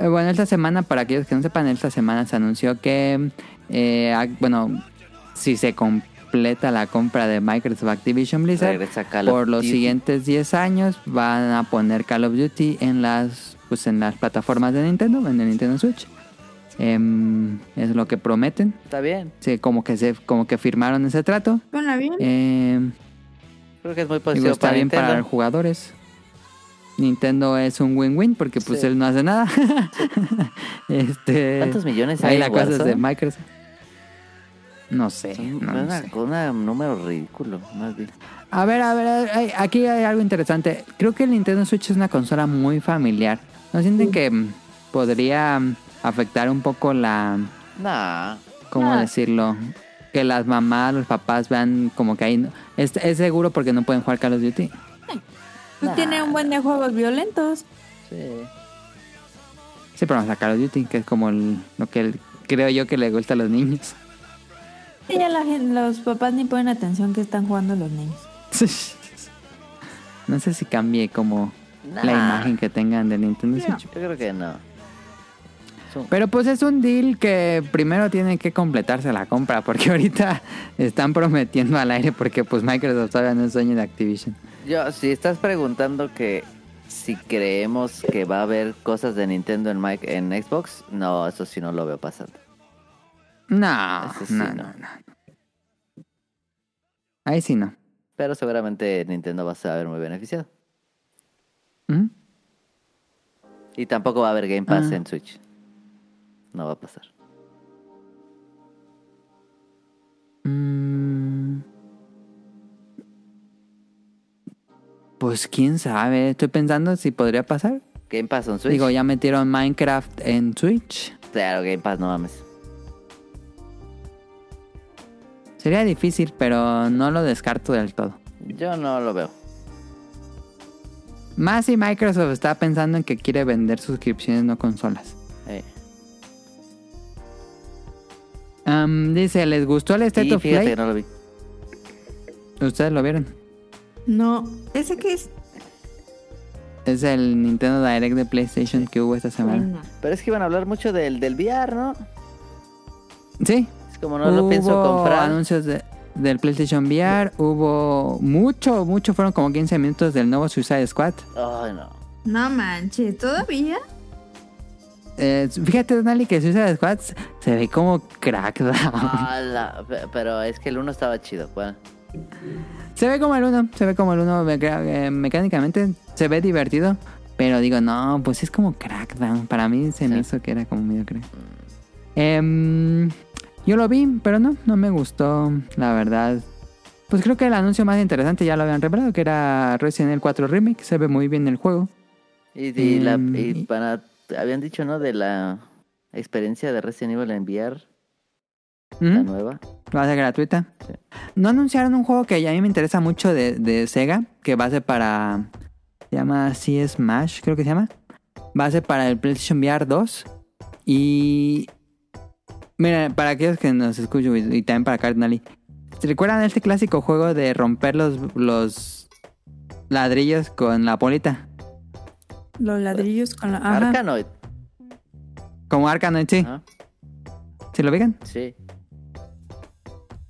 Eh, Bueno, esta semana, para aquellos que no sepan, esta semana se anunció que, eh, ac- bueno, si se completa la compra de Microsoft Activision Blizzard, Regresa Call of por los Duty. siguientes 10 años van a poner Call of Duty en las, pues, en las plataformas de Nintendo, en el Nintendo Switch. Em, es lo que prometen. Está bien. Sí, como que se, como que firmaron ese trato. Suena bien. Em, Creo que es muy Digo, positivo está para bien Nintendo. para jugadores. Nintendo es un win-win porque pues Sí. él no hace nada. este, ¿Cuántos millones hay Ahí en la cosa es de Warzone? Microsoft. No sé, Son- no, es no una- sé. con un número ridículo, más bien. A ver, a ver, a ver, hay- aquí hay algo interesante. Creo que el Nintendo Switch es una consola muy familiar. ¿No sienten que mm, podría mm, afectar un poco la, Nah. ¿cómo decirlo? Que las mamás, los papás vean como que ahí... no- Es, es seguro porque no pueden jugar Call of Duty. Pues tiene un buen de juegos violentos. Sí. Sí, pero vamos a Call of Duty, que es como el- lo que el- creo yo que le gusta a los niños. Y ya la gen- los papás ni ponen atención que están jugando los niños. no sé si cambie como la Nah. imagen que tengan del Nintendo Switch. Yo creo que no. Es un- Pero pues es un deal que primero tiene que completarse la compra, porque ahorita están prometiendo al aire, porque pues Microsoft todavía no es dueño de Activision. Yo, si estás preguntando que si creemos que va a haber cosas de Nintendo en, mic- en Xbox, no, eso sí no lo veo pasando. No, Eso sí, no, no. no, no. Ahí sí no. Pero seguramente Nintendo va a ser muy beneficiado. ¿Mm? Y tampoco va a haber Game Pass Ah. en Switch. No va a pasar. Mm. Pues quién sabe, estoy pensando si podría pasar. Game Pass en Switch. Digo, ya metieron Minecraft en Switch. Claro, Game Pass, no mames. Sería difícil, pero no lo descarto del todo. Yo no lo veo. Más si Microsoft está pensando en que quiere vender suscripciones, no consolas. Eh. Am, dice, ¿les gustó el State Y of fíjate Play? que no lo vi. Ustedes lo vieron. No. ¿Ese qué es? Es el Nintendo Direct de PlayStation que hubo esta semana. Pero es que iban a hablar mucho del, del VR, ¿no? Sí, Es como Mm. no lo pienso Hubo comprar. anuncios de- del PlayStation VR, hubo mucho, mucho, fueron como 15 minutos del nuevo Suicide Squad. Ay, no. No manches, ¿todavía? Eh, fíjate, Nali, que Suicide Squad se- se ve como crackdown. Ala, pe- pero es que el uno estaba chido. ¿cuál? Se ve como el uno, se ve como el uno meca- eh, mecánicamente, se ve divertido. Pero digo, no, pues es como Crackdown. Para mí se me Sí. hizo que era como medio crack. Em, yo lo vi, pero no, no me gustó, la verdad. Pues creo que el anuncio más interesante ya lo habían revelado, que era Resident Evil 4 Remake. Se ve muy bien el juego. Y, y la, Mm, y y- para- habían dicho, ¿no? De la experiencia de Resident Evil en VR, la ¿Mm? nueva. Va a ser gratuita. Sí. No anunciaron un juego que a mí me interesa mucho de, de Sega, que va a ser para... Se llama así Smash, creo que se llama. Va a ser para el PlayStation VR 2. Y... Mira, para aquellos que nos escuchan y, y también para Cardinali. ¿Se recuerdan este clásico juego de romper los, los ladrillos con la polita? Los ladrillos con la... Ajá. Arcanoid. Como Arkanoid, sí. Ajá, ¿Se lo ubican? Sí.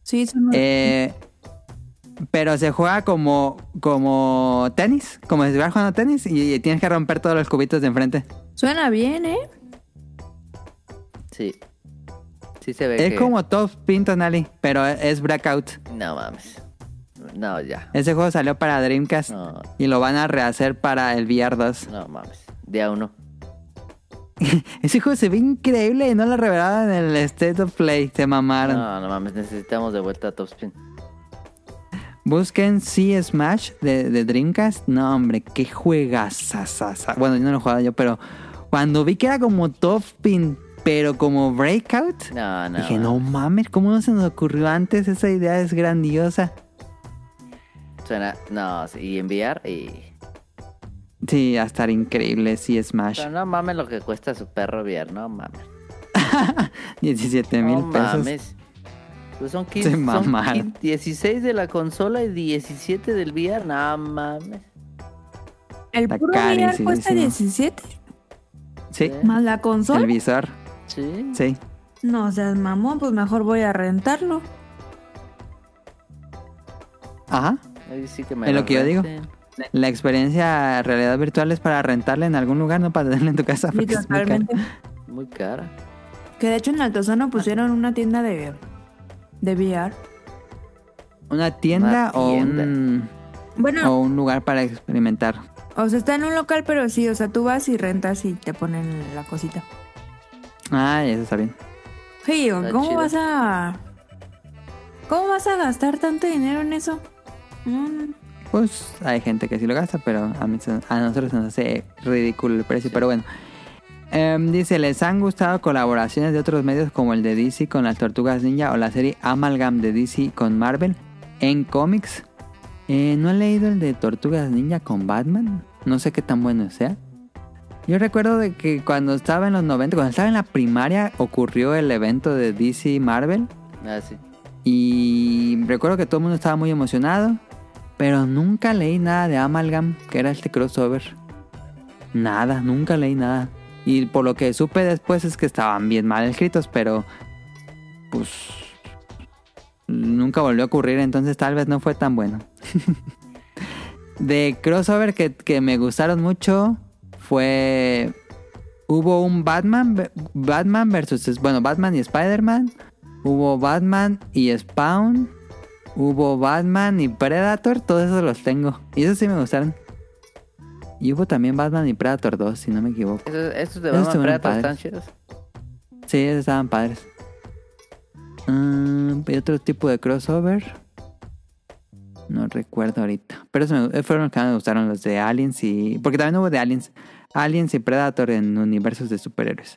Sí, son Eh, pero se juega como, como tenis, como si estuvieras jugando tenis y, y tienes que romper todos los cubitos de enfrente. Suena bien, ¿eh? Sí. Sí, Sí se ve Es que- como Top Spin Tonali, pero es Blackout. No mames. No, ya. Ese juego salió para Dreamcast No, y lo van a rehacer para el VR 2. no mames. Día uno. Ese juego se ve increíble y no lo revelaron en el State of Play. Se mamaron. No, no mames. Necesitamos de vuelta a Top Spin. Busquen Sea Smash de, de Dreamcast. No, hombre, qué juegas. Bueno, yo no lo jugaba yo, pero cuando vi que era como Top Spin, pero como Breakout, No, no. dije, mames. no mames, ¿cómo no se nos ocurrió antes? Esa idea es grandiosa. Suena. No, sí, y enviar y. Sí, va a estar increíble Sea Smash. Pero no mames lo que cuesta su perro VR, no mames. 17 mil No pesos. mames. Pues son Se 15, son mamaron. 15, 16 de la consola y 17 del VR, no mames. El Está puro VR cuesta carísimo. 17 Sí, más la el consola. visor. Sí. Sí. No seas mamón, pues mejor voy a rentarlo. Ajá. Ahí sí que me Es lo la que yo digo. renten. La experiencia realidad virtual es para rentarla en algún lugar, no para tenerla en tu casa. Y Porque es muy caro. totalmente. Muy cara. Que de hecho en Altozano pusieron una tienda de, de VR. ¿Una tienda, o, tienda. un, Bueno, o un lugar para experimentar? o sea, está en un local, pero sí, o sea, tú vas y rentas y te ponen la cosita. Ah, eso está bien. Sí, Está ¿cómo chido. vas a. ¿Cómo vas a gastar tanto dinero en eso? Mm, Pues hay gente que sí lo gasta, pero a, mí se- a nosotros se nos hace ridículo el precio. Pero bueno. Em, dice, ¿les han gustado colaboraciones de otros medios como el de DC con las Tortugas Ninja o la serie Amalgam de DC con Marvel en cómics? Eh, no he leído el de Tortugas Ninja con Batman. No sé qué tan bueno sea. Yo recuerdo de que cuando estaba en los 90, cuando estaba en la primaria, ocurrió el evento de DC y Marvel. Ah, sí. Y recuerdo que todo el mundo estaba muy emocionado, pero nunca leí nada de Amalgam, que era este crossover. Nada, nunca leí nada. Y por lo que supe después es que estaban bien mal escritos, pero pues nunca volvió a ocurrir, entonces tal vez no fue tan bueno. de crossover que, que me gustaron mucho fue... Hubo un Batman, Batman versus... Bueno, Batman y Spider-Man. Hubo Batman y Spawn. Hubo Batman y Predator. Todos esos los tengo. Y esos sí me gustaron. Y hubo también Batman y Predator 2, si no me equivoco. Esos, estos de Batman Esos estuvieron Predator padres. están chidos. Sí, esos estaban padres. Mm, y otro tipo de crossover. No recuerdo ahorita. Pero esos me- fueron los que más me gustaron, los de Aliens y... Porque también hubo de Aliens. Aliens y Predator en universos de superhéroes.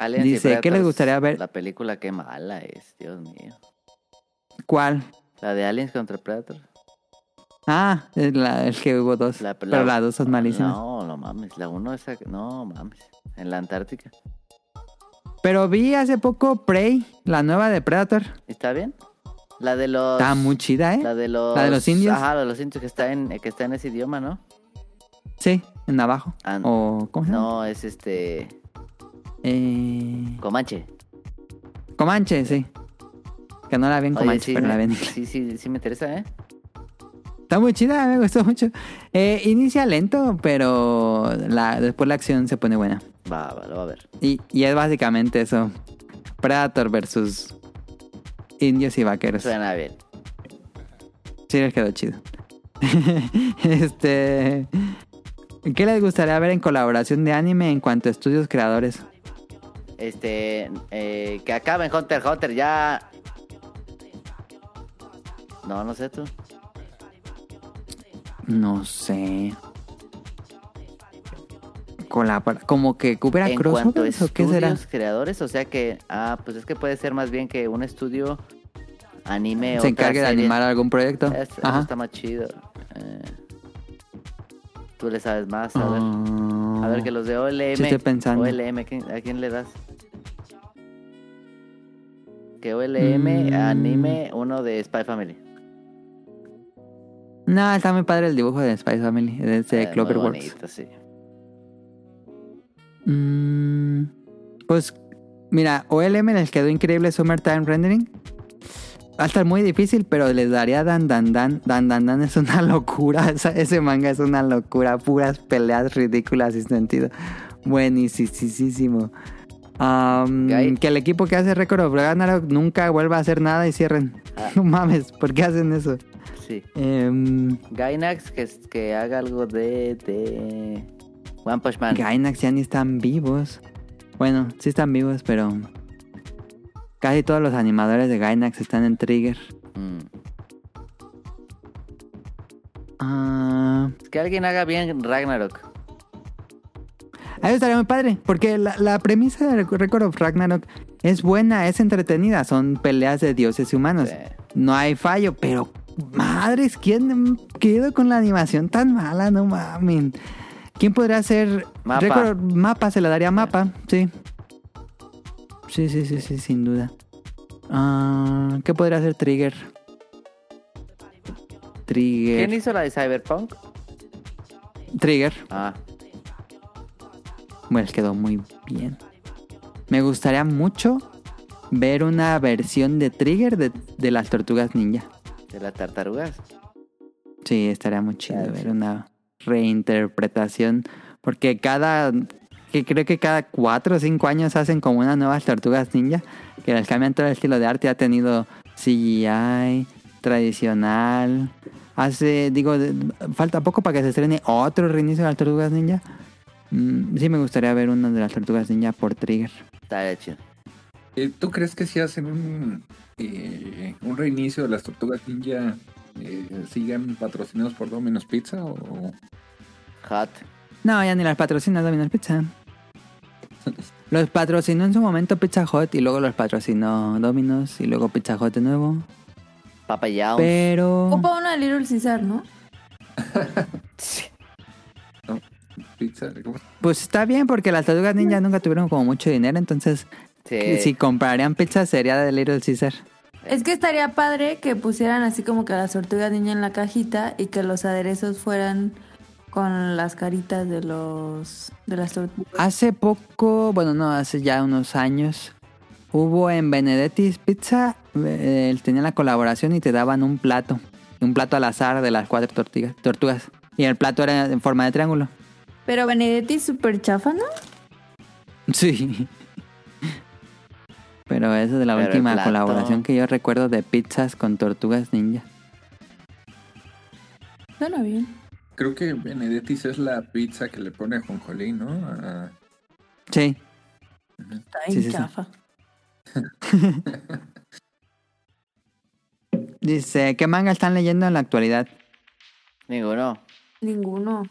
Aliens y Dice, ¿qué les Predators, gustaría ver? La película qué mala es, Dios mío. ¿Cuál? La de Aliens contra Predator. Ah, es la- el que hubo dos. La- pero las dos son malísimas. No, no mames. La uno esa. No mames. En la Antártica. Pero vi hace poco Prey, la nueva de Predator. ¿Está bien? La de los. Está muy chida, ¿eh? La de los. ¿La de los indios? Ajá, la de los indios que está en, que está en ese idioma, ¿no? Sí, en Navajo. Ah, o, ¿cómo se llama? No, es este. Eh, Comanche. Comanche, sí. Que no la ven Oye, Comanche, sí, pero la me- ven. sí, sí, sí me interesa, ¿eh? Está muy chida, me gustó mucho. Eh, inicia lento, pero la, después la acción se pone buena. Va, va, lo va a ver. Y, y es básicamente eso. Predator versus indios y vaqueros. Suena bien. Sí, les quedó chido. este. ¿Qué les gustaría ver en colaboración de anime en cuanto a estudios creadores? Este. eh, que acaben Hunter x Hunter ya. No, no sé tú. No sé. Colabora. Como que hubiera en cuanto a crossovers o qué será. estudios creadores, o sea que, ah, pues es que puede ser más bien que un estudio anime o Se encargue de animar algún proyecto. Este, Eso, Ajá. está más chido. Eh, tú le sabes más, a ver. A ver que los de OLM. Ah. Sí, estoy pensando. OLM, ¿quién- ¿a quién le das? Que OLM Mm. anime uno de Spy Family. No, está muy padre el dibujo de Spice Family, de este Eh, muy Cloverworks. bonito, sí. Mm, pues, mira, OLM les quedó increíble Summertime Rendering. Va a estar muy difícil, pero les daría Dan Dan Dan. Dan Dan Dan es una locura. Esa- ese manga es una locura. Puras peleas ridículas sin sentido. Buenísimo. Am, Gay. que el equipo que hace récord of Ragnarok nunca vuelva a hacer nada y cierren. No mames, ¿por qué hacen eso? Sí. Em, Gainax que, que haga algo de, de One Punch Man. Gainax ya ni están vivos. Bueno, sí están vivos, pero casi todos los animadores de Gainax están en Trigger. Mm. Ah, Que alguien haga bien Ragnarok. eso estaría muy padre, porque la, la premisa de Record of Ragnarok es buena, es entretenida, son peleas de dioses y humanos. Sí. No hay fallo, pero madres, ¿quién quedó con la animación tan mala? No mames. ¿Quién podría hacer Mapa. Record of- mapa? Se la daría a mapa, sí. Sí, sí, sí, sí, sin duda. Ah, ¿Qué podría hacer Trigger? ¿Quién Trigger. hizo la de Cyberpunk? Trigger. Ah, Bueno, quedó muy bien. Me gustaría mucho ver una versión de Trigger de, de las tortugas ninja. de las tartarugas. Sí, estaría muy chido ver una reinterpretación. Porque cada. que creo que cada cuatro o cinco años hacen como unas nuevas tortugas ninja. Que les cambian todo el estilo de arte. Ha tenido CGI, tradicional. Hace, digo, de- falta poco para que se estrene otro reinicio de las tortugas ninja. Mm, sí, me gustaría ver una de las tortugas ninja por Trigger. Está chido. Eh, ¿Tú crees que si hacen un, eh, un reinicio de las tortugas ninja eh, sigan patrocinados por Domino's Pizza? O... Hot. No, ya ni las patrocina Domino's Pizza. Los patrocinó en su momento Pizza Hut y luego los patrocinó Domino's y luego Pizza Hut de nuevo. Papa John's. Pero Ocupa una Little Caesar, ¿no? Pizza, ¿cómo? pues está bien porque las tortugas ninja nunca tuvieron como mucho dinero, entonces Sí. si comprarían pizza sería de Little Caesar. Es que estaría padre que pusieran así como que a las tortugas niña en la cajita y que los aderezos fueran con las caritas de los de las tortugas. Hace poco, bueno, no, hace ya unos años, hubo en Benedetti's Pizza, eh, él tenía la colaboración y te daban un plato, un plato al azar de las cuatro tortiga- tortugas. Y el plato era en forma de triángulo. Pero Benedetti es súper chafa, ¿no? Sí. Pero esa es de la Pero el última plato. colaboración que yo recuerdo de pizzas con tortugas ninja. Suena bien. Creo que Benedetti's es la pizza que le pone a Jonjolí, ¿no? Ah, A- Sí. Está Sí, bien sí, sí. chafa. Dice, ¿qué manga están leyendo en la actualidad? Ninguno. Ninguno.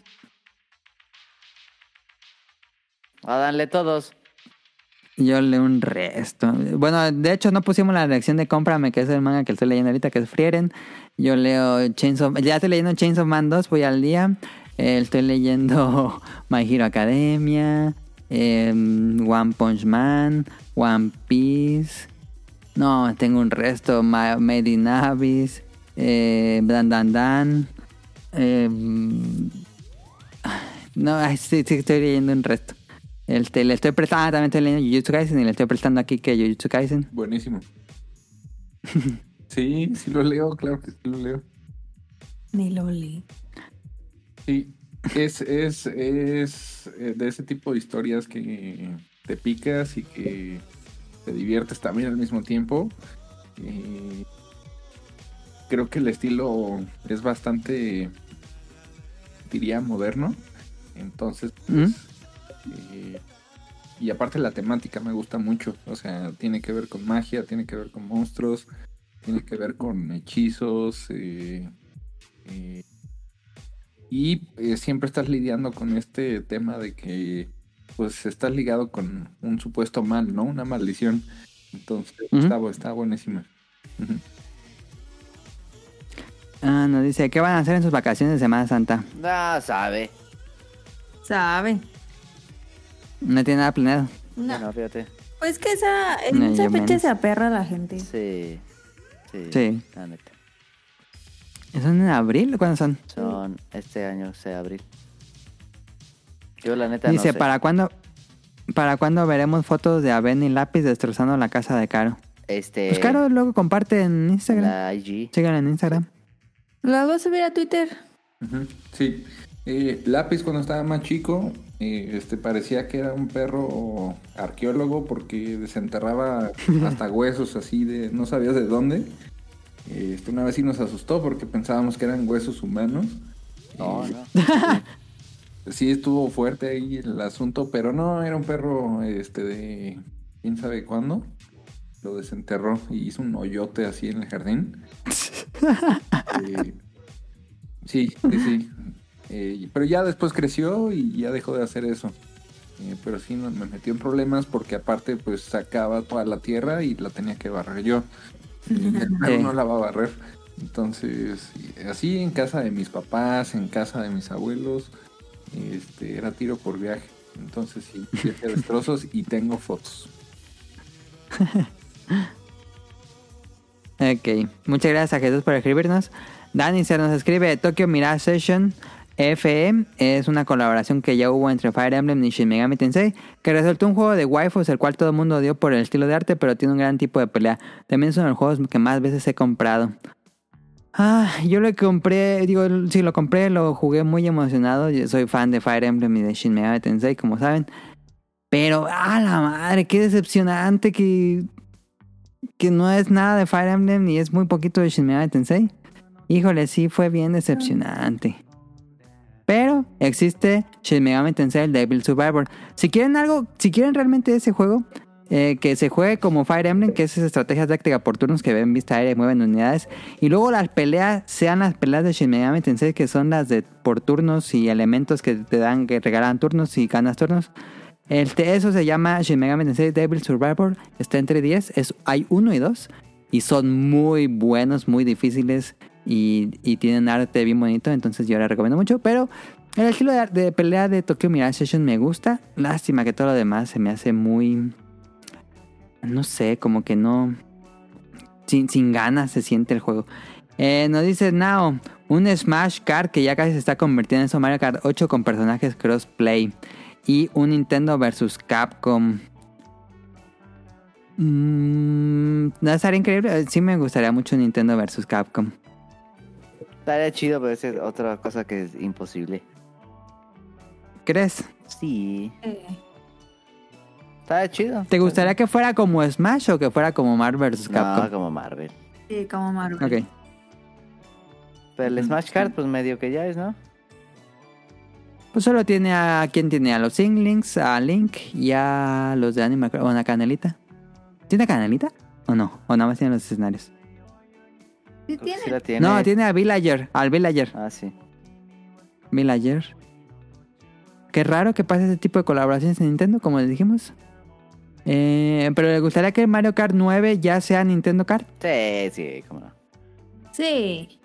Háganle todos. Yo leo un resto. Bueno, de hecho no pusimos la reacción de cómprame, que es el manga que estoy leyendo ahorita, que es Frieren. Yo leo Chains of... Ya estoy leyendo Chains of Man 2, voy al día. Eh, estoy leyendo My Hero Academia, eh, One Punch Man, One Piece. No, tengo un resto. Ma- Made in Abyss, eh, Dan Dan Dan. eh, no, ay, sí, sí, estoy leyendo un resto. Este, le estoy prestando, ah, también estoy leyendo Jujutsu Kaisen y le estoy prestando aquí que Jujutsu Kaisen. Buenísimo. sí, sí lo leo, claro que sí lo leo. Ni lo leí. Sí, es, es, es eh, de ese tipo de historias que te picas y que te diviertes también al mismo tiempo. Eh, creo que el estilo es bastante, diría, moderno. Entonces, ¿Mm? eh, y aparte la temática me gusta mucho. O sea, tiene que ver con magia, tiene que ver con monstruos, tiene que ver con hechizos. eh, eh, y eh, siempre estás lidiando con este tema de que pues estás ligado con un supuesto mal, ¿no? Una maldición. Entonces, Ujú. está, bu- está buenísima. Ujú. Ah, nos dice, ¿qué van a hacer en sus vacaciones de Semana Santa? No sabe. Sabe. No tiene nada planeado. No, No. fíjate. Pues que esa, en No, esa yo fecha menos. se aperra la gente. Sí. Sí. Sí. La neta. ¿Son en abril o cuándo son? Son este año, 6 de abril. Yo la neta dice, no sé. ¿para cuándo? ¿Para cuándo veremos fotos de Aven y Lápiz destrozando la casa de Caro? Este... Pues Caro luego comparte en Instagram. La IG. Síganla en Instagram. Las voy a subir a Twitter. Ujú, Sí. Eh, Lápiz cuando estaba más chico Eh, este parecía que era un perro arqueólogo porque desenterraba hasta huesos así de no sabías de dónde. Eh, este, una vez sí nos asustó porque pensábamos que eran huesos humanos. Eh, sí estuvo fuerte ahí el asunto, pero no, era un perro este de quién sabe cuándo. Lo desenterró y hizo un hoyote así en el jardín. Eh, sí, sí, sí. Eh, pero ya después creció y ya dejó de hacer eso. Eh, pero sí no- me metió en problemas porque aparte pues sacaba toda la tierra y la tenía que barrer yo. Y el perro Sí. no la va a barrer. Entonces, así en casa de mis papás, en casa de mis abuelos, este, era tiro por viaje. Entonces sí, sí hacía destrozos y tengo fotos. Ok, muchas gracias a Jesús por escribirnos. Dani se nos escribe Tokyo Mirage Session FM. Es una colaboración que ya hubo entre Fire Emblem y Shin Megami Tensei, que resultó un juego de waifus, el cual todo el mundo odió por el estilo de arte, pero tiene un gran tipo de pelea. También es uno de los juegos que más veces he comprado. Ah, yo lo compré, digo, sí lo compré, lo jugué muy emocionado. Yo soy fan de Fire Emblem y de Shin Megami Tensei, como saben. Pero, a la madre, qué decepcionante que que no es nada de Fire Emblem y es muy poquito de Shin Megami Tensei. Híjole, sí fue bien decepcionante. Pero existe Shin Megami Tensei el Devil Survivor. Si quieren algo, si quieren realmente ese juego eh, que se juegue como Fire Emblem, que es esa estrategia táctica por turnos que ven vista aérea y mueven unidades, y luego las peleas sean las peleas de Shin Megami Tensei que son las de por turnos y elementos que te dan que regalan turnos y ganas turnos. Este, eso se llama Shin Megami Tensei Devil Survivor. Está entre 10. Es, hay 1 y 2. Y son muy buenos, muy difíciles. Y, y tienen arte bien bonito. Entonces yo les recomiendo mucho. Pero el estilo de, de pelea de Tokyo Mirage Session me gusta. Lástima que todo lo demás se me hace muy... No sé, como que no... Sin, sin ganas se siente el juego. Eh, nos dice Nao, un Smash Kart que ya casi se está convirtiendo en su Mario Kart 8 con personajes crossplay y un Nintendo versus Capcom. Mm, no estaría increíble. Eh, Sí me gustaría mucho un Nintendo versus Capcom. Estaría chido, pero esa es otra cosa que es imposible. ¿Crees? Sí. Estaría chido. Pues, ¿Te gustaría que fuera como Smash o que fuera como Marvel versus No, Capcom? como Marvel. Sí, como Marvel. Ok. Pero el Smash Kart, pues medio que ya es, ¿no? Pues solo tiene a quién tiene a los Singlings, a Link y a los de Animal Crossing. ¿O a Canelita? ¿Tiene a Canelita? ¿O no? ¿O nada más tiene los escenarios? Sí, Creo que tiene. sí la tiene. No, tiene a Villager. Al Villager. Ah, sí. Villager. Qué raro que pase ese tipo de colaboraciones en Nintendo, como les dijimos. Eh, pero le gustaría que Mario Kart 9 ya sea Nintendo Kart. Sí, sí, cómo no. Sí.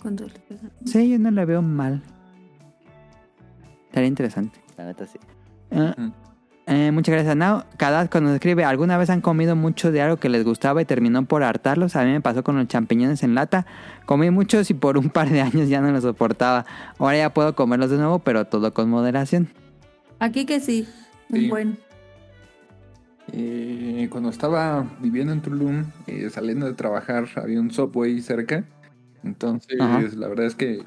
Con todo el- Sí, yo no la veo mal. Estaría interesante. La neta sí. Ah, eh, muchas gracias, Nao. Cadasco nos escribe, ¿alguna vez han comido mucho de algo que les gustaba y terminó por hartarlos? A mí me pasó con los champiñones en lata. Comí muchos y por un par de años ya no los soportaba. Ahora ya puedo comerlos de nuevo, pero todo con moderación. Aquí que sí. Un Sí. buen. Eh, cuando estaba viviendo en Tulum, eh, saliendo de trabajar, había un Subway cerca. Entonces, Ajá. la verdad es que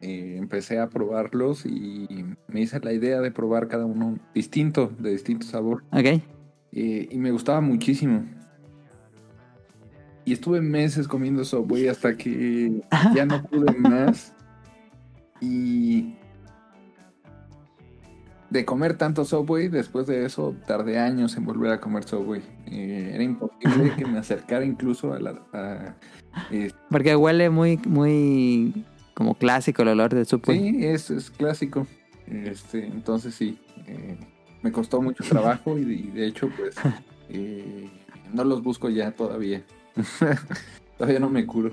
eh, empecé a probarlos y me hice la idea de probar cada uno distinto, de distinto sabor. ¿Ok? eh, y me gustaba muchísimo. Y estuve meses comiendo Subway hasta que ya no pude más. Y de comer tanto Subway, después de eso tardé años en volver a comer Subway. Eh, era imposible que me acercara incluso a la... a- Porque huele muy, muy como clásico el olor de Subway. Sí, es, es clásico. Este, entonces sí, eh, me costó mucho trabajo y, de- y de hecho pues eh, no los busco ya todavía. todavía no me curo.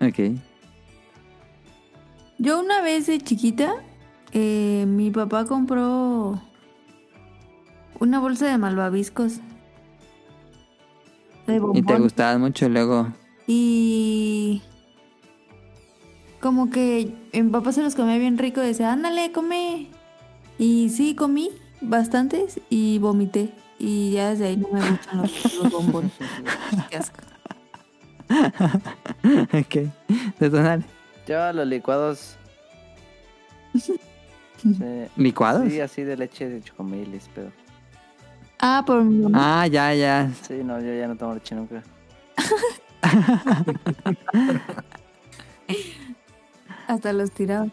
Ok. Yo una vez de chiquita, eh, mi papá compró una bolsa de malvaviscos. De Y te bombón. gustaban mucho y luego. Y como que mi papá se los comía bien rico, decía, ándale, come. Y sí, comí bastantes y vomité. Y ya desde ahí no me gustan los, los bombones. Qué asco. ok. Detonar. Yo los licuados Eh, ¿Licuados? Sí, así de leche de chocomilis, pero. Ah, por mi mamá. Ah, ya, ya. Sí, no, yo ya no tomo leche nunca. Ah. Hasta los tirados.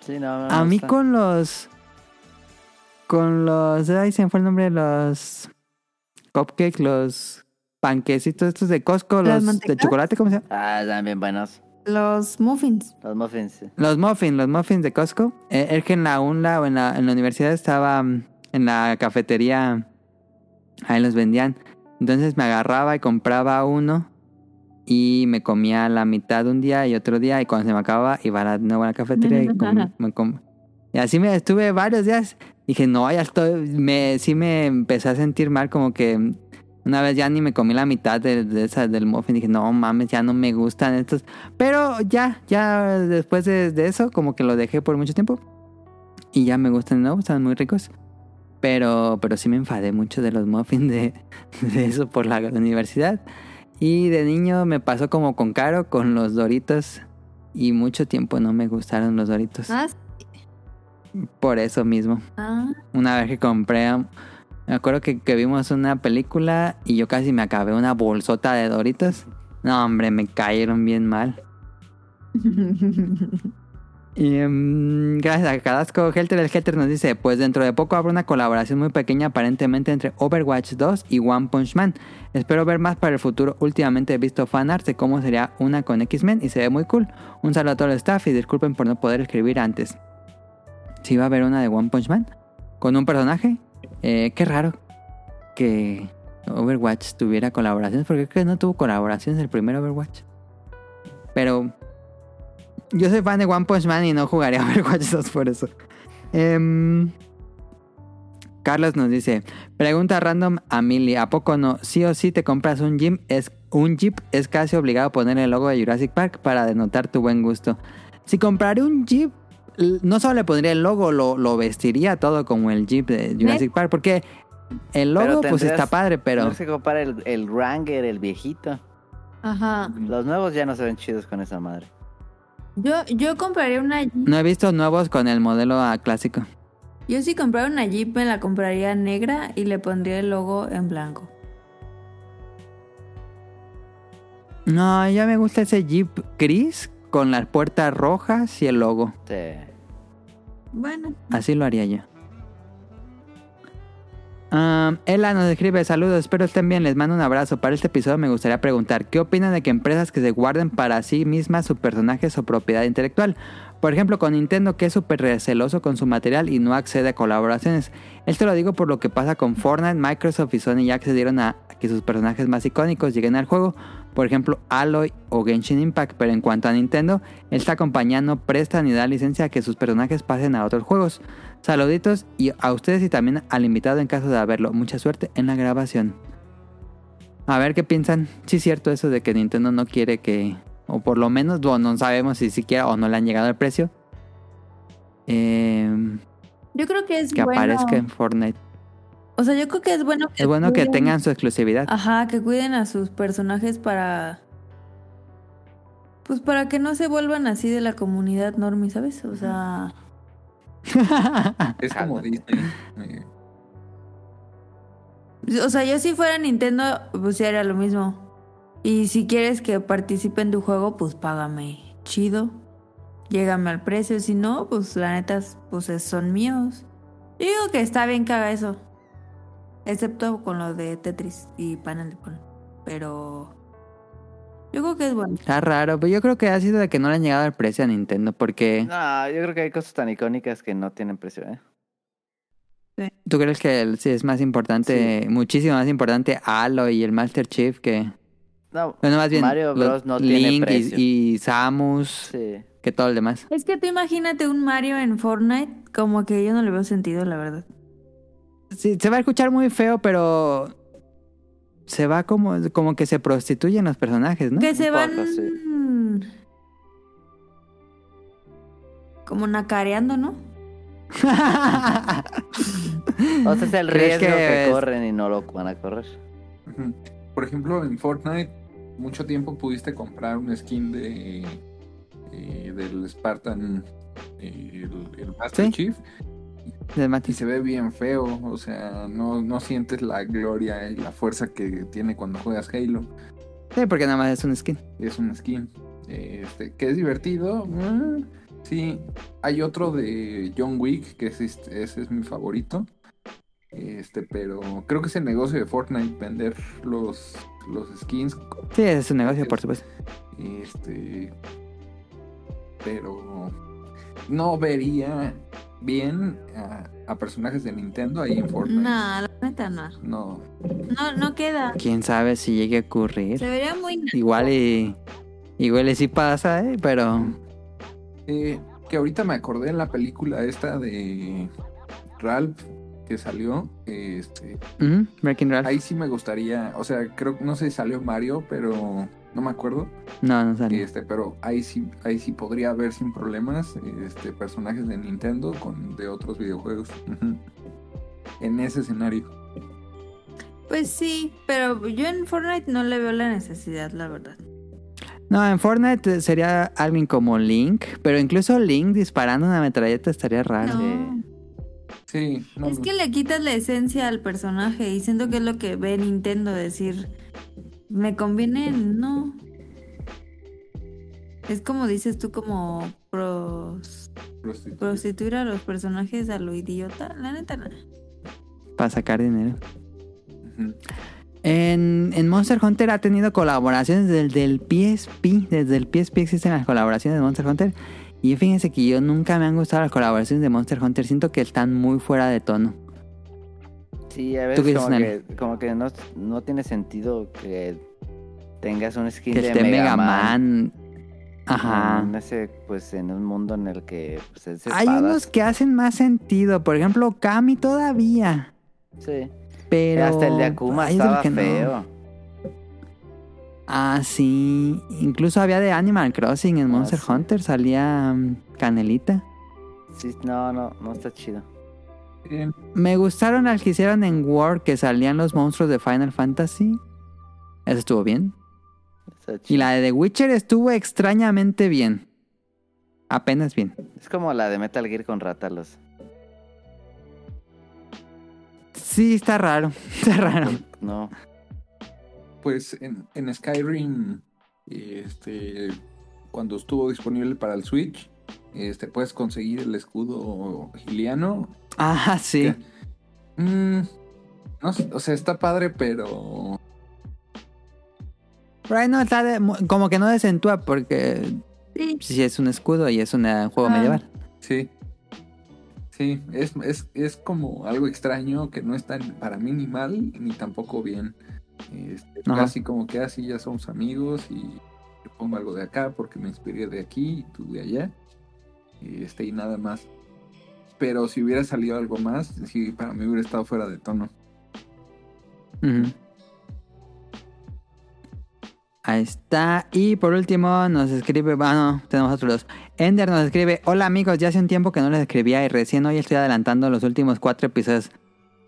Sí, no, no me A mí gusta. con los. Con los. Ay, se me fue el nombre de los. Cupcakes, los panquecitos estos de Costco, ¿Las los de mantecadas? chocolate, ¿cómo se llama? Ah, están bien buenos. Los muffins. Los muffins. sí. Los muffins, los muffins de Costco. Eh, es que en la UNLA o en la, en la universidad estaba mm, en la cafetería. Ahí los vendían. Entonces me agarraba y compraba uno. Y me comía la mitad un día y otro día. Y cuando se me acababa, iba a la nueva cafetería y com- me com- Y así me estuve varios días. Dije, no, ya estoy. Me, sí me empecé a sentir mal, como que. mm, Una vez ya ni me comí la mitad de, de esa- del muffin. Dije, no mames, ya no me gustan estos. Pero ya, ya después de, de eso, como que lo dejé por mucho tiempo. Y ya me gustan de nuevo, están muy ricos. Pero, pero sí me enfadé mucho de los muffins de, de eso por la universidad. Y de niño me pasó como con Caro, con los doritos. Y mucho tiempo no me gustaron los doritos. Ah, Por eso mismo. Ah, Una vez que compré, me acuerdo que, que vimos una película y yo casi me acabé una bolsota de doritos. No, hombre, me cayeron bien mal. Y em, gracias a Cadasco Helter, el Helter nos dice, pues dentro de poco habrá una colaboración muy pequeña aparentemente entre Overwatch 2 y One Punch Man. Espero ver más para el futuro. Últimamente he visto fanarts de cómo sería una con X-Men y se ve muy cool. Un saludo a todo el staff y disculpen por no poder escribir antes. Si va a haber una de One Punch Man con un personaje, Eh, qué raro que Overwatch tuviera colaboraciones, porque creo que no tuvo colaboraciones el primer Overwatch. Pero yo soy fan de One Punch Man y no jugaré a Overwatch 2 por eso. Em, Carlos nos dice, pregunta random a Millie, ¿a poco no? Sí o sí te compras un Jeep, es, un Jeep es casi obligado a poner el logo de Jurassic Park para denotar tu buen gusto. Si compraré un Jeep, l- no solo le pondría el logo, lo, lo vestiría todo como el Jeep de Jurassic Park, porque el Pero logo pues tendrías- está padre, pero... No se compara el, el Ranger, el viejito. Ajá. Mm. Los nuevos ya no se ven chidos con esa madre. Yo, yo compraría una Jeep. No he visto nuevos con el modelo ah, clásico. Yo si comprara una Jeep me la compraría negra y le pondría el logo en blanco. No, ya me gusta ese Jeep gris con las puertas rojas y el logo. Te- Bueno. Así lo haría yo. Ah, Ela nos escribe, saludos, espero estén bien, les mando un abrazo. Para este episodio me gustaría preguntar, ¿qué opinan de que empresas que se guarden para sí mismas sus personajes o propiedad intelectual? Por ejemplo, con Nintendo que es súper receloso con su material y no accede a colaboraciones. Esto lo digo por lo que pasa con Fortnite, Microsoft y Sony ya accedieron a que sus personajes más icónicos lleguen al juego, por ejemplo Aloy o Genshin Impact, pero en cuanto a Nintendo, esta compañía no presta ni da licencia a que sus personajes pasen a otros juegos. Saluditos y a ustedes y también al invitado en caso de haberlo. Mucha suerte en la grabación. A ver qué piensan. Sí es cierto eso de que Nintendo no quiere que... O por lo menos bueno, no sabemos si siquiera o no le han llegado el precio. eh, Yo creo que es que bueno. aparezca en Fortnite. O sea, yo creo que es bueno que Es bueno que cuiden- tengan su exclusividad. Ah. Ajá, que cuiden a sus personajes para pues para que no se vuelvan así de la comunidad normie, ¿sabes? O sea, Es como Disney. eh, o sea, yo si fuera Nintendo pues sí haría lo mismo. Y si quieres que participe en tu juego, pues págame chido. Llégame al precio, si no, pues la neta pues es- son míos. Yo digo que está bien que haga eso. Excepto con lo de Tetris y Panel Pon. Pero yo creo que es bueno. Está raro, pero yo creo que ha sido de que no le han llegado el precio a Nintendo, porque No, yo creo que hay cosas tan icónicas que no tienen precio, ¿eh? tú crees que el- sí es más importante, muchísimo más importante Halo y el Master Chief que... No, Bueno, más bien Mario Bros. los no tiene Link y- precio. y, Samus, Sí. que todo el demás. Es que tú imagínate un Mario en Fortnite, como que yo no le veo sentido, la verdad. Sí, se va a escuchar muy feo, pero se va como, como que se prostituyen los personajes, ¿no? que se poco, van sí. como nacareando, ¿no? O sea, es el riesgo ¿Crees que, que es- corren y no lo van a correr. ujú. Por ejemplo, en Fortnite, mucho tiempo pudiste comprar un skin de eh, del Spartan, eh, el, Master Sí. Chief del y Matrix. se ve bien feo, o sea, no, no sientes la gloria y la fuerza que tiene cuando juegas Halo. Sí, porque nada más es un skin. es un skin. Este, que es divertido. mm, Sí, hay otro de John Wick, que es este- ese es mi favorito. Este, pero creo que es el negocio de Fortnite, vender los, los skins. Sí, es un negocio, por supuesto. Este. Pero no vería bien a, a personajes de Nintendo ahí en Fortnite. No, la neta no. No. No, no queda. Quién sabe si llegue a ocurrir. Se vería muy na- Igual y. Igual y sí pasa, ¿eh? Pero. Eh, que ahorita me acordé en la película esta de Ralph que salió. Este, Ujú, Breaking Ralph. Ahí sí me gustaría, o sea, creo no sé si salió Mario, pero no me acuerdo. No, no sale. Este, pero ahí sí, ahí sí podría haber sin problemas este, personajes de Nintendo con de otros videojuegos. Ujú. En ese escenario. Pues sí, pero yo en Fortnite no le veo la necesidad, la verdad. No, en Fortnite sería alguien como Link. Pero incluso Link disparando una metralleta estaría raro. No. Sí, no, Es que le quitas la esencia al personaje y siento que es lo que ve Nintendo decir, me conviene, no. Es como dices tú, como pros- prostitu- prostituir a los personajes a lo idiota. La neta, no. Para sacar dinero. Ujú. En, en Monster Hunter ha tenido colaboraciones desde el PSP. Desde el PSP existen las colaboraciones de Monster Hunter. Y fíjense que yo nunca me han gustado las colaboraciones de Monster Hunter. Siento que están muy fuera de tono. Sí, a ¿Tú qué veces como dices, que, como que no, no tiene sentido que tengas un skin Que de esté Mega, Man. Ajá. En ese, pues en un mundo en el que pues, es Hay espadas. unos que hacen más sentido. Por ejemplo, Kami todavía. Sí. Pero. Hasta el de Akuma hay otros estaba que no. feo. Ah, sí. Incluso había de Animal Crossing en Ah, Monster sí. Hunter. Salía mm, Canelita. Sí, no, no, no está chido. Bien. Me gustaron las que hicieron en War que salían los monstruos de Final Fantasy. Eso estuvo bien. Está Y chido. la de The Witcher estuvo extrañamente bien. Apenas bien. Es como la de Metal Gear con Rátalos. Sí, está raro. Está raro. No. Pues en, en Skyrim, este, cuando estuvo disponible para el Switch, este, puedes conseguir el escudo giliano Ah, sí. Mm, no sé, o sea, está padre, pero. Pero ahí no está de- mo- como que no desentúa porque Sí. sí es un escudo y es un eh, juego Ah. medieval. Sí. Sí, es, es, es como algo extraño que no está ni- para mí ni mal ni tampoco bien. Este, Ajá. casi como que así ya somos amigos y te pongo algo de acá porque me inspiré de aquí y tú de allá. Este, y nada más. Pero si hubiera salido algo más, sí, para mí hubiera estado fuera de tono. Ujú. Ahí está. Y por último nos escribe, bueno, tenemos otros dos. Ender nos escribe, hola amigos, ya hace un tiempo que no les escribía y recién hoy estoy adelantando los últimos cuatro episodios.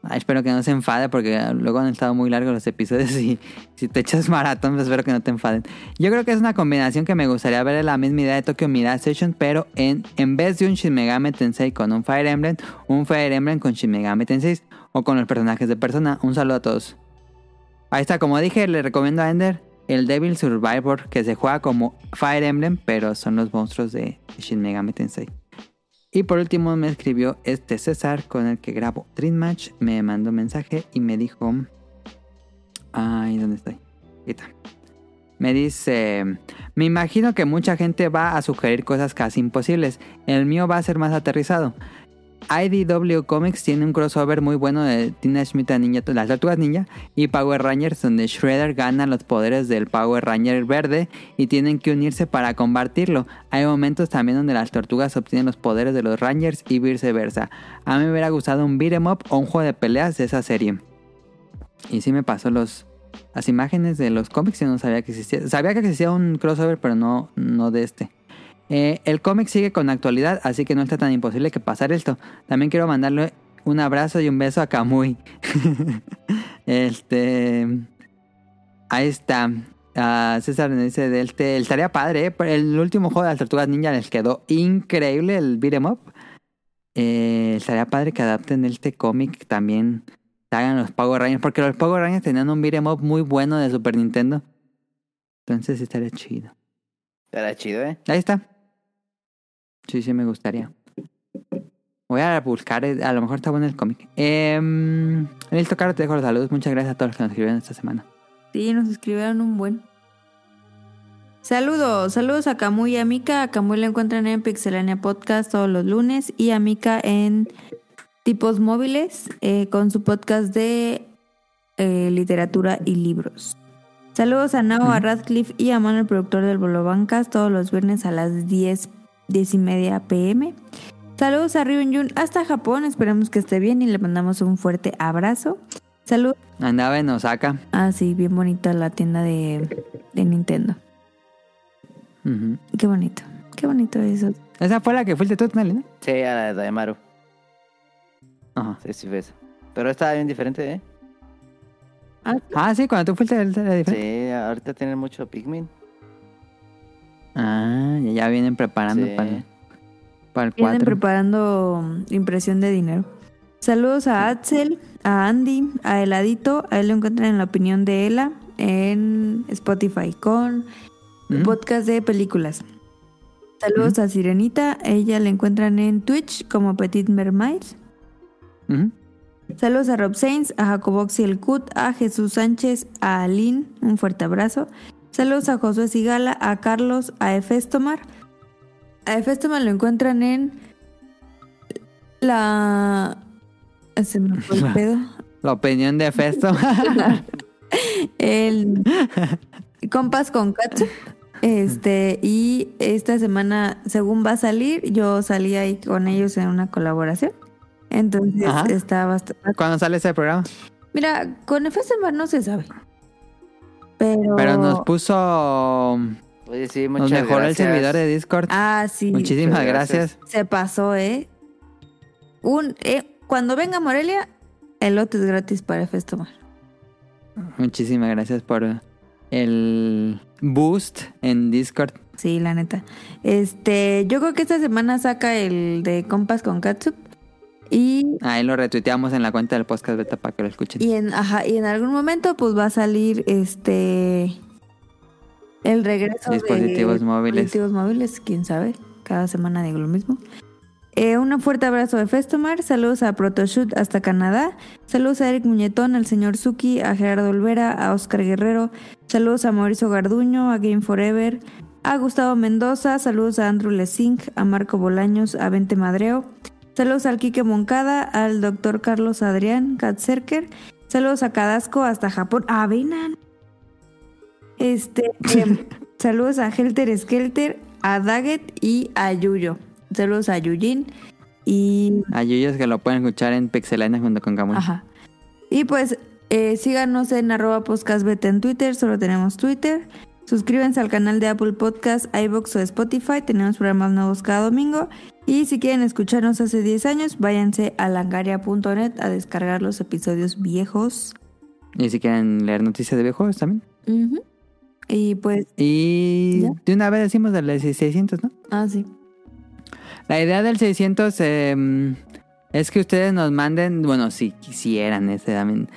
Ah, espero que no se enfade porque luego han estado muy largos los episodios y si te echas maratón, pues espero que no te enfaden. Yo creo que es una combinación que me gustaría ver en la misma idea de Tokyo Mirage Session, pero en, en vez de un Shin Megami Tensei con un Fire Emblem, un Fire Emblem con Shin Megami Tensei o con los personajes de Persona. Un saludo a todos. Ahí está, como dije, le recomiendo a Ender el Devil Survivor, que se juega como Fire Emblem, pero son los monstruos de Shin Megami Tensei. Y por último me escribió este César con el que grabo Dream Match, me mandó un mensaje y me dijo... Ay, ¿dónde estoy? Aquí está. Me dice, me imagino que mucha gente va a sugerir cosas casi imposibles. El mío va a ser más aterrizado. IDW Comics tiene un crossover muy bueno de Teenage Mutant Ninja, las Tortugas Ninja y Power Rangers donde Shredder gana los poderes del Power Ranger verde y tienen que unirse para combatirlo. Hay momentos también donde las tortugas obtienen los poderes de los Rangers y viceversa. A mí me hubiera gustado un beat 'em up o un juego de peleas de esa serie. Y sí me pasó los, las imágenes de los cómics y no sabía que existía. Sabía que existía un crossover, pero no, no de este. Eh, el cómic sigue con actualidad, así que no está tan imposible que pasar esto. También quiero mandarle un abrazo y un beso a Kamui. este. Ahí está. Ah, César nos dice: del te- el Estaría padre, ¿eh? El último juego de las Tortugas Ninja les quedó increíble, el beat 'em up. eh, estaría padre que adapten este cómic también. Hagan los Power Rangers, porque los Power Rangers tenían un beat'em up muy bueno de Super Nintendo. Entonces estaría chido. Era chido, ¿eh? Ahí está. Sí, sí, me gustaría. Voy a buscar, eh, a lo mejor está bueno el cómic. Eh, listo, Caro, te dejo los saludos. Muchas gracias a todos los que nos escribieron esta semana. Sí, nos escribieron un buen. Saludos, saludos a Camuy y a Mika. A Camuy la encuentran en Pixelania Podcast todos los lunes y a Mika en Tipos Móviles eh, con su podcast de eh, literatura y libros. Saludos a Nao, a Radcliffe y a Manuel, el productor del Bolobancas, todos los viernes a las 10, 10 y media pm. Saludos a Ryun Yun hasta Japón, esperemos que esté bien y le mandamos un fuerte abrazo. Saludos. Andaba en Osaka. Ah, sí, bien bonita la tienda de, de Nintendo. Ujú. Qué bonito, qué bonito eso. Esa fue la que fuiste tú, Tonali, ¿no? Sí, a la de Dayamaru. Ajá. Sí, sí, fue esa. Pero estaba bien diferente, ¿eh? Ah, sí, cuando tú fuiste era diferente. Sí, ahorita tienen mucho Pikmin. Ah, ya- ya vienen preparando Sí. para el, para el Vienen 4. preparando mm, impresión de dinero. Saludos a Axel, a Andy, a Heladito. A él lo encuentran en la opinión de Ela en Spotify con Ujú. podcast de películas. Saludos a Sirenita. a Ella la encuentran en Twitch como Petit Mermaid. Ujú. Saludos a Rob Sainz, a Jacoboxi el Cut, a Jesús Sánchez, a Aline, un fuerte abrazo. Saludos a Josué Sigala, a Carlos, a Efestomar. A Efestomar lo encuentran en la... Se me fue el pedo. La opinión de Festo. El Compas con Katsu. Este, y esta semana, según va a salir, yo salí ahí con ellos en una colaboración. Entonces Ajá. está bastante... ¿Cuándo sale ese programa? Mira, con FSMR no se sabe. Pero. Pero nos puso. Oye, sí, muchas Nos mejoró gracias. el servidor de Discord. Ah, sí. Muchísimas muchas gracias. Se pasó, ¿eh? Un, eh, Cuando venga Morelia, el lote es gratis para Festomar. Muchísimas gracias por el boost en Discord. Sí, la neta. Este, yo creo que esta semana saca el de Compas con Katsup. Y, Ahí lo retuiteamos en la cuenta del podcast beta para que lo escuchen. y en, ajá, y en algún momento, pues va a salir este. El regreso Dispositivos de móviles. dispositivos móviles, quién sabe. Cada semana digo lo mismo. Eh, un fuerte abrazo de Festomar. Saludos a Protoshoot hasta Canadá. Saludos a Eric Muñetón, al señor Suki, a Gerardo Olvera, a Oscar Guerrero. Saludos a Mauricio Garduño, a Game Forever, a Gustavo Mendoza. Saludos a Andrew Lesink, a Marco Bolaños, a Vente Madreo. Saludos al Quique Moncada, al doctor Carlos Adrián Katzerker. Saludos a Cadasco hasta Japón. A Venan. Este. em, Saludos a Helter Skelter, a Daggett y a Yuyo. Saludos a Yujin y... A Yuyos que lo pueden escuchar en Pixelania junto con Gamón. Ajá. Y pues eh, síganos en arroba podcastbeta en Twitter, solo tenemos Twitter. Suscríbanse al canal de Apple Podcast, iBox o Spotify, tenemos programas nuevos cada domingo. Y si quieren escucharnos hace 10 años, váyanse a langaria.net a descargar los episodios viejos. Y si quieren leer noticias de videojuegos también. Y pues, Y ¿Ya? de una vez decimos del 600, ¿no? ah, sí. La idea del 600 eh, es que ustedes nos manden, bueno, si quisieran ese también.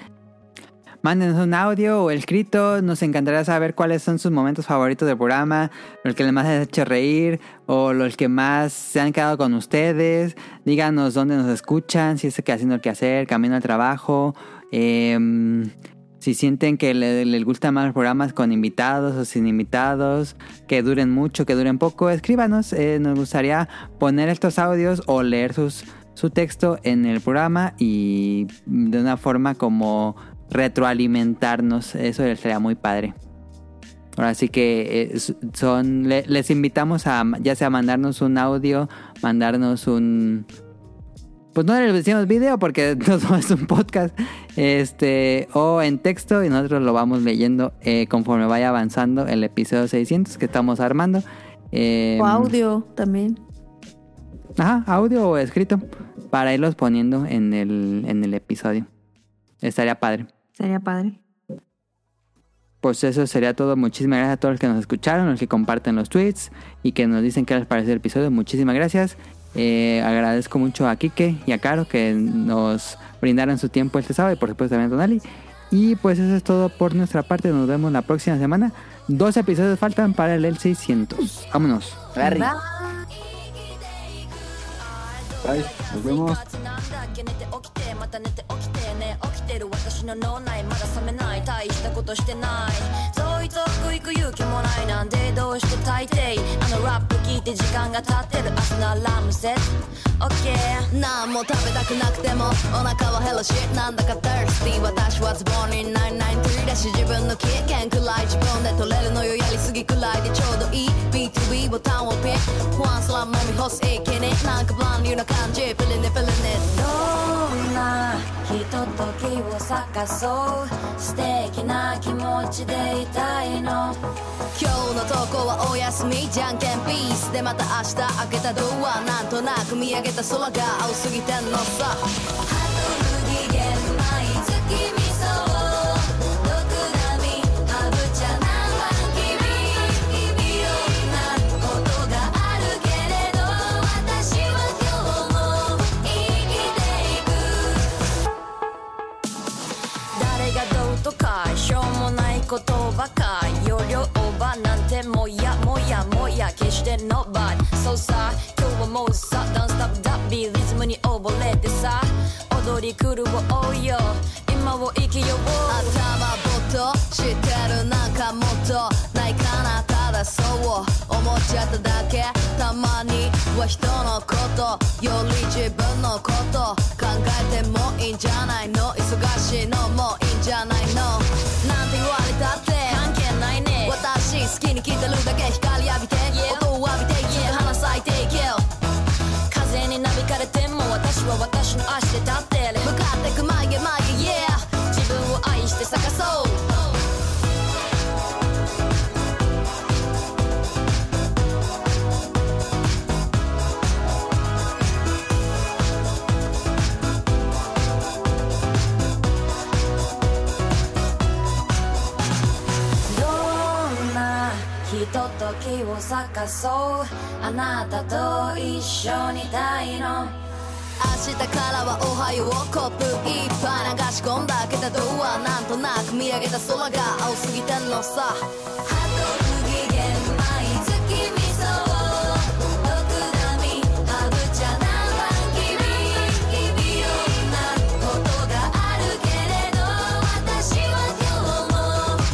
Mándenos un audio o escrito, nos encantaría saber cuáles son sus momentos favoritos del programa, los que más les ha hecho reír o los que más se han quedado con ustedes. Díganos dónde nos escuchan, si es que haciendo el quehacer, camino al trabajo, em, si sienten que le- les gustan más los programas con invitados o sin invitados, que duren mucho, que duren poco, escríbanos. eh, nos gustaría poner estos audios o leer sus, su texto en el programa y de una forma como retroalimentarnos. Eso les sería muy padre. Ahora sí que eh, s- son le- les invitamos a ma- ya sea mandarnos un audio, mandarnos un pues no les decimos video porque no somos un podcast, este o en texto y nosotros lo vamos leyendo eh, conforme vaya avanzando el episodio 600 que estamos armando. Eh, O audio también. Ajá, audio o escrito. Para irlos poniendo en el, en el episodio. Estaría padre. Sería padre. Pues eso sería todo. Muchísimas gracias a todos los que nos escucharon, los que comparten los tweets y que nos dicen qué les pareció el episodio. Muchísimas gracias. Eh, agradezco mucho a Kike y a Caro que nos brindaron su tiempo este sábado y por supuesto también a Tonali. Y pues eso es todo por nuestra parte. Nos vemos la próxima semana. Dos episodios faltan para el L600. Vámonos. Larry. Bye, nos vemos. なんだっけ寝て起きてまた寝て起きてね起きてる私の脳内まだ覚めない大したことしてないそいつを食いく勇気もないなんでどうして大抵あのラップ聞いて時間が経ってる明日のアラームセット OK 何も食べたくなくてもお腹は減るしなんだか thirsty 私はズボンに993だし自分の経験くらい自分で取れるのよやりすぎくらいでちょうどいい B2B ボタンをピックワンスランもみ干すいけねなんか万流な感じプリネプリネどんなひとときを探そう素敵な気持ちでいたいの今日の投稿はお休みじゃんけんピースでまた明日開けたドアなんとなく見上げた空が青すぎてんのさ無限毎月味噌毒ダミハブ茶何番君いろんなことがあるけれど私は今日も生きていく誰がどうとかしょうもないことばか容量オーバーなんてもやもやもや決して nobody そうさ今日はもうさダンスタップダッビーリズムに溺れてさ踊り狂おうよ今を生きよう頭ぼっとしてるなんかもっとないかなただそう思っちゃっただけたまには人のことより自分のこと考えてもいいんじゃないの忙しいのもいいんじゃないのなんて言われたって関係ないね私好きに聞いてるだけ光浴びて、音を浴びて、yeah. 花咲いていけよ風になびかれても私は私の足で立ってる向かってく眉毛眉毛 yeah 自分を愛して咲かそうどんなひとときを探そうあなたと一緒にいたいの明日からはおはようコップいっぱい流し込んだ開けたドアなんとなく見上げた空が青すぎてんのさハト不機嫌毎月味噌毒ダミハブ茶何番君君いろんなことがあるけれど私は今日も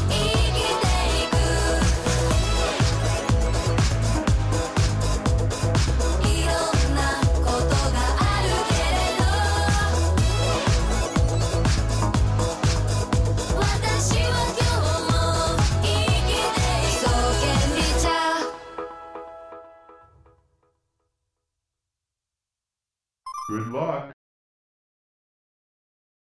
生きていく「いろんなことがあるけれど」「私は今日も生きていく」「そうけんちゃう」 Good luck.